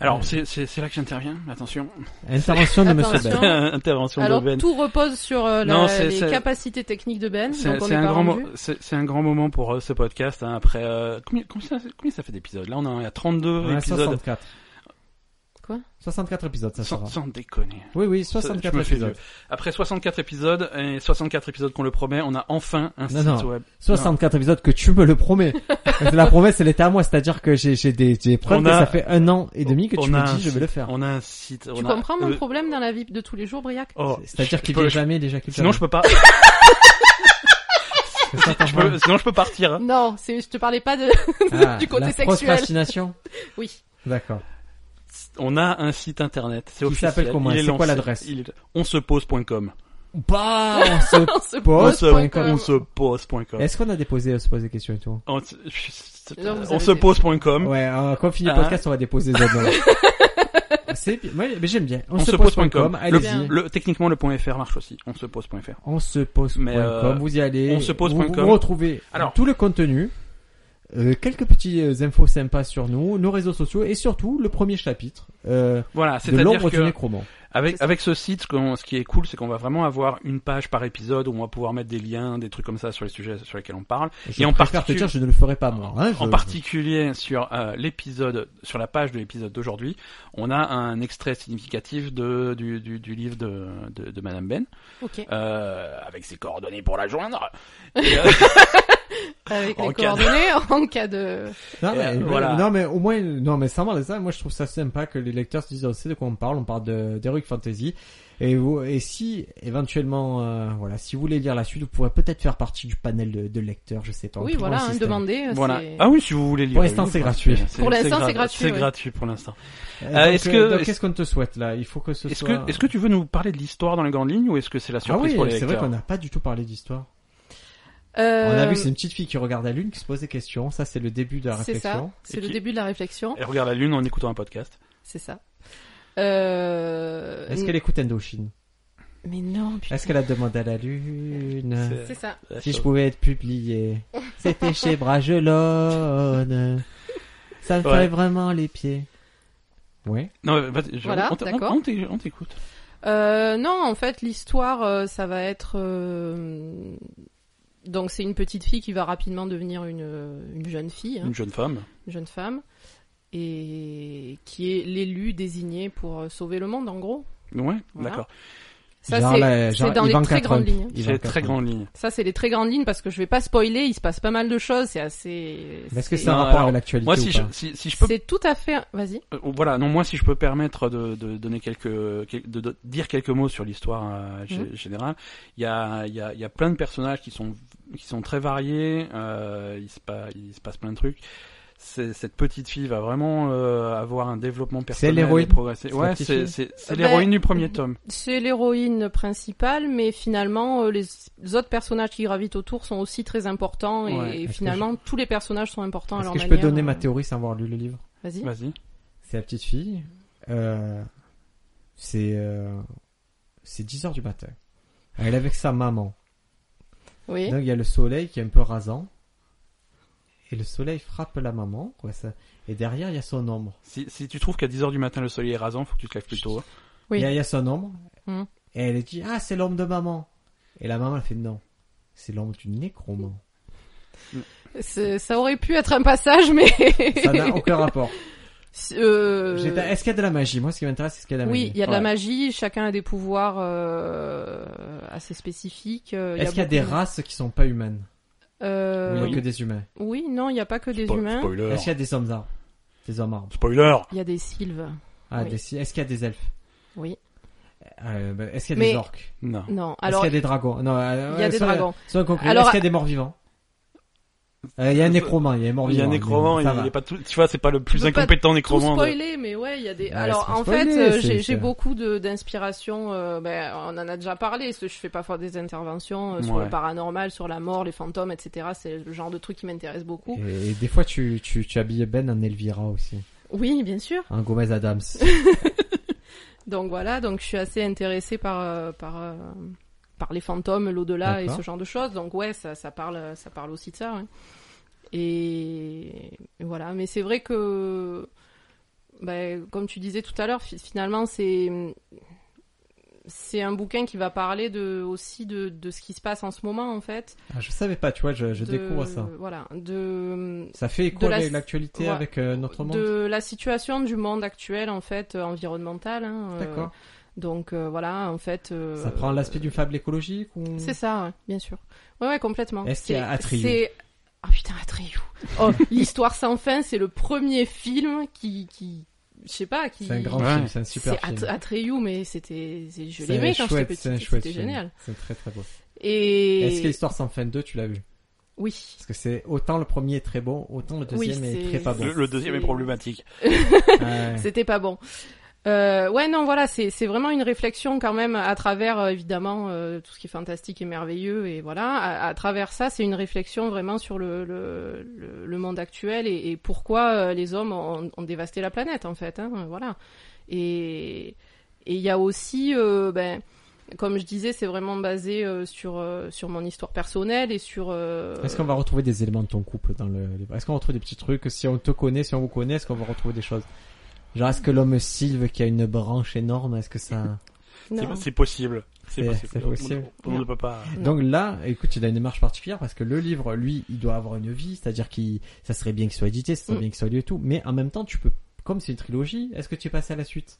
S2: Alors, c'est, c'est, c'est là que j'interviens. Attention.
S1: Intervention de Monsieur
S3: Attention.
S1: Ben.
S2: Intervention
S3: Alors
S2: de Ben.
S3: tout repose sur euh, la-
S2: Non, c'est-
S3: les
S2: c'est-
S3: capacités techniques de Ben.
S2: C'est
S3: Donc on
S2: c'est
S3: n'est
S2: un,
S3: pas
S2: grand mo-
S3: rendu.
S2: c'est- c'est un grand moment pour euh, ce podcast. hein, après euh, combien, combien, ça, combien ça fait d'épisodes Là, on en est à 32
S1: Ouais,
S2: épisodes.
S1: 64.
S3: Quoi
S1: 64 épisodes, ça sera.
S2: Sans, sans déconner.
S1: Oui, oui,
S2: Ça, je
S1: 64
S2: me fais
S1: épisodes.
S2: vieux. Après 64 épisodes, et 64 épisodes qu'on le promet, on a enfin un
S1: Non,
S2: site
S1: non.
S2: web.
S1: 64 épisodes que tu me le promets. la promesse, elle était à moi. C'est-à-dire que j'ai, j'ai des, j'ai des preuves
S2: On
S1: que
S2: a-
S1: ça fait un an et demi que
S2: on
S1: tu me
S2: a un
S1: dis je vais
S2: site.
S1: le faire.
S2: On a un site.
S3: Tu
S2: on a-
S3: comprends mon
S2: euh,
S3: problème dans la vie de tous les jours, Briac
S2: oh,
S1: C'est-à-dire
S2: je
S1: qu'il
S2: peux-
S1: n'y a jamais déjà quelque
S2: Sinon je peux pas. je peux- Sinon je peux partir. hein.
S3: Non, c'est, je te parlais pas de, du côté
S1: Ah, la
S3: sexuel.
S1: procrastination.
S3: oui.
S1: D'accord.
S2: On a un site internet. C'est
S1: Qui
S2: officiel.
S1: s'appelle comment
S2: Il est
S1: C'est quoi
S2: lancé.
S1: l'adresse
S2: Il est- On se pose.com.
S1: Bah, on se-
S3: On se
S1: Pose
S3: pose point
S1: point com.
S2: On
S3: com.
S2: se pose.com.
S1: Est-ce qu'on a déposé, on se pose des questions et tout
S2: On
S3: Non, vous
S2: on
S3: avez
S2: se
S3: des-
S2: pose.com.
S1: Ouais, euh, quand on finit le
S2: Hein
S1: podcast, on va déposer les ados. C'est, moi, mais j'aime bien. On,
S2: On, se
S1: pose.com,
S2: pose.com.
S1: allez-y.
S2: Le, le- techniquement, le point .fr marche aussi. On se pose.fr.
S1: On se pose.com,
S2: Mais, euh,
S1: vous y allez.
S2: on se pose
S1: vous,
S2: point com.
S1: vous retrouvez
S2: Alors.
S1: tout le contenu, euh, quelques petites infos sympas sur nous, nos réseaux sociaux et surtout le premier chapitre euh,
S2: Voilà,
S1: de
S2: c'est-à-dire
S1: l'ombre du
S2: que
S1: nécromant.
S3: C'est
S2: avec
S3: ça.
S2: avec ce site, ce qu'on- ce qui est cool, c'est qu'on va vraiment avoir une page par épisode où on va pouvoir mettre des liens, des trucs comme ça sur les sujets sur lesquels on parle.
S1: Je
S2: et en
S1: préfère te
S2: particu-
S1: dire, je ne le ferai pas moi. hein,
S2: en
S1: je-
S2: particulier sur euh, l'épisode, sur la page de l'épisode d'aujourd'hui, on a un extrait significatif de, du, du, du livre de, de, de Madame Ben,
S3: Ok.
S2: euh, avec ses coordonnées pour la joindre. Et, euh,
S3: Avec
S2: En
S3: les
S2: cas de-
S3: coordonnées, en cas de.
S1: Non,
S2: Et,
S1: mais,
S2: euh, voilà.
S1: non, mais au moins, non, mais sans parler de ça, moi je trouve ça sympa que les lecteurs se disent, on sait de quoi on parle, on parle de- d'Heroic Fantasy. Et, vous- et si, éventuellement, euh, voilà, si vous voulez lire la suite, vous pourrez peut-être faire partie du panel de, de lecteurs, je sais pas. on
S3: Oui,
S1: trouvera
S3: voilà,
S1: un
S3: hein,
S1: système.
S3: demander. euh,
S2: voilà.
S3: c'est-
S2: Ah oui, si vous voulez lire.
S1: Pour
S2: le
S1: l'instant,
S2: livre,
S1: c'est gratuit.
S3: Pour l'instant, c'est
S2: gra-
S3: gratuit,
S2: C'est
S3: ouais.
S2: gratuit pour l'instant.
S1: Et
S2: Euh,
S1: donc,
S2: est-ce
S1: euh,
S2: que-
S1: donc,
S2: est-ce-
S1: qu'est-ce qu'on te souhaite là Il faut que ce
S2: Est-ce
S1: soit.
S2: que, est-ce que tu veux nous parler de l'histoire dans les grandes lignes ou est-ce que c'est la
S1: ah
S2: surprise
S1: oui,
S2: pour les
S1: c'est vrai
S2: lecteurs
S1: qu'on n'a pas du tout parlé d'histoire.
S3: Euh,
S1: On a vu que c'est une petite fille qui regarde la lune, qui se pose des questions. Ça, c'est le début de la
S3: c'est ça.
S1: réflexion.
S3: C'est
S2: Et
S3: le
S2: qui-
S3: début de la réflexion.
S2: Elle regarde la lune en écoutant un podcast.
S3: C'est ça. Euh...
S1: Est-ce qu'elle écoute Indochine
S3: Mais non, putain.
S1: Est-ce qu'elle a demandé à la lune
S2: C'est-
S3: C'est ça.
S1: Si je pouvais être publié, c'était chez Bragelonne. Ça me
S2: Ouais.
S1: ferait vraiment les pieds. Ouais.
S2: Non, vas-y, je-
S3: Voilà,
S2: on t- on-
S3: d'accord.
S2: on t'é- on t'écoute.
S3: Euh, non, en fait, l'histoire, euh, ça va être... euh, Donc c'est une petite fille qui va rapidement devenir une, une jeune fille, hein,
S2: Une jeune femme.
S1: Mm.
S3: une jeune femme, et qui est l'élu désigné pour euh, sauver le monde, en gros.
S2: Ouais,
S3: Voilà.
S2: d'accord.
S3: Ça,
S1: Genre la-
S3: c'est
S1: genre
S3: c'est dans les
S1: Ivanka
S3: très grandes
S1: Trump.
S3: lignes.
S1: Ivanka
S2: C'est très
S1: Trump.
S2: grande ligne.
S3: Ça, c'est les très grandes lignes, parce que je vais pas spoiler, il se passe pas mal de choses, c'est assez...
S1: Mais Est-ce que
S3: c'est-
S1: c'est un
S2: Non,
S1: rapport
S2: alors,
S1: avec l'actualité
S2: Moi,
S1: ou
S2: si je,
S1: pas
S2: si, si je peux,
S3: C'est tout à fait... Vas-y.
S2: euh, voilà, non, moi, si je peux permettre de, de donner quelques, quel- de, de dire quelques mots sur l'histoire euh, gé-
S3: Mmh.
S2: générale, il y a, il y a, il y a plein de personnages qui sont, qui sont très variés. euh, il se passe, il se passe plein de trucs. C'est- Cette petite fille va vraiment euh, avoir un développement personnel. et
S1: l'héroïne,
S2: progresser.
S1: cette
S2: Ouais,
S1: petite
S2: c'est
S1: fille
S2: c'est- c'est
S3: Ben,
S2: l'héroïne du premier tome.
S3: C'est l'héroïne principale, mais finalement, euh, les autres personnages qui gravitent autour sont aussi très importants et,
S2: Ouais,
S3: et
S1: est-ce que
S3: finalement, tous les personnages sont importants à
S1: Est-ce
S3: leur
S1: que je
S3: manière.
S1: peux donner ma
S3: euh,
S1: théorie sans avoir lu le livre
S3: Vas-y.
S2: Vas-y.
S1: C'est la petite fille. Euh, c'est euh, c'est 10 heures du matin. Elle est avec sa maman.
S3: Oui.
S1: Donc il y a le soleil qui est un peu rasant. Et le soleil frappe la maman. Quoi, ça. Et derrière il y a son ombre.
S2: Si, si tu trouves qu'à 10h du matin le soleil est rasant, faut que tu te lèves plus tôt.
S3: Oui.
S1: Il y a- il y a son ombre.
S3: Mhm.
S1: Et elle dit Ah, c'est l'ombre de maman. Et la maman, elle fait Non, c'est l'ombre du nécromant.
S3: C'est- Ça aurait pu être un passage, mais.
S1: Ça n'a aucun rapport.
S3: C'est- euh,
S1: J'étais, Est-ce qu'il y a de la magie Moi, ce qui m'intéresse, c'est ce qu'il y a de la
S3: Oui,
S1: magie.
S3: il y a de la
S2: Ouais.
S3: magie. Chacun a des pouvoirs euh, assez spécifiques. euh,
S1: Est-ce qu'il y a
S3: beaucoup
S1: des
S3: de-
S1: races qui sont pas humaines Ou
S3: Euh,
S1: il y a
S3: oui.
S1: que des humains
S3: non, il n'y a pas que des
S2: Spo-
S3: humains.
S2: Spoiler.
S1: Est-ce qu'il y a des hommes arbres Des hommes arbres
S2: Spoiler.
S3: Il y a des sylves.
S1: ah,
S3: Oui.
S1: des- Est-ce qu'il y a des elfes
S3: Oui.
S1: Euh, ben, Est-ce qu'il y a
S3: Mais-
S1: des orques
S2: Non.
S3: Non.
S1: Est-ce qu'il
S3: Alors,
S1: y a des dragons Non, euh,
S3: il y a
S1: euh,
S3: des
S1: sois-
S3: dragons.
S1: sois concret.
S3: Alors-
S1: Est-ce qu'il y a des morts vivants Euh, Il y a un nécromant, il y a un mort
S2: Il y a
S1: vivant.
S2: un nécromant,
S1: mais ça
S2: il
S1: va.
S2: est pas tout, tu vois, c'est pas le plus
S3: peux pas
S2: incompétent
S3: tout
S2: nécromant. de-
S3: spoiler, mais ouais, il y a des.
S1: Ouais,
S3: Alors
S1: c'est pas
S3: en
S1: spoilé,
S3: fait, euh,
S1: c'est-
S3: j'ai-
S1: c'est-
S3: j'ai beaucoup de d'inspiration. euh, ben, on en a déjà parlé. parce que Je fais parfois des interventions euh, sur
S2: Ouais.
S3: le paranormal, sur la mort, les fantômes, etc. C'est le genre de truc qui m'intéresse beaucoup.
S1: Et, et des fois, tu, tu, tu habilles Ben en Elvira aussi,
S3: Oui, bien sûr.
S1: en Gomez Adams.
S3: Donc voilà, donc je suis assez intéressée par euh, par euh, par les fantômes, l'au-delà et
S1: D'accord.
S3: ce genre de choses. Donc ouais, ça, ça parle, ça parle aussi de ça. ouais. Et voilà, mais c'est vrai que, ben, comme tu disais tout à l'heure, fi- finalement c'est c'est un bouquin qui va parler de, aussi de, de ce qui se passe en ce moment, en fait.
S1: Ah, je savais pas, tu vois, je, je
S3: de-
S1: découvre ça.
S3: Voilà, de,
S1: Ça fait
S3: de
S1: écho
S3: la-
S1: avec l'actualité,
S3: ouais.
S1: avec euh, notre monde.
S3: de la situation du monde actuel, en fait, euh, environnemental. hein, euh,
S1: D'accord.
S3: donc euh, voilà, en fait. euh,
S1: Ça prend l'aspect du fable écologique ou
S3: C'est ça, ouais, bien sûr. Ouais, ouais, complètement.
S1: Est-ce qu'il y a
S3: C'est-
S1: Atreyu
S3: c'est- Ah putain, Atreyu. Oh, l'histoire sans fin, c'est le premier film qui, qui, je sais pas, qui.
S1: C'est un grand
S2: Ouais.
S1: film, c'est un super
S3: C'est
S1: film.
S3: At- Atreyu, mais c'était, c'est- je
S1: C'est
S3: l'aimais quand j'étais
S1: chouette,
S3: petite.
S1: c'est un chouette
S3: C'était
S1: film.
S3: génial.
S1: C'est très très beau.
S3: Et.
S1: Est-ce que l'histoire sans fin 2, tu l'as vu
S3: Oui.
S1: Parce que c'est autant le premier est très bon, autant le
S3: Oui,
S1: deuxième est
S3: c'est-
S1: très pas bon.
S2: Le, le deuxième est problématique.
S1: Ouais.
S3: C'était pas bon. Euh, ouais, non, voilà, c'est c'est vraiment une réflexion quand même à travers, euh, évidemment, euh, tout ce qui est fantastique et merveilleux. Et voilà, à, à travers ça, c'est une réflexion vraiment sur le, le, le- le monde actuel et, et pourquoi euh, les hommes ont, ont dévasté la planète, en fait. Hein, voilà. Et et il y a aussi, euh, ben, comme je disais, c'est vraiment basé euh, sur, euh, sur mon histoire personnelle et sur... euh,
S1: Est-ce qu'on va retrouver des éléments de ton couple dans le livre Est-ce qu'on retrouve des petits trucs Si on te connaît, si on vous connaît, est-ce qu'on va retrouver des choses Genre, est-ce que l'homme Sylve qui a une branche énorme, est-ce que ça...
S3: non.
S2: C'est- C'est possible. C'est
S1: C'est-
S2: possible.
S1: c'est possible.
S2: On, on ne peut pas.
S1: Donc là, écoute, il a une démarche particulière parce que le livre, lui, il doit avoir une vie, c'est-à-dire qu'il, ça serait bien qu'il soit édité, ça serait
S3: Mm.
S1: bien qu'il soit lu et tout, mais en même temps, tu peux, comme c'est une trilogie, est-ce que tu es passé à la suite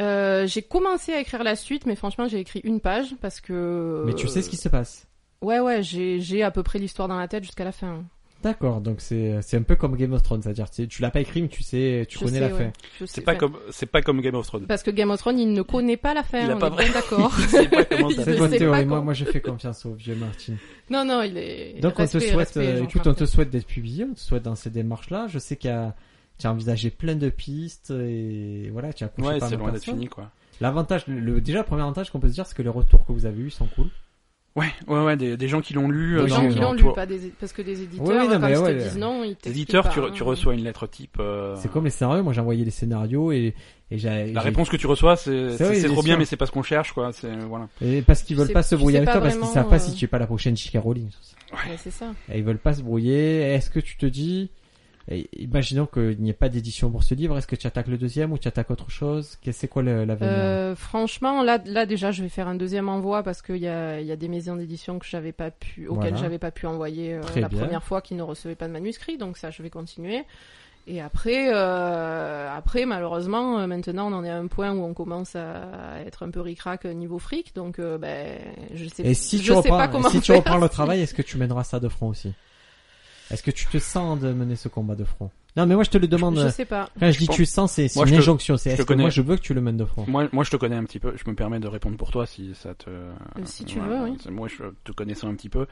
S3: Euh, j'ai commencé à écrire la suite, mais franchement, j'ai écrit une page parce que.
S1: Mais tu sais ce qui se passe.
S3: Ouais, ouais, j'ai j'ai à peu près l'histoire dans la tête jusqu'à la fin.
S1: D'accord, donc c'est, c'est un peu comme Game of Thrones, c'est-à-dire tu, sais, tu l'as pas écrit, mais tu sais, tu
S3: Je
S1: connais
S3: sais,
S1: la
S3: ouais,
S1: fin.
S3: je sais,
S2: C'est pas
S3: enfin,
S2: comme c'est pas comme Game of Thrones.
S3: Parce que Game of Thrones, il ne connaît pas la fin.
S2: Il a
S3: on
S2: pas
S3: est
S2: vrai-
S3: bien d'accord.
S2: Il sait pas comment
S3: Il
S2: ça.
S3: ne
S1: C'est votre
S3: sait pas
S1: théorie, moi,
S3: comment-
S1: moi je fais confiance au vieux Martin.
S3: Non, non, il est.
S1: Donc on te
S3: respect,
S1: souhaite,
S3: respect,
S1: euh,
S3: Jean
S1: écoute, on te
S3: Martin.
S1: souhaite d'être publié, on te souhaite dans ces démarches-là. Je sais qu'il y a, tu as envisagé plein de pistes et voilà, tu as couché
S2: Ouais,
S1: pas
S2: c'est
S1: mal
S2: loin
S1: de
S2: d'être
S1: personnes.
S2: fini quoi.
S1: L'avantage, le, déjà, le premier avantage qu'on peut se dire, c'est que les retours que vous avez eus sont cool.
S2: Ouais, ouais, ouais, des, des gens qui l'ont lu.
S1: Des
S2: euh,
S3: Les
S1: souhaite-
S3: gens
S1: Non,
S3: qui
S1: non,
S3: l'ont lu,
S2: toi-
S3: pas des... parce que des éditeurs,
S1: Oui, oui, non,
S3: quand
S1: mais
S3: ils
S1: ouais,
S3: te disent non, ils t'expliquent.
S2: Éditeur,
S3: pas,
S2: tu,
S3: hein.
S2: re- tu reçois une lettre type. euh,
S1: C'est comme les scénarios. Moi, j'ai envoyé les scénarios et, et j'ai.
S2: La
S1: j'ai-
S2: réponse que tu reçois, c'est
S1: C'est
S2: c'est-
S1: vrai,
S2: c'est
S1: bien
S2: trop bien,
S1: sûr.
S2: mais c'est pas ce qu'on cherche, quoi. C'est voilà.
S1: Et parce qu'ils
S3: Tu
S1: veulent
S3: sais-
S1: pas se
S3: tu
S1: brouiller
S3: sais
S1: avec
S3: pas
S1: toi, parce qu'ils
S3: vraiment,
S1: savent pas
S3: euh,
S1: si tu es pas la prochaine J.K. Rowling.
S3: Ouais, c'est ça.
S1: Et ils veulent pas se brouiller. Est-ce que tu te dis, et imaginons qu'il n'y ait pas d'édition pour ce livre, est-ce que tu attaques le deuxième ou tu attaques autre chose Qu'est- C'est quoi le- l'avenir
S3: Euh, franchement, là, là déjà, je vais faire un deuxième envoi parce qu'il y a, il y a des maisons d'édition que j'avais pas pu, auxquelles
S1: Voilà.
S3: j'avais pas pu envoyer euh,
S1: Très
S3: la
S1: bien.
S3: première fois, qui ne recevaient pas de manuscrit. Donc ça, je vais continuer. Et après, euh, après, malheureusement, euh, maintenant, on en est à un point où on commence à être un peu ric-rac niveau fric. Donc, euh, ben, je sais,
S1: Et si
S3: je
S1: tu
S3: sais
S1: reprends,
S3: pas
S1: et
S3: comment
S1: si tu
S3: faire.
S1: reprends le travail, est-ce que tu mèneras ça de front aussi Est-ce que tu te sens de mener ce combat de front Non, mais moi je te le demande.
S3: Je sais pas.
S1: Quand je dis
S2: pense-
S1: tu sens, c'est c'est
S2: Moi,
S1: une
S2: je te-
S1: injonction. C'est
S2: je te
S1: est-ce que
S2: connais.
S1: moi je veux que tu le mènes de front
S2: Moi, moi, je te connais un petit peu. Je me permets de répondre pour toi si ça te.
S3: Euh, si tu
S2: Voilà.
S3: veux, oui.
S2: C'est- Moi, je te connaissant un petit peu.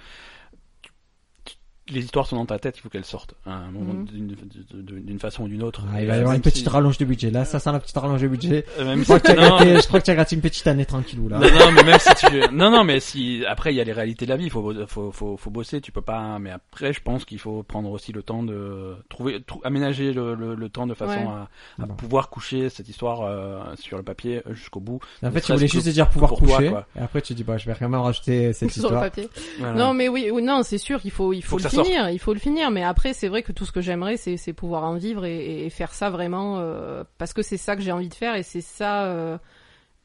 S2: tu- tu- Les histoires sont dans ta tête, il faut qu'elles sortent à un moment
S3: Mhm.
S2: d'une- d'une- d'une d'une façon ou d'une autre.
S1: Ah,
S2: Et,
S1: il va y
S2: euh,
S1: avoir une
S2: même
S1: petite
S2: si-
S1: rallonge de budget. Là, ça sent la petite rallonge de budget.
S2: euh,
S1: Je
S2: même si-
S1: crois que tu as
S2: Non,
S1: gratté, je crois que tu as gratté une petite année tranquillou là.
S2: Non, non, mais même si tu... non, non, mais si après il y a les réalités de la vie, faut, bo- faut, faut, faut bosser, tu peux pas. Mais après, je pense qu'il faut prendre aussi le temps de trouver, trou- aménager le, le, le temps de façon
S3: Ouais.
S2: à, à
S1: Bon.
S2: pouvoir coucher cette histoire euh, sur le papier jusqu'au bout.
S1: En
S2: Ne
S1: fait, tu voulais
S2: serait-ce que
S1: juste te dire pouvoir
S2: pour toi,
S1: coucher.
S2: quoi.
S1: et après, tu dis bah je vais quand même rajouter cette
S3: Sur le
S1: histoire.
S3: papier.
S2: Voilà.
S3: Non, mais oui, oui, non, c'est sûr, il faut, il
S2: Faut
S3: faut,
S2: que
S3: le
S2: ça sorte.
S3: finir, il faut le finir. Mais après, c'est vrai que tout ce que j'aimerais, c'est, c'est pouvoir en vivre et, et faire ça vraiment euh, parce que c'est ça que j'ai envie de faire et c'est ça, euh,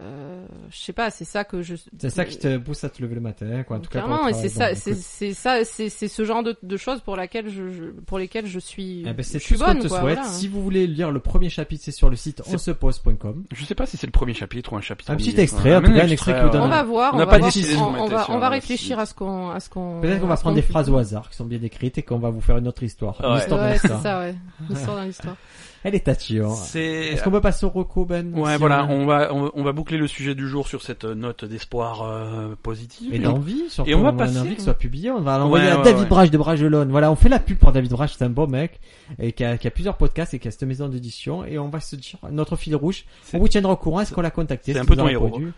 S3: euh, je sais pas, c'est ça que je.
S1: C'est ça qui te pousse à te lever le matin, quoi. En tout cas, pour le
S3: Clairement, et
S1: travail.
S3: c'est
S1: Bon, bah,
S3: ça,
S1: écoute.
S3: c'est, c'est ça, c'est, c'est ce genre de, de choses pour laquelle je, je- pour lesquelles je suis,
S1: Eh ben,
S3: je
S1: c'est
S3: suis
S1: tout ce qu'on
S3: bonne.
S1: te
S3: quoi,
S1: souhaite.
S3: voilà.
S1: Si vous voulez lire le premier chapitre, c'est sur le site
S2: C'est-
S1: onsepose.com.
S2: Je sais pas si c'est le premier chapitre ou un euh, chapitre.
S1: Un
S2: au
S1: petit
S2: milieu.
S1: extrait, en
S2: Même
S1: tout cas, un extrait qui vous donne
S3: On
S1: Voilà.
S3: va voir,
S2: On
S3: on,
S2: n'a
S3: va,
S2: pas
S3: voir,
S2: décidé de
S3: on,
S2: se
S3: on
S2: mettre
S3: va,
S2: sur
S3: on va
S2: le
S3: réfléchir
S2: site.
S3: à ce qu'on, à ce qu'on.
S1: Peut-être qu'on
S3: à
S1: va
S3: ce
S1: prendre des
S3: fait.
S1: phrases au hasard qui sont bien décrites et qu'on va vous faire une autre histoire. Une
S2: Ouais.
S1: histoire dans
S3: Ouais, c'est
S1: l'histoire.
S3: ça, ouais. L'histoire dans l'histoire.
S1: Elle est attirante.
S2: C'est.
S1: Est-ce qu'on peut passer au reco, Ben
S2: Ouais,
S1: si
S2: voilà,
S1: on-
S2: on va, on, on va boucler le sujet du jour sur cette note d'espoir euh, positive.
S1: Et d'envie, surtout.
S2: Et on va
S1: a
S2: passer-
S1: envie que ce soit publié. On va l'envoyer
S2: Ouais,
S1: à
S2: ouais,
S1: David
S2: ouais.
S1: Brage de Bragelonne. Voilà, on fait la pub pour David Brage, c'est un beau mec. Et qui a, qui a plusieurs podcasts et qui a cette maison d'édition. Et on va se dire, notre fil rouge,
S2: C'est-
S1: on vous tiendra au courant. Est-ce qu'on l'a contacté Est-ce
S2: c'est un
S1: qu'il
S2: peu
S1: nous a
S2: ton héros.
S1: répondu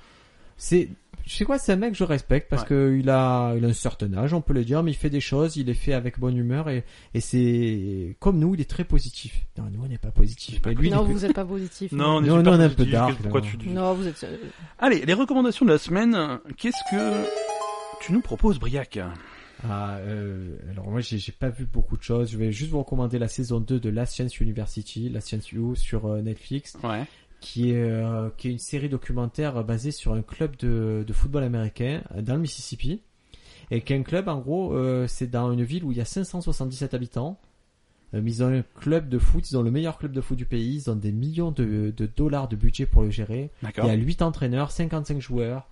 S1: C'est, je sais quoi, c'est un mec que je respecte parce
S2: Ouais.
S1: que il a, il a un certain âge, on peut le dire, mais il fait des choses, il les fait avec bonne humeur et, et c'est, comme nous, il est très positif. Non, nous, on n'est pas positif. Mais lui,
S3: non,
S1: il est-
S3: vous êtes pas positif.
S2: Non, on est
S1: Non,
S2: super
S1: non, on est un
S2: positif.
S1: peu dark,
S2: Qu'est-ce- pourquoi
S1: là.
S2: tu dis-
S3: non, vous êtes. euh,
S2: Allez, les recommandations de la semaine. Qu'est-ce que tu nous proposes, Briac
S1: Ah, euh, alors moi j'ai j'ai pas vu beaucoup de choses. Je vais juste vous recommander la saison 2 de La Science University, La Science U sur euh, Netflix,
S2: Ouais.
S1: qui est, euh, qui est une série documentaire euh, basée sur un club de, de football américain euh, dans le Mississippi. Et qu'un club, en gros, euh, c'est dans une ville où il y a 577 habitants. Euh, mais ils ont un club de foot, ils ont le meilleur club de foot du pays, ils ont des millions de, de dollars de budget pour le gérer. Il
S2: D'accord.
S1: y a 8 entraîneurs, 55 joueurs.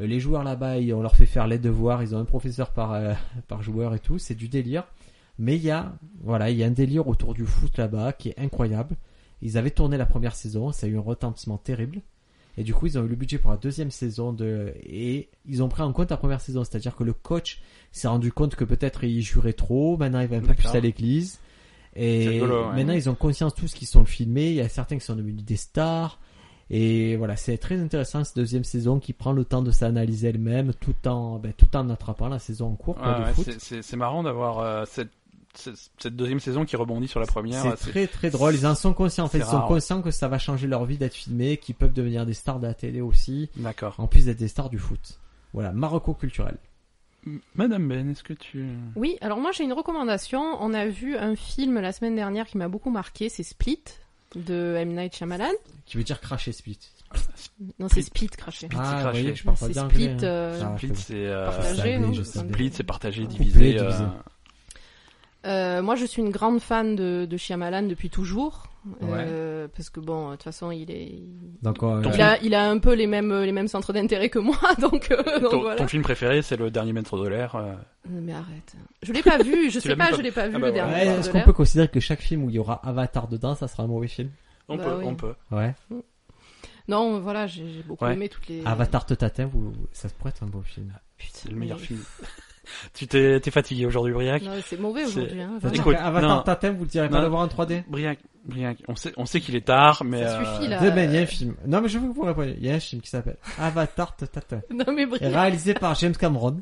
S1: Euh, Les joueurs là-bas, ils- on leur fait faire les devoirs, ils ont un professeur par, euh, par joueur et tout, c'est du délire. Mais il y a, voilà, il y a un délire autour du foot là-bas qui est incroyable. Ils avaient tourné la première saison, ça a eu un retentissement terrible. Et du coup, ils ont eu le budget pour la deuxième saison de, et ils ont pris en compte la première saison. C'est-à-dire que le coach s'est rendu compte que peut-être il jurait trop, maintenant il va un peu plus
S2: D'accord.
S1: à l'église.
S2: C'est
S1: Et
S2: rigolo, ouais.
S1: maintenant, ils ont conscience tous qui sont filmés. Il y a certains qui sont devenus des stars. Et voilà, c'est très intéressant cette deuxième saison qui prend le temps de s'analyser elle-même tout en ben, tout en attrapant la saison en cours quoi,
S2: Ouais,
S1: de
S2: ouais,
S1: foot.
S2: c'est- c'est c'est marrant d'avoir euh, cette, cette- cette deuxième saison qui rebondit sur la première.
S1: C'est
S2: C'est-
S1: très très drôle. Ils en sont conscients. En fait,
S2: c'est
S1: ils sont
S2: rare.
S1: conscients que ça va changer leur vie d'être filmés, qu'ils peuvent devenir des stars de la télé aussi,
S2: D'accord.
S1: en plus d'être des stars du foot. Voilà, Marocco culturel.
S2: M- Madame Ben, est-ce que tu...
S3: Oui, alors moi j'ai une recommandation. On a vu un film la semaine dernière qui m'a beaucoup marqué, c'est Split de M. Night Shyamalan.
S1: Qui veut dire cracher split.
S3: Non, c'est Split craché.
S2: Split, c'est
S1: ah, vous
S2: cracher.
S1: voyez que je parle pas
S3: C'est
S1: bien
S3: split,
S1: anglais, hein.
S3: euh,
S1: Ah,
S2: Split,
S1: c'est bon.
S2: c'est... euh,
S1: je
S3: Partagé, non
S1: savais, je
S3: Enfin,
S1: savais.
S2: Split, c'est partagé,
S3: Coupé,
S2: divisé.
S1: divisé.
S2: euh,
S3: Euh, moi, je suis une grande fan de, de Shyamalan depuis toujours, euh, parce que bon, de toute façon, il est,
S1: Donc, euh,
S2: Ton
S3: il a, il a un peu les mêmes, les mêmes centres d'intérêt que moi, donc, euh, donc
S2: Ton,
S3: voilà.
S2: ton film préféré, c'est le dernier mètre de l'air. euh,
S3: Non, Mais arrête, je l'ai pas vu, je
S2: Tu
S3: sais
S2: l'as même
S3: pas,
S2: pas-
S3: je l'ai pas vu
S2: bah
S3: le
S2: voilà.
S3: dernier.
S1: ouais,
S3: Lord
S1: est-ce
S3: de
S1: qu'on
S3: l'air.
S1: peut considérer que chaque film où il y aura Avatar dedans, ça sera un mauvais film
S2: On
S3: Bah
S2: peut,
S3: oui.
S2: on peut.
S1: Ouais.
S3: Non, voilà, j'ai j'ai beaucoup
S2: Ouais.
S3: aimé toutes les.
S1: Avatar te tatin, vous... ça pourrait être un bon film.
S3: Putain,
S2: C'est le meilleur
S3: mais-
S2: film. tu t'es t'es fatigué aujourd'hui, Briac
S3: Non, c'est mauvais
S2: C'est-
S3: aujourd'hui. Hein,
S1: Ça
S3: vraiment.
S2: Écoute,
S1: dit que Avatar
S2: non.
S1: tatin, vous le direz pas
S2: Non.
S1: le voir en 3D
S2: Briac, Briac, on sait, on sait qu'il est tard, mais...
S3: Ça
S2: euh,
S3: suffit, là.
S1: Demain, il y a un film. Non, mais je veux que vous répondiez. Il y a un film qui s'appelle Avatar te tatin.
S3: Non mais
S1: Et
S3: Briac.
S1: réalisé par James Cameron.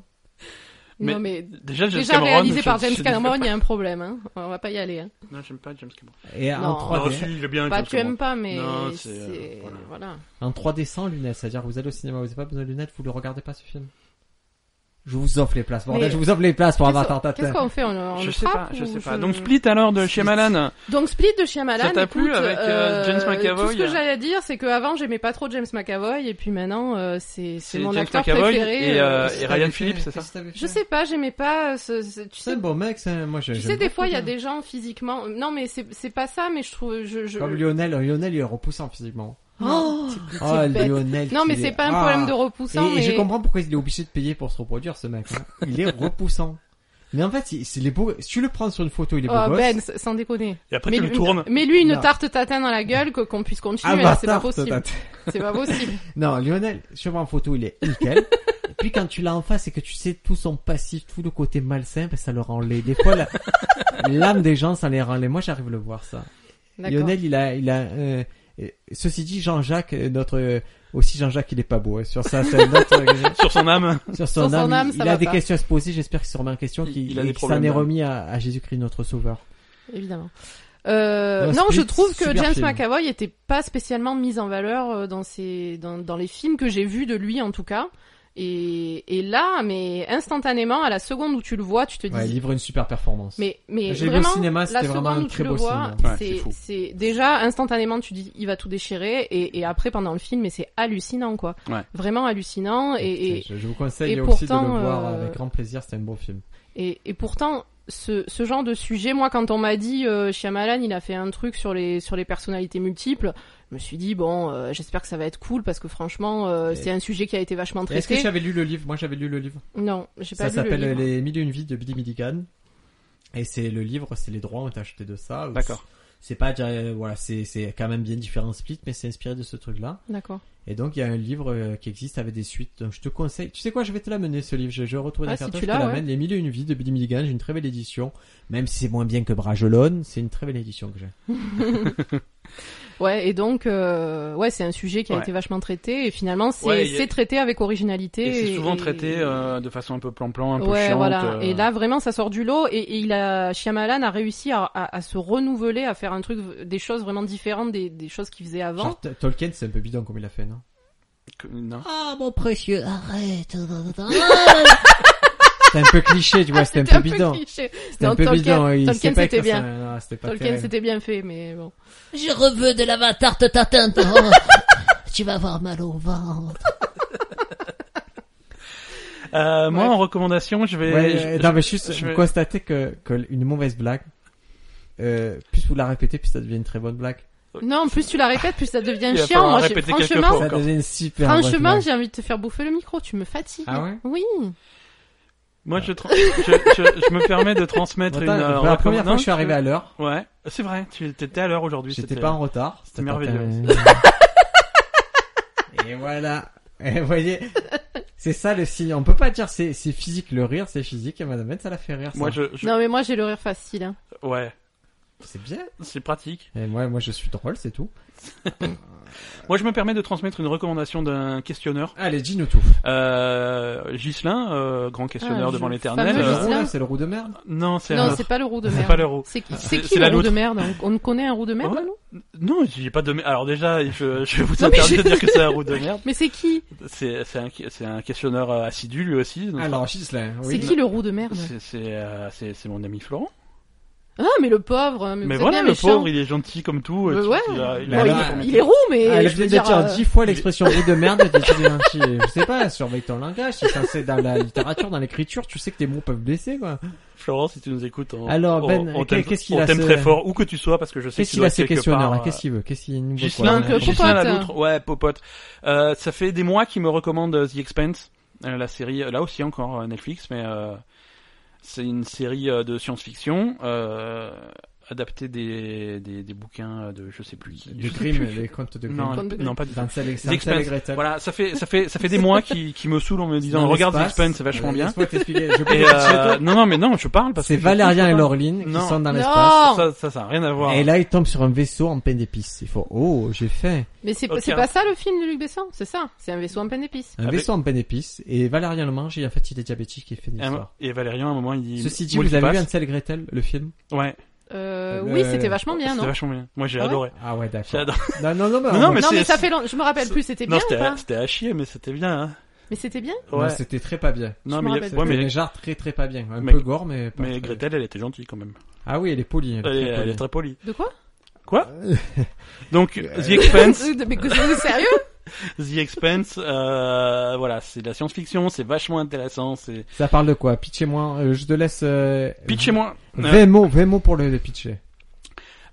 S3: Non mais.
S2: Déjà, James
S3: Déjà
S2: Cameron,
S3: réalisé
S2: je-
S3: par
S2: je
S3: James
S2: dis-
S3: Cameron, il y a un problème. Hein. On va pas y aller. Hein.
S2: Non, j'aime pas James Cameron.
S1: Et
S3: Non.
S1: en
S2: Non,
S1: 3D.
S2: si, il est bien.
S3: Bah,
S2: James
S3: tu
S2: Cameron.
S3: aimes pas, mais
S2: Non, c'est, euh,
S3: c'est
S2: voilà.
S3: voilà.
S1: En 3D sans lunettes. C'est-à-dire que vous allez au cinéma, vous n'avez pas besoin de lunettes, vous ne le regardez pas ce film. Je vous offre les places, bordel.
S3: Mais-
S1: Je vous offre les places pour Avatar
S3: Qu'est-ce qu'est-ce
S1: tatin.
S3: qu'on fait On, on
S2: Je
S3: le
S2: sais
S3: frappe
S2: pas, je
S3: ou
S2: sais pas. Donc Split alors de chez
S1: Split.
S2: Malan.
S3: Donc Split de Shyamalan.
S2: Ça t'a plu
S3: écoute,
S2: avec, euh, James McAvoy euh
S3: Tout ce que j'allais dire, c'est qu'avant j'aimais pas trop James McAvoy et puis maintenant euh, c'est
S2: C'est
S3: c'est mon
S2: James
S3: acteur
S2: McAvoy
S3: préféré.
S2: et,
S3: euh,
S2: euh, et Ryan Phillippe, c'est ça
S3: Je sais pas, j'aimais pas. euh, Ce, ce- tu
S1: C'est
S3: sais,
S1: un bon mec, c'est un- moi je.
S3: tu
S1: j'aime
S3: sais des
S1: beaucoup
S3: fois il y a
S1: bien.
S3: des gens physiquement. Non mais c'est c'est pas ça, mais je trouve je. je...
S1: Comme Lionel, Lionel il est repoussant physiquement.
S3: Oh, t'es- t'es
S1: Oh
S3: bête.
S1: Lionel.
S3: Non mais
S1: qu'il
S3: c'est
S1: est-
S3: pas un
S1: Ah.
S3: problème de
S1: Et,
S3: repoussant.
S1: et
S3: mais...
S1: je comprends pourquoi il est obligé de payer pour se reproduire ce mec. hein. Il est repoussant. Mais en fait, il- c'est les beaux. Si tu le prends sur une photo, il est beau
S3: Oh,
S1: gosse.
S3: ben, s- sans déconner.
S2: Et après,
S3: mais
S2: tu
S3: lui,
S2: le tournes.
S3: mais lui, une
S1: Non. Ah, bah,
S3: tarte tatin dans la gueule, que- qu'on puisse continuer, là, c'est pas
S1: Avatar,
S3: possible.
S1: tata.
S3: C'est pas possible.
S1: Non, Lionel, sur en photo, il est nickel. Et puis quand tu l'as en face et que tu sais tout son passif, tout le côté malsain, ben, ça le rend laid. Des fois, la- l'âme des gens, ça les rend laid. Moi, j'arrive à le voir ça.
S3: D'accord.
S1: Lionel, il a, il a. euh, euh, ceci dit, Jean-Jacques, euh, notre euh, aussi Jean-Jacques, il est pas beau. hein. Sur ça, c'est un autre- euh,
S2: Sur son âme.
S1: sur son,
S3: Sur son
S1: âme,
S3: âme,
S1: il,
S3: ça
S1: il a
S3: va
S1: des
S3: pas.
S1: questions à se poser. J'espère qu'il se remet en question,
S2: Il-
S1: qu'il
S2: il a
S1: et
S2: des
S1: qu'il s'en
S2: problèmes
S1: est
S2: d'âme.
S1: remis à, à Jésus-Christ, notre Sauveur.
S3: Évidemment. Euh,
S1: Non,
S3: non,
S1: Split,
S3: je trouve que
S1: super
S3: James
S1: film.
S3: McAvoy était pas spécialement mis en valeur euh, dans ses, dans, dans les films que j'ai vus de lui en tout cas. Et, et là, mais instantanément, à la seconde où tu le vois, tu te dis.
S1: Ouais, il livre une super performance.
S3: Mais, mais
S1: J'ai vu au
S3: vraiment,
S1: cinéma,
S3: la
S1: c'était
S3: seconde
S1: vraiment un
S3: où
S1: très
S3: tu le
S1: beau
S3: vois,
S1: cinéma.
S2: Ouais, c'est
S3: c'est-
S2: fou.
S3: c'est déjà instantanément tu dis il va tout déchirer et, et après pendant le film, mais c'est hallucinant quoi.
S2: Ouais.
S3: Vraiment hallucinant et, et,
S1: je, je vous conseille
S3: et
S1: aussi de
S3: pourtant,
S1: le voir
S3: euh,
S1: avec grand plaisir. C'est un bon film.
S3: Et, et pourtant, ce, ce genre de sujet, moi, quand on m'a dit euh, Shyamalan, il a fait un truc sur les sur les personnalités multiples, je me suis dit bon, euh, j'espère que ça va être cool parce que franchement, euh,
S1: Et-
S3: c'est un sujet qui a été vachement
S1: Est-ce que
S3: traité.
S1: j'avais lu le livre Moi, j'avais lu le livre.
S3: Non, j'ai pas
S1: Ça
S3: lu le
S1: s'appelle euh,
S3: livre.
S1: Les Mille et une vies de Billy Milligan. Et c'est le livre, c'est les droits ont été achetés de ça.
S2: D'accord.
S1: C'est pas, euh, voilà, c'est c'est quand même bien différent Split, mais c'est inspiré de ce truc-là.
S3: D'accord.
S1: Et donc il y a un livre euh, qui existe avec des suites. Donc je te conseille. Tu sais quoi, je vais te l'amener ce livre. Je, je retourne
S3: Ah,
S1: à
S3: si
S1: faire
S3: tu
S1: je te
S3: l'as,
S1: l'amène. Les Mille et une vies de Billy Milligan. J'ai une très belle édition, même si c'est moins bien que Bragelonne. C'est une très belle édition que j'ai.
S3: Ouais, et donc euh, ouais, c'est un sujet qui a
S2: Ouais.
S3: été vachement traité et finalement c'est
S2: Ouais, il y a-
S3: c'est traité avec originalité.
S2: Et c'est souvent
S3: et-
S2: traité euh, de façon un peu plan-plan, un peu
S3: Ouais,
S2: chiante.
S3: voilà.
S2: euh,
S3: Et là, vraiment, ça sort du lot. Et, et il a, Shyamalan a réussi à, à- à se renouveler, à faire un truc, des choses vraiment différentes des, des choses qu'il faisait avant.
S1: Genre, T- Tolkien, c'est un peu bidon comme il a fait, non
S2: que- non.
S5: Ah, mon précieux, arrête.
S1: c'était un peu cliché, tu vois, c'était un peu bidon.
S3: cliché.
S1: C'était
S3: Non,
S1: un peu
S3: Tolkien-
S1: bidon. Il savait
S3: Tolkien,
S1: pas
S3: c'était
S1: écrire ça.
S3: bien.
S1: Non, c'était pas
S3: Tolkien,
S1: terrible.
S3: c'était bien fait, mais bon.
S5: Je reveux de l'avatar de ta teinte. Oh, tu vas avoir mal au ventre.
S2: Euh, Moi,
S3: Ouais.
S2: en recommandation, je vais.
S1: Ouais, euh,
S2: je-
S1: non, mais juste,
S2: je
S1: vous
S2: vais-
S1: constatez que, que une mauvaise blague, euh, plus vous la répétez, plus ça devient une très bonne blague.
S3: Non, plus tu la répètes, plus ça devient
S2: Il va
S3: chiant.
S2: falloir
S3: Moi, j'ai-
S2: répéter quelques
S3: franchement,
S2: fois.
S1: Ça
S2: Encore.
S1: devient une super bonne
S3: franchement,
S1: blague.
S3: j'ai envie de te faire bouffer le micro. Tu me fatigues.
S1: Ah ouais
S3: Oui.
S2: Moi, je, tra- je, je- je me permets de transmettre une.
S1: Attends,
S2: euh,
S1: pour la première fois que je suis arrivé
S2: recommandation.
S1: à l'heure,
S2: Ouais, c'est vrai. Tu étais à l'heure aujourd'hui.
S1: j'étais
S2: c'était-
S1: pas en retard.
S2: c'était merveilleux.
S1: Et voilà. Et vous voyez, c'est ça le signe. On peut pas dire c'est c'est physique le rire, c'est physique. Et Madame Ben, ça la fait rire. ça.
S2: Moi, je, je-
S3: Non, mais moi, j'ai le rire facile. hein.
S2: ouais,
S1: C'est bien.
S2: c'est pratique.
S1: Et moi, moi, je suis drôle, c'est tout.
S2: Moi, je me permets de transmettre une recommandation d'un questionneur,
S1: Allez, dis-nous tout.
S2: euh, Ghislain, euh, grand questionneur
S3: Ah, je-
S2: devant
S1: C'est
S2: l'Éternel.
S3: fameux
S1: le
S2: Euh,
S1: roux,
S3: Gislain.
S1: là, c'est le roux de merde.
S2: non, c'est un
S3: Non,
S2: autre.
S3: c'est pas le roux de
S2: C'est
S3: merde.
S2: pas le roux.
S3: C'est qui,
S2: C'est-
S3: c'est
S2: c'est
S3: qui
S2: la
S3: le roux de
S2: loutre.
S3: merde on, on connaît un roux de merde,
S2: Ouais.
S3: là, nous
S2: Non, j'ai pas de. mer- Alors déjà, je, je vous
S3: Non, mais
S2: interdis
S3: je-
S2: de dire que c'est un roux de merde.
S3: Mais c'est qui
S2: C'est c'est un, c'est un questionneur euh, assidu lui aussi. donc-
S1: Alors, Gislain, oui.
S3: C'est qui le roux de Ah, merde
S2: C'est- C'est euh, c'est- c'est mon ami Florent.
S3: Ah, mais le pauvre. Mais, vous
S2: Mais
S3: êtes
S2: voilà,
S3: bien
S2: le
S3: méchant.
S2: pauvre, il est gentil comme tout.
S3: Mais
S2: euh,
S3: ouais. Ah
S2: il a- il
S1: Bon,
S2: a-
S1: il
S2: il a-
S1: est-
S3: Il est roux, mais.
S1: Ah, elle a peut-être
S3: je veux dire,
S1: dire
S3: euh,
S1: dix fois l'expression roux de merde et tu dis un petit, je sais pas, surveille ton langage, si ça, c'est dans la littérature, dans l'écriture, tu sais que tes mots peuvent blesser, quoi.
S2: Florent, si tu nous écoutes, on,
S1: Alors,
S2: on-
S1: Ben,
S2: on
S1: qu'est-
S2: t'aime
S1: qu'est-ce qu'il
S2: on
S1: a
S2: t'aime
S1: ce-
S2: très fort, où que tu sois, parce que je sais
S1: Qu'est-ce
S2: qu'il
S1: qu'il a
S2: doit
S1: ces
S2: quelque
S1: questionneurs,
S2: part,
S1: hein,
S2: euh,
S1: qu'est-ce qu'il veut, qu'est-ce qu'il nous veut,
S2: Ghislain,
S3: Donc, euh,
S2: Ghislain
S3: popote.
S2: Laloutre, ouais, popote. Euh, ça fait des mois qu'il me recommande euh, The Expanse, euh, la série, euh, là aussi encore euh, Netflix, mais euh, c'est une série euh, de science-fiction euh, adaptée des, des, des bouquins euh, de je sais plus qui.
S1: Du
S2: je sais
S1: crime,
S2: plus.
S1: les contes de
S2: Non,
S1: Grimm.
S3: Conte de
S2: non, pas du
S1: D'Ansel et-
S2: The
S1: Hansel et
S2: Expanse.
S1: Gretel.
S2: Voilà, ça fait, ça fait, ça fait des mois qui, qui me saoulent en me disant
S1: Dans
S2: regarde The
S1: l'espace.
S2: Expanse, c'est vachement
S1: Euh,
S2: bien.
S1: laisse-moi t'expliquer, je peux
S2: Et,
S1: te dire,
S2: euh, non, non, mais non, je parle parce
S1: C'est
S2: que
S1: Valérian et Laureline qui
S2: Non.
S1: sont dans
S3: Non.
S1: l'espace.
S2: Ça, ça, ça a rien à voir.
S1: Et là, ils tombent sur un vaisseau en peine d'épices. Il faut, oh, j'ai faim.
S3: Mais c'est
S2: Ok.
S3: c'est pas ça le film de Luc Besson, c'est ça. C'est un vaisseau en peine d'épices.
S1: Un
S2: Avec-
S1: vaisseau en peine d'épices. Et Valérian le mange et en fait, il est diabétique et fait une
S2: Et un-
S1: histoire.
S2: Et Valérian, à un moment, Ah, il dit.
S1: Ceci dit,
S2: Moi,
S1: vous
S2: je
S1: avez vu
S2: passe.
S1: Ansel et Gretel, le film?
S2: Ouais,
S3: Euh,
S1: Le-
S3: oui, c'était vachement bien,
S2: c'était
S3: non
S2: vachement bien. Moi, j'ai
S3: Ah ouais
S2: adoré.
S1: Ah ouais,
S2: J'ai
S1: d'accord.
S2: adoré.
S1: Non, non, non, mais,
S2: Non, non, mais
S3: Non,
S2: c'est-
S3: mais ça fait longtemps. Je me rappelle plus. C'était
S2: Non,
S3: bien ou
S2: c'était
S3: pas
S2: à, c'était à chier, mais c'était bien. Hein.
S3: Mais c'était bien.
S1: Non,
S2: Ouais.
S1: c'était très pas bien.
S2: Non, mais,
S3: je me
S2: il y a-
S3: rappelle
S2: ouais,
S1: mais...
S2: mais,
S1: genre très très pas bien. Un
S2: Mais-
S1: peu gore, mais pas
S2: mais
S1: très bien.
S2: Gretel, elle était gentille quand même.
S1: Ah oui, elle est polie. Elle
S2: Elle,
S1: est
S2: est-
S1: très
S2: elle
S1: polie.
S2: est très polie.
S3: De quoi
S2: Quoi Donc, The Expense,
S3: De- Mais que c'est sérieux
S2: The Expense, euh, voilà, c'est de la science-fiction, c'est vachement intéressant, c'est...
S1: Ça parle de quoi Pitchez-moi. euh, je te laisse. Euh...
S2: Pitchez-moi Euh,
S1: 20 mots, 20 mots pour le pitcher.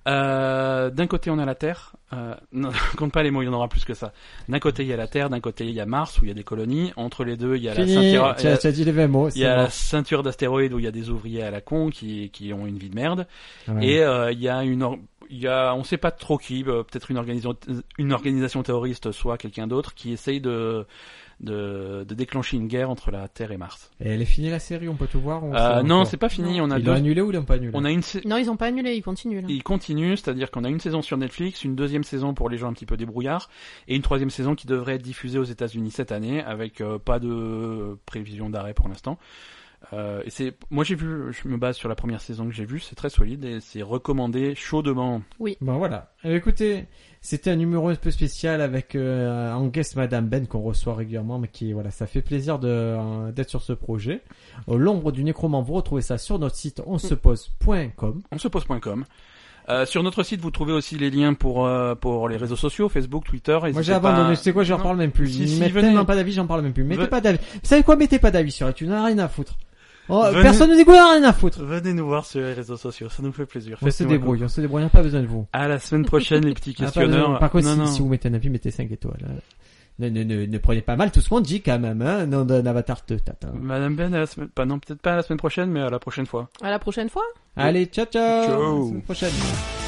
S2: euh, D'un côté, on a la Terre. Euh, non, compte pas les mots, il y en aura plus que ça. D'un côté, il y a la Terre, d'un côté, il y a Mars, où il y a des colonies. Entre les deux, il y a
S1: Fini. Tu
S2: la
S1: as,
S2: Saint-Pierre... il y a-
S1: tu as dit les 20 mots.
S2: Il y a la ceinture d'astéroïdes où il y a des ouvriers à la con qui, qui ont une vie de merde.
S1: Ah
S2: Et euh, il y a une, or- il y a, on sait pas trop qui, euh, peut-être une organisation, une organisation terroriste, soit quelqu'un d'autre, qui essaye de, de, de déclencher une guerre entre la Terre et Mars.
S1: Et elle est finie la série, on peut tout voir. ou
S2: Euh,
S1: Ah, c'est
S2: non,
S1: encore
S2: c'est pas fini. On a,
S1: Ils l'ont
S2: deux,
S1: annulé ou ils l'ont pas annulé
S2: on a une, sa-
S3: Non, ils ont pas annulé, ils continuent là.
S2: il continue, c'est-à-dire qu'on a une saison sur Netflix, une deuxième saison pour les gens un petit peu débrouillards, et une troisième saison qui devrait être diffusée aux États-Unis cette année, avec euh, pas de euh, prévision d'arrêt pour l'instant. Euh, et c'est, moi j'ai vu, je me base sur la première saison que j'ai vue, c'est très solide et c'est recommandé chaudement.
S1: Bon voilà. Eh, écoutez, c'était un numéro un peu spécial avec euh, en guest Madame Ben qu'on reçoit régulièrement, mais qui voilà, ça fait plaisir de euh, d'être sur ce projet. Au l'ombre du nécroman, vous retrouvez ça sur notre site onsepose.com.
S2: On se pose.com. Euh, sur notre site, vous trouvez aussi les liens pour euh, pour les réseaux sociaux, Facebook, Twitter.
S1: Moi
S2: n'hésitez
S1: j'ai abandonné,
S2: pas-
S1: tu sais quoi, j'en
S2: Non.
S1: parle même plus.
S2: Si,
S1: Ils
S2: si,
S1: mettent
S2: venez.
S1: tellement pas d'avis, j'en parle même plus. Mettez
S2: Ve-
S1: pas d'avis. Vous savez quoi, mettez pas d'avis sur tu n'as rien à foutre. Oh,
S2: Venez.
S1: personne ne dit quoi, rien à foutre.
S2: Venez nous voir sur les réseaux sociaux, ça nous fait plaisir.
S1: On se
S2: Faites-nous un
S1: débrouille, on se débrouille, on a pas besoin de vous.
S2: coup. À la semaine prochaine, les petits
S1: On a pas besoin de vous.
S2: questionneurs.
S1: Ah, Par contre,
S2: Non,
S1: si,
S2: non.
S1: si vous mettez un avis, mettez 5 étoiles. hein. Ne, ne, ne, ne prenez pas mal tout ce qu'on dit quand même, hein. Nom d'un avatar de tata.
S2: Madame Ben, à la semaine, pas non, peut-être pas à la semaine prochaine, mais à la prochaine fois.
S3: À la prochaine fois.
S1: Allez, ciao ciao.
S2: Ciao.
S1: À la semaine prochaine.